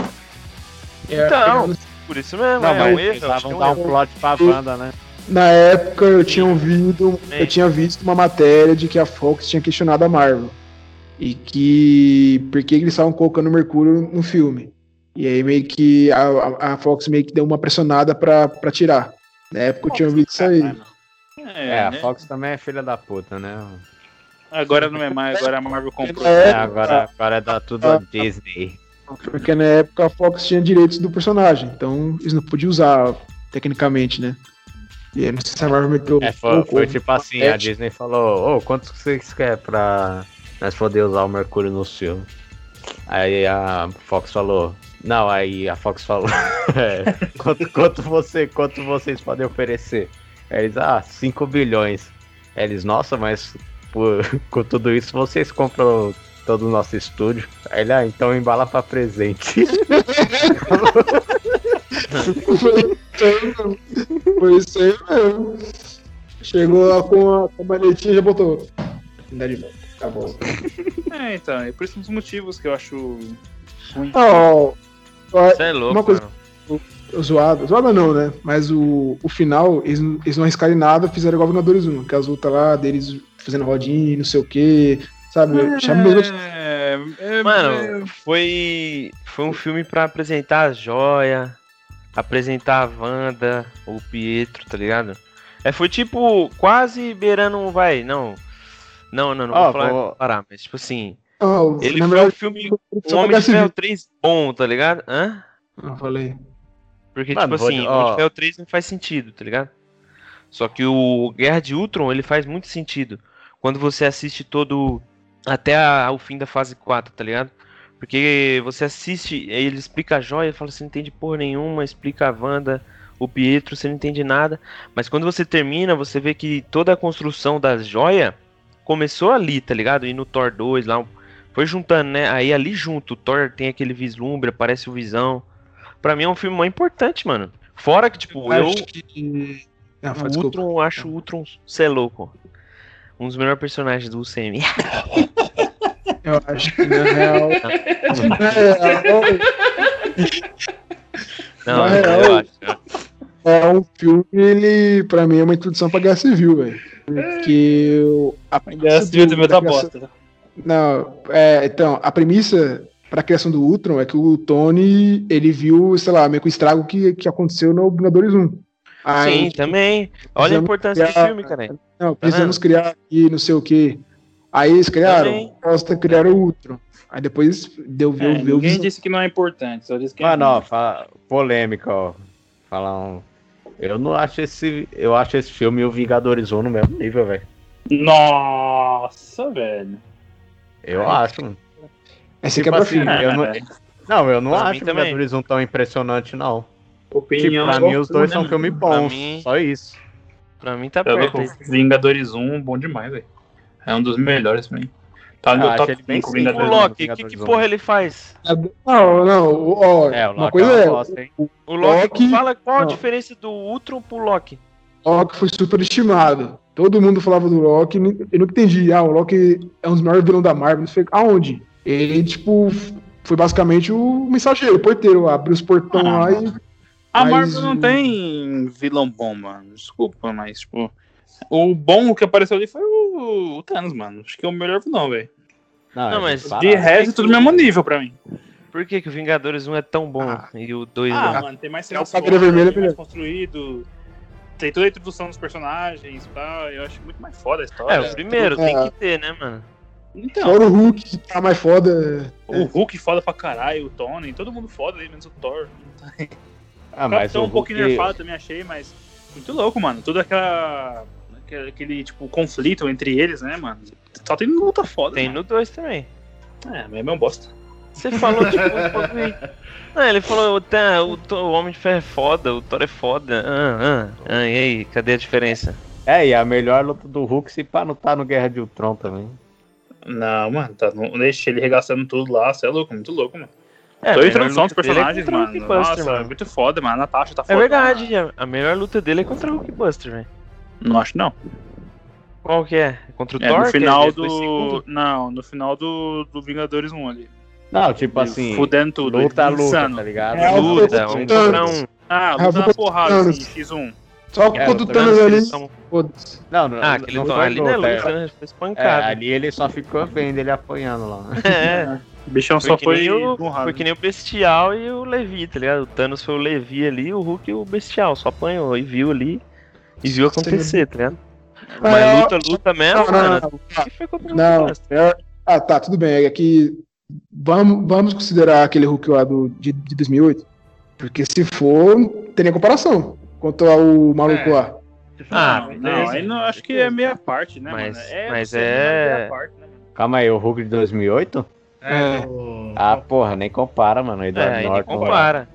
S4: Então, por isso mesmo,
S5: Não,
S4: é
S5: mas
S4: um erro. acho que é
S5: precisavam
S4: um
S5: dar
S4: erro.
S5: um plot pra
S1: Uhum.
S5: Wanda, né?
S1: Na época eu tinha ouvido,
S4: É.
S1: eu tinha visto uma matéria de que a Fox tinha questionado a Marvel. E que por que eles estavam colocando o Mercúrio no filme. E aí meio que a, a- a Fox meio que deu uma pressionada pra, pra tirar. Na época eu tinha ouvido isso aí.
S3: Caralho. É,
S5: É, a
S3: né?
S5: Fox também é filha da puta, né?
S3: Agora não é mais, agora a Marvel comprou.
S1: É.
S5: É, agora, agora dá tudo a Disney.
S1: Porque na época a Fox tinha direitos do personagem, então eles não podiam usar tecnicamente, né? E aí não sei se a Marvel meteu.
S5: É, foi,
S1: o-
S5: foi tipo assim, a
S1: é.
S5: Disney falou, ô, quantos que vocês querem pra nós poder usar o Mercúrio no filme? Aí a Fox falou, não, aí a Fox falou, é, quanto, quanto, você, quanto vocês podem oferecer? Aí eles, ah, 5 bilhões. Aí eles, nossa, mas por- com tudo isso vocês compram todo o nosso estúdio. Aí ele, ah, então embala pra presente.
S1: Foi isso aí mesmo. Foi isso aí mesmo. Chegou lá com a, com a maletinha e já botou. Não dá de novo. Acabou.
S3: É, então, é por isso um dos motivos que eu acho ruim.
S1: Ah, Não,
S5: um-
S4: Você é louco,
S1: Uma coisa-
S4: mano.
S1: zoado. Zoada não, né? Mas o, o final, eles, não- eles não arriscaram em nada, fizeram igual Vingadores 1. Que as lutas lá deles fazendo rodinha, e não sei o quê. Sabe? Chama mesmo de-
S3: É, é, é,
S4: Mano, foi, foi um filme pra apresentar a joia, apresentar a Wanda, o Pietro, tá ligado? É, foi tipo, quase beirando um vai, não. Não, não, não vou
S5: Ó,
S4: falar
S5: vou-
S4: parar, mas tipo assim,
S1: Não,
S4: ele
S1: na
S4: foi um
S1: verdade,
S4: filme
S1: Ah, só
S4: um Homem
S1: pra
S4: de Ferro
S1: civil.
S4: 3 bom, tá ligado? Hã?
S1: Não, Ah, falei.
S4: Porque,
S5: Mano,
S4: tipo
S5: vou-
S4: assim, o Homem
S5: ó.
S4: de Ferro 3 não faz sentido, tá ligado? Só que o Guerra de Ultron, ele faz muito sentido. Quando você assiste todo. Até a- o fim da fase 4, tá ligado? Porque você assiste, ele explica a joia, fala, você não entende porra nenhuma, explica a Wanda, o Pietro, você não entende nada. Mas quando você termina, você vê que toda a construção da joia começou ali, tá ligado? E no Thor 2 lá, foi juntando, né? Aí ali junto, o Thor tem aquele vislumbre, aparece o Visão. Pra mim é um filme mais importante, mano. Fora que, Ah, tipo, eu,
S1: Acho que- Não, fala,
S4: o
S1: desculpa.
S4: Ultron, acho o Ultron, cê é louco. Um dos melhores personagens do UCM.
S1: Eu acho que na real. é, na real,
S4: Não,
S1: Na real,
S4: eu acho.
S1: É um filme, ele, pra mim, é uma introdução pra Guerra Civil, velho. Porque o- a
S3: é,
S1: premissa
S3: esse vídeo
S1: do-
S3: também
S1: da
S3: tá
S1: criação-
S3: bosta.
S1: Não, é, então, a premissa pra criação do Ultron é que o Tony, ele viu, sei lá, meio que o estrago que, que aconteceu no Vingadores 1.
S4: Sim,
S1: Aí,
S4: também. Olha a
S1: precisamos
S4: importância do
S1: criar-
S4: filme, cara.
S1: não, precisamos criar aqui, não sei o quê. Aí eles criaram,
S4: Também.
S1: posta criaram o Ultron. Aí depois deu ver,
S3: É,
S1: ver o
S3: ninguém
S1: Visão.
S3: disse que não é importante, só disse que
S5: Mano,
S3: é.
S5: ó, fa- polêmica, ó. Falar um. Eu não acho esse. Eu acho esse filme e o Vingadores 1 no mesmo nível, velho.
S3: Nossa, velho.
S5: Eu acho. mano.
S1: Aí você
S5: tipo
S1: quebra né?
S5: assim,
S1: filme.
S5: eu não,
S3: É.
S5: não, eu não
S4: Pra mim
S5: acho o
S4: também.
S5: Vingadores 1 tão impressionante, não.
S3: Opinião. né?
S5: tipo, pra mim os dois são
S3: que eu
S5: filmes
S4: Pra
S5: bons.
S4: mim-
S5: Só isso.
S4: Pra mim tá
S3: Tá
S4: perto.
S3: louco?
S4: aí.
S3: Vingadores 1, bom demais, velho. É um dos melhores pra mim. Tá no
S5: Ah,
S3: meu
S5: achei
S3: top
S5: ele bem
S3: 5
S4: Tipo,
S5: simples.
S4: O
S3: Vingadores 1.
S4: Loki,
S5: Vingadores
S4: que, que
S5: um.
S4: porra ele faz?
S1: Não, não, ó,
S5: É, o
S1: uma
S5: Loki
S1: coisa
S5: é uma
S1: é,
S5: bosta, hein?
S4: O Loki,
S1: Loki-
S4: fala qual a
S1: Não.
S4: diferença do Ultron pro Loki.
S1: Loki foi superestimado. Todo mundo falava do Loki. Eu não entendi. Ah, o Loki é um dos maiores vilões da Marvel. Não sei aonde? Ele, tipo, foi basicamente o mensageiro, o porteiro. Abriu os portão
S3: Ah,
S1: lá e.
S3: A
S1: Mas
S3: Marvel não
S1: o-
S3: tem vilão bom, mano. Desculpa, mas, tipo. O bom que apareceu ali foi o, o Thanos, mano. Acho que é o melhor vilão, velho.
S5: Não,
S4: Não,
S5: é
S4: mas
S5: disparado.
S3: De resto, tudo no mesmo nível pra mim.
S4: Por que, que o Vingadores 1 é tão bom
S1: Ah.
S4: e o 2
S3: Ah,
S4: não?
S3: mano, tem mais
S1: É, o
S3: cenas
S1: Pantera Vermelha é
S3: tem mais
S1: melhor.
S3: construído. Tem toda a introdução dos personagens e tal. Eu acho muito mais foda a história.
S4: É, o primeiro,
S1: É.
S4: tem que ter, né, mano?
S3: Então,
S1: Fora o Hulk, que tá mais foda.
S3: o Hulk foda pra caralho, o Tony, todo mundo foda ali, menos o Thor.
S5: Ah,
S3: Mas
S5: mas o
S3: um pouquinho
S5: Hulk-
S3: nerfado também achei, mas muito louco, mano. Tudo aquela. aquele- Aquele, tipo, conflito entre eles, né, mano? Só tem luta foda.
S4: Tem
S3: Tem,
S4: no 2 também.
S3: É, mas é meu bosta.
S4: Você falou, tipo, um bagulho. Não, ele falou, tá, o, Thor- o Homem de Ferro é foda, o Thor é foda. Ah, ah, ah, e aí, cadê a diferença?
S5: É, e a melhor luta do Hulk se pá não tá no Guerra de Ultron também.
S3: Não, mano, tá, não deixa ele regaçando tudo lá, você é louco, muito louco, mano.
S4: É, a
S3: Toda a
S4: melhor
S3: introdução dos
S4: luta dele é
S3: personagens,
S4: contra o
S3: mano.
S4: Hulkbuster,
S3: Nossa, é
S4: mano.
S3: muito foda, mano. A Natasha tá
S4: É
S3: foda. mano.
S4: verdade, a- a melhor luta dele é contra o Hulkbuster, velho.
S3: Não acho, não.
S4: Qual que é? Contra o
S3: É,
S4: Thor?
S3: no
S4: que
S3: final
S4: ele foi segundo?
S3: do. Não, no final do, do Vingadores 1 ali.
S5: Não, tipo assim,
S3: Fudendo tudo.
S5: luta a luta,
S3: insano.
S5: tá ligado?
S1: É, o-
S4: Luta, um contra um.
S1: Ah,
S3: Ah, luta na
S1: vou-
S3: porrada, assim, X1.
S1: Só que
S5: É,
S1: quando o
S5: tá
S1: Thanos
S4: Eles
S1: ali.
S4: são-
S1: Foda-se.
S5: Não, não,
S4: Ah,
S5: não,
S4: aquele
S5: não
S4: Thor
S5: foi
S4: ali não é
S5: luta, é-
S4: luta, né? Foi
S5: É,
S4: espancado.
S5: ali ele só ficou vendo ele apanhando lá.
S4: É,
S3: O bichão
S4: Foi
S3: só
S4: que,
S3: foi.
S4: nem o,
S3: honrado.
S4: foi que nem o Bestial e o Levi, tá ligado? O Thanos foi o Levi ali, o Hulk e o Bestial. Só apanhou e viu ali. E viu acontecer, tá ligado?
S1: Ah,
S4: Mas luta, luta mesmo,
S1: Não, não,
S4: mano.
S1: não.
S4: E foi contra o
S1: Não,
S4: Hulk,
S1: é- ah, tá, tudo bem. É que vamos, vamos considerar aquele Hulk lá do, de, de 2008. Porque se for, não tem nem comparação quanto ao maluco
S2: É.
S1: lá.
S4: Ah,
S3: Não, não,
S2: beleza.
S3: aí não, acho que é meia parte, né,
S4: Mas-
S3: mano?
S4: mas
S3: você,
S4: é-
S3: meia parte, né?
S5: Calma aí, o Hulk de 2008?
S2: É,
S1: É.
S2: o-
S5: Ah, porra, nem compara, mano.
S4: É, aí nem compara.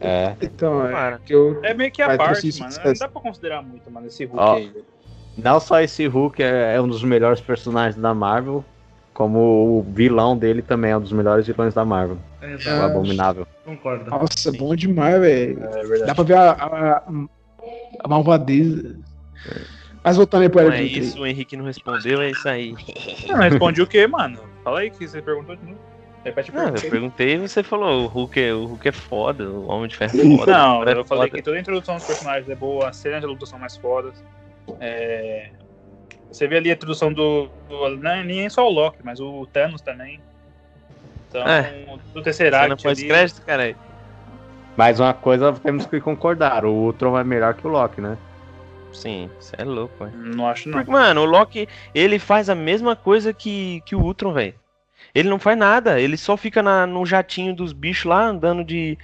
S5: É.
S1: Então, é.
S4: compara.
S1: Que eu,
S3: É meio que a
S1: Vai ter
S3: parte,
S1: esse
S3: mano. Não
S1: sucesso.
S3: dá pra considerar muito, mano, esse Hulk
S5: Ó.
S3: aí.
S5: Não só esse Hulk é, é um dos melhores personagens da Marvel, como o vilão dele também é um dos melhores vilões da Marvel.
S2: é,
S5: O
S2: exato,
S5: Abominável.
S2: concordo.
S1: nossa, bom demais, velho.
S3: É verdade.
S1: Dá pra ver a, a, a malvadeza. Mas voltando aí pro
S4: Não
S1: Era
S4: é
S1: de Ultron.
S4: isso, o Henrique não respondeu, é isso aí.
S3: Não, não respondi o quê, mano? Fala aí que você perguntou de novo. Repete a
S4: Não,
S3: pergunta.
S4: eu
S3: aí.
S4: perguntei e você falou, o Hulk é, o Hulk é foda, o Homem de Ferro é foda. o
S3: Não,
S4: Thor é
S3: eu falei
S4: foda.
S3: que toda a introdução dos personagens é boa, as cenas de luta são mais fodas. É, Você vê ali a introdução do. do- não, é nem só o Loki, mas o Thanos também. Então,
S4: É.
S3: do
S4: Cena
S3: Tesseract ali.
S4: pós-crédito, cara.
S5: Mas uma coisa temos que concordar, o Ultron é melhor que o Loki, né?
S4: Sim, você é louco, velho.
S3: Não acho não.
S4: Porque, mano, o Loki, ele faz a mesma coisa que, que o Ultron, velho. Ele não faz nada, ele só fica na, no jatinho dos bichos lá, andando de.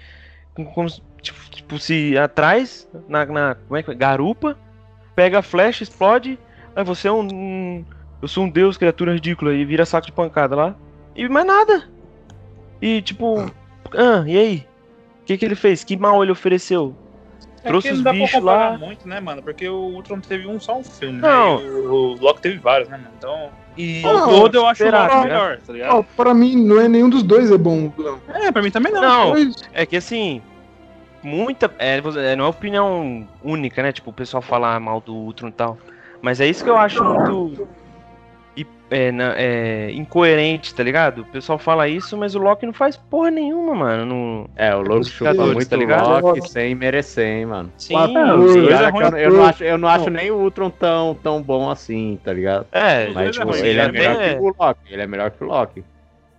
S4: com- como se- tipo, tipo, se atrás, na, na- Como é que é? Garupa, pega a flecha, explode. Aí você é um. um- eu sou um deus, criatura ridícula, e vira saco de pancada lá. E mais nada. E tipo. Ah, e aí? O que, que ele fez? Que mal ele ofereceu?
S3: É
S4: Trouxe
S3: que
S4: os
S3: não dá pra
S4: bichos
S3: comparar
S4: lá.
S3: muito, né, mano? Porque o Ultron teve um só um filme,
S4: Não.
S3: né? E o, o Loki teve vários, né, mano? Então,
S4: E
S3: ao
S1: Não,
S3: todo eu acho o
S4: esperar,
S3: Loki
S4: tá ligado?
S3: melhor, tá ligado?
S1: Não, pra mim, não é nenhum dos dois é bom. Não.
S3: É, pra mim também não.
S4: Não,
S1: Pois,
S4: É que assim, muita. É, você- não é opinião única, né? Tipo, o pessoal falar mal do Ultron e tal. Mas é isso que eu acho muito. hi- é, na- é, incoerente, tá ligado? O pessoal fala isso, mas o Loki não faz porra nenhuma, mano. No...
S5: É, o Loki chupa
S1: Vingadores,
S5: muito
S4: tá
S1: ligado?
S5: Loki sem merecer, hein, mano.
S4: Sim,
S1: Quatro-
S4: sim.
S5: E
S3: Coisa
S5: olha que
S3: ruim.
S5: eu, eu não acho, eu não acho nem o Ultron tão, tão bom assim, tá ligado?
S4: É,
S5: Mas
S3: Coisa
S5: tipo,
S3: ruim,
S5: ele é
S3: né?
S5: melhor
S4: É.
S5: que o Loki. Ele é melhor que o Loki.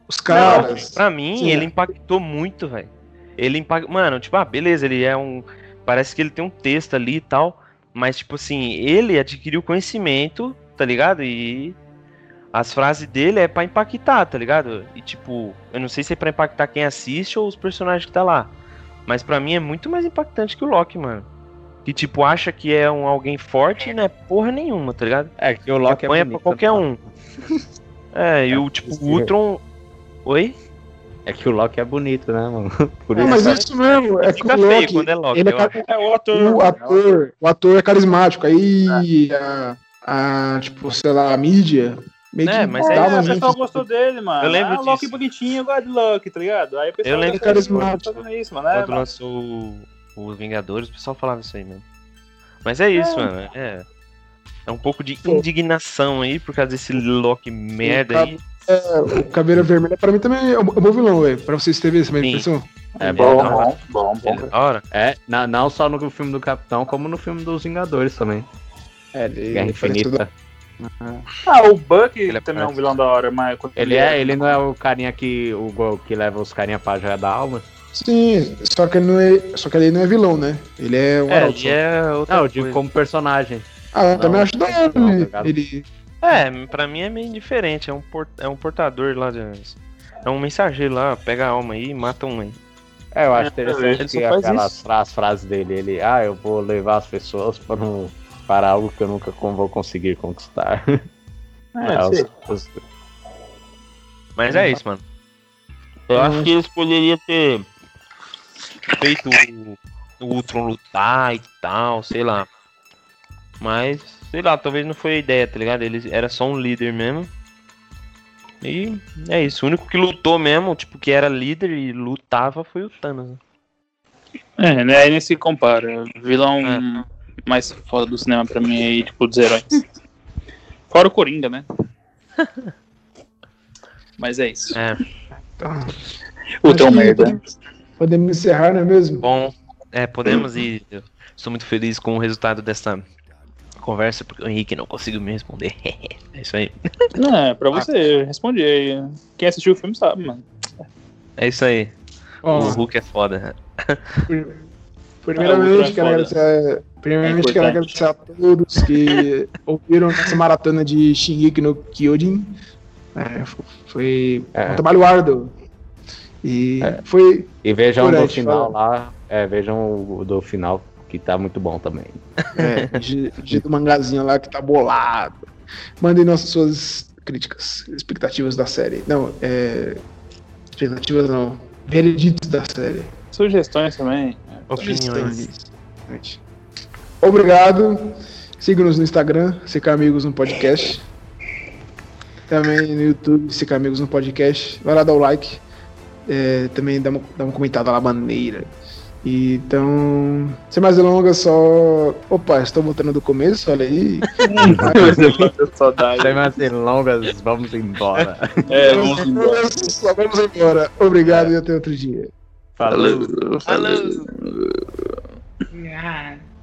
S1: Os
S4: Não,
S1: caras.
S4: pra mim,
S1: Sim,
S4: ele
S1: é.
S4: impactou muito, velho. Ele impactou. Mano, tipo, ah, beleza, ele é um. Parece que ele tem um texto ali e tal. Mas, tipo assim, ele adquiriu conhecimento, tá ligado? E as frases dele é pra impactar, tá ligado? E, tipo, eu não sei se é pra impactar quem assiste ou os personagens que tá lá. Mas pra mim é muito mais impactante que o Loki, mano. Que, tipo, acha que é um alguém forte e não é porra nenhuma, tá ligado?
S5: É que o
S4: Loki
S5: Loki é
S4: apanha pra
S5: bonito,
S4: qualquer
S5: mano.
S4: um. É, e o, tipo, o Ultron. Oi?
S5: É que o Loki é bonito, né, mano? Por
S1: Não,
S5: isso.
S1: mas
S4: né?
S1: isso mesmo. É que
S4: Fica
S1: o
S4: feio
S1: Loki.
S4: quando é Loki,
S1: ele é
S4: eu
S1: ca-
S3: É o
S1: o
S3: ator. É.
S1: ator, o ator é carismático. Aí a, a, tipo, sei lá, a mídia. Meio
S4: É,
S1: que né,
S4: mas
S1: dá
S4: aí-
S1: uma
S3: É, o
S4: mas
S1: gente-
S3: pessoal gostou dele, mano.
S4: Eu lembro
S3: ah, Loki
S4: disso.
S3: bonitinho, eu gosto de Loki, tá ligado? Aí o pessoal
S4: Eu lembro
S3: tá
S1: disso.
S3: fazendo isso, mano. É,
S4: Quando lançou o, o Vingadores, o pessoal falava isso aí mesmo. Mas é isso, mano. É, é um pouco de indignação aí por causa desse Loki merda aí.
S1: É, o Caveira Vermelha, pra mim também é um bom vilão, velho. Pra vocês terem essa mesma
S4: Sim.
S1: impressão.
S5: É
S4: Ele é
S5: bom,
S4: da hora.
S3: bom,
S4: Ele é da hora.
S5: É, na- não só no filme do Capitão, como no filme dos Vingadores também.
S1: É, ele
S5: Guerra Infinita.
S3: Ah, o Buck
S4: Ele
S3: também é um
S4: aparece.
S3: vilão da hora, mas. quando
S5: Ele é, ele não é o carinha que o go- que leva os carinha pra joia da alma.
S1: Sim, só que ele não é, só que ele não é vilão, né? Ele é o
S4: É,
S1: Arauto.
S4: e é outra
S5: Não, eu digo
S4: coisa.
S5: como personagem.
S1: Ah, eu também
S5: Não,
S1: acho da hora,
S5: não,
S1: né?
S5: obrigado.
S1: Ele
S4: É, pra mim é meio diferente. É um, por- é um portador lá de. É um mensageiro lá, pega a alma aí e mata um aí.
S5: É, eu acho
S4: Ele
S5: interessante
S4: só
S5: que
S4: faz
S5: aquelas
S4: isso.
S5: fra- as frases dele, ele, ah, eu vou levar as pessoas para um para algo que eu nunca con- vou conseguir conquistar.
S3: É,
S5: É, os-
S3: sei.
S5: os-
S4: Mas é isso, mano. Eu acho que eles poderiam ter feito o- o Ultron lutar e tal, sei lá. Mas, sei lá, talvez não foi a ideia, tá ligado? Eles era só um líder mesmo. E é isso. O único que lutou mesmo, tipo, que era líder e lutava foi o Thanos. né?
S3: É, né? Aí nem se compara. Vilão
S4: É.
S3: mais foda do cinema pra mim aí, tipo, dos heróis. Fora o Coringa, né? Mas é isso.
S4: É,
S1: tá.
S3: O tão
S1: Acho que
S3: merda.
S1: podemos- Podemos encerrar, não é mesmo?
S4: bom. É, podemos ir. Eu estou muito feliz com o resultado dessa conversa, porque o Henrique não conseguiu me responder. é isso aí.
S3: Não, é pra você, eu respondi aí. Quem assistiu o filme sabe, mano.
S4: É isso aí.
S1: Ó,
S4: O Hulk é foda.
S1: pri-
S3: Ah, o Ultron
S1: primeiramente,
S3: é
S1: quero
S3: foda.
S1: agradecer, primeiramente
S3: É
S1: quero agradecer
S3: importante.
S1: a todos que ouviram essa maratona de Shingeki no Kyojin. É, f- foi
S5: É.
S1: um trabalho árduo. E foi
S5: E vejam o do
S1: Durante,
S5: final lá, é, vejam o do final, que tá muito bom também.
S1: é, de, de do mangazinho lá que tá bolado. Mandem nossas suas críticas, expectativas da série. Não, é. Expectativas não. Vereditos da série.
S3: Sugestões também.
S4: Opiniões.
S1: Gente. Obrigado. Siga-nos no Instagram, Seca Amigos no Podcast. Também no YouTube, Seca Amigos no Podcast. Vai lá dar o like. É, também dá uma, dá uma comentada lá maneira. E, Então, sem mais delongas, só. Opa, estou voltando do começo, olha aí.
S5: Sem mais delongas, vamos embora.
S3: É, vamos embora.
S1: Só vamos embora. Obrigado e até outro dia.
S5: Falou.
S4: Falou.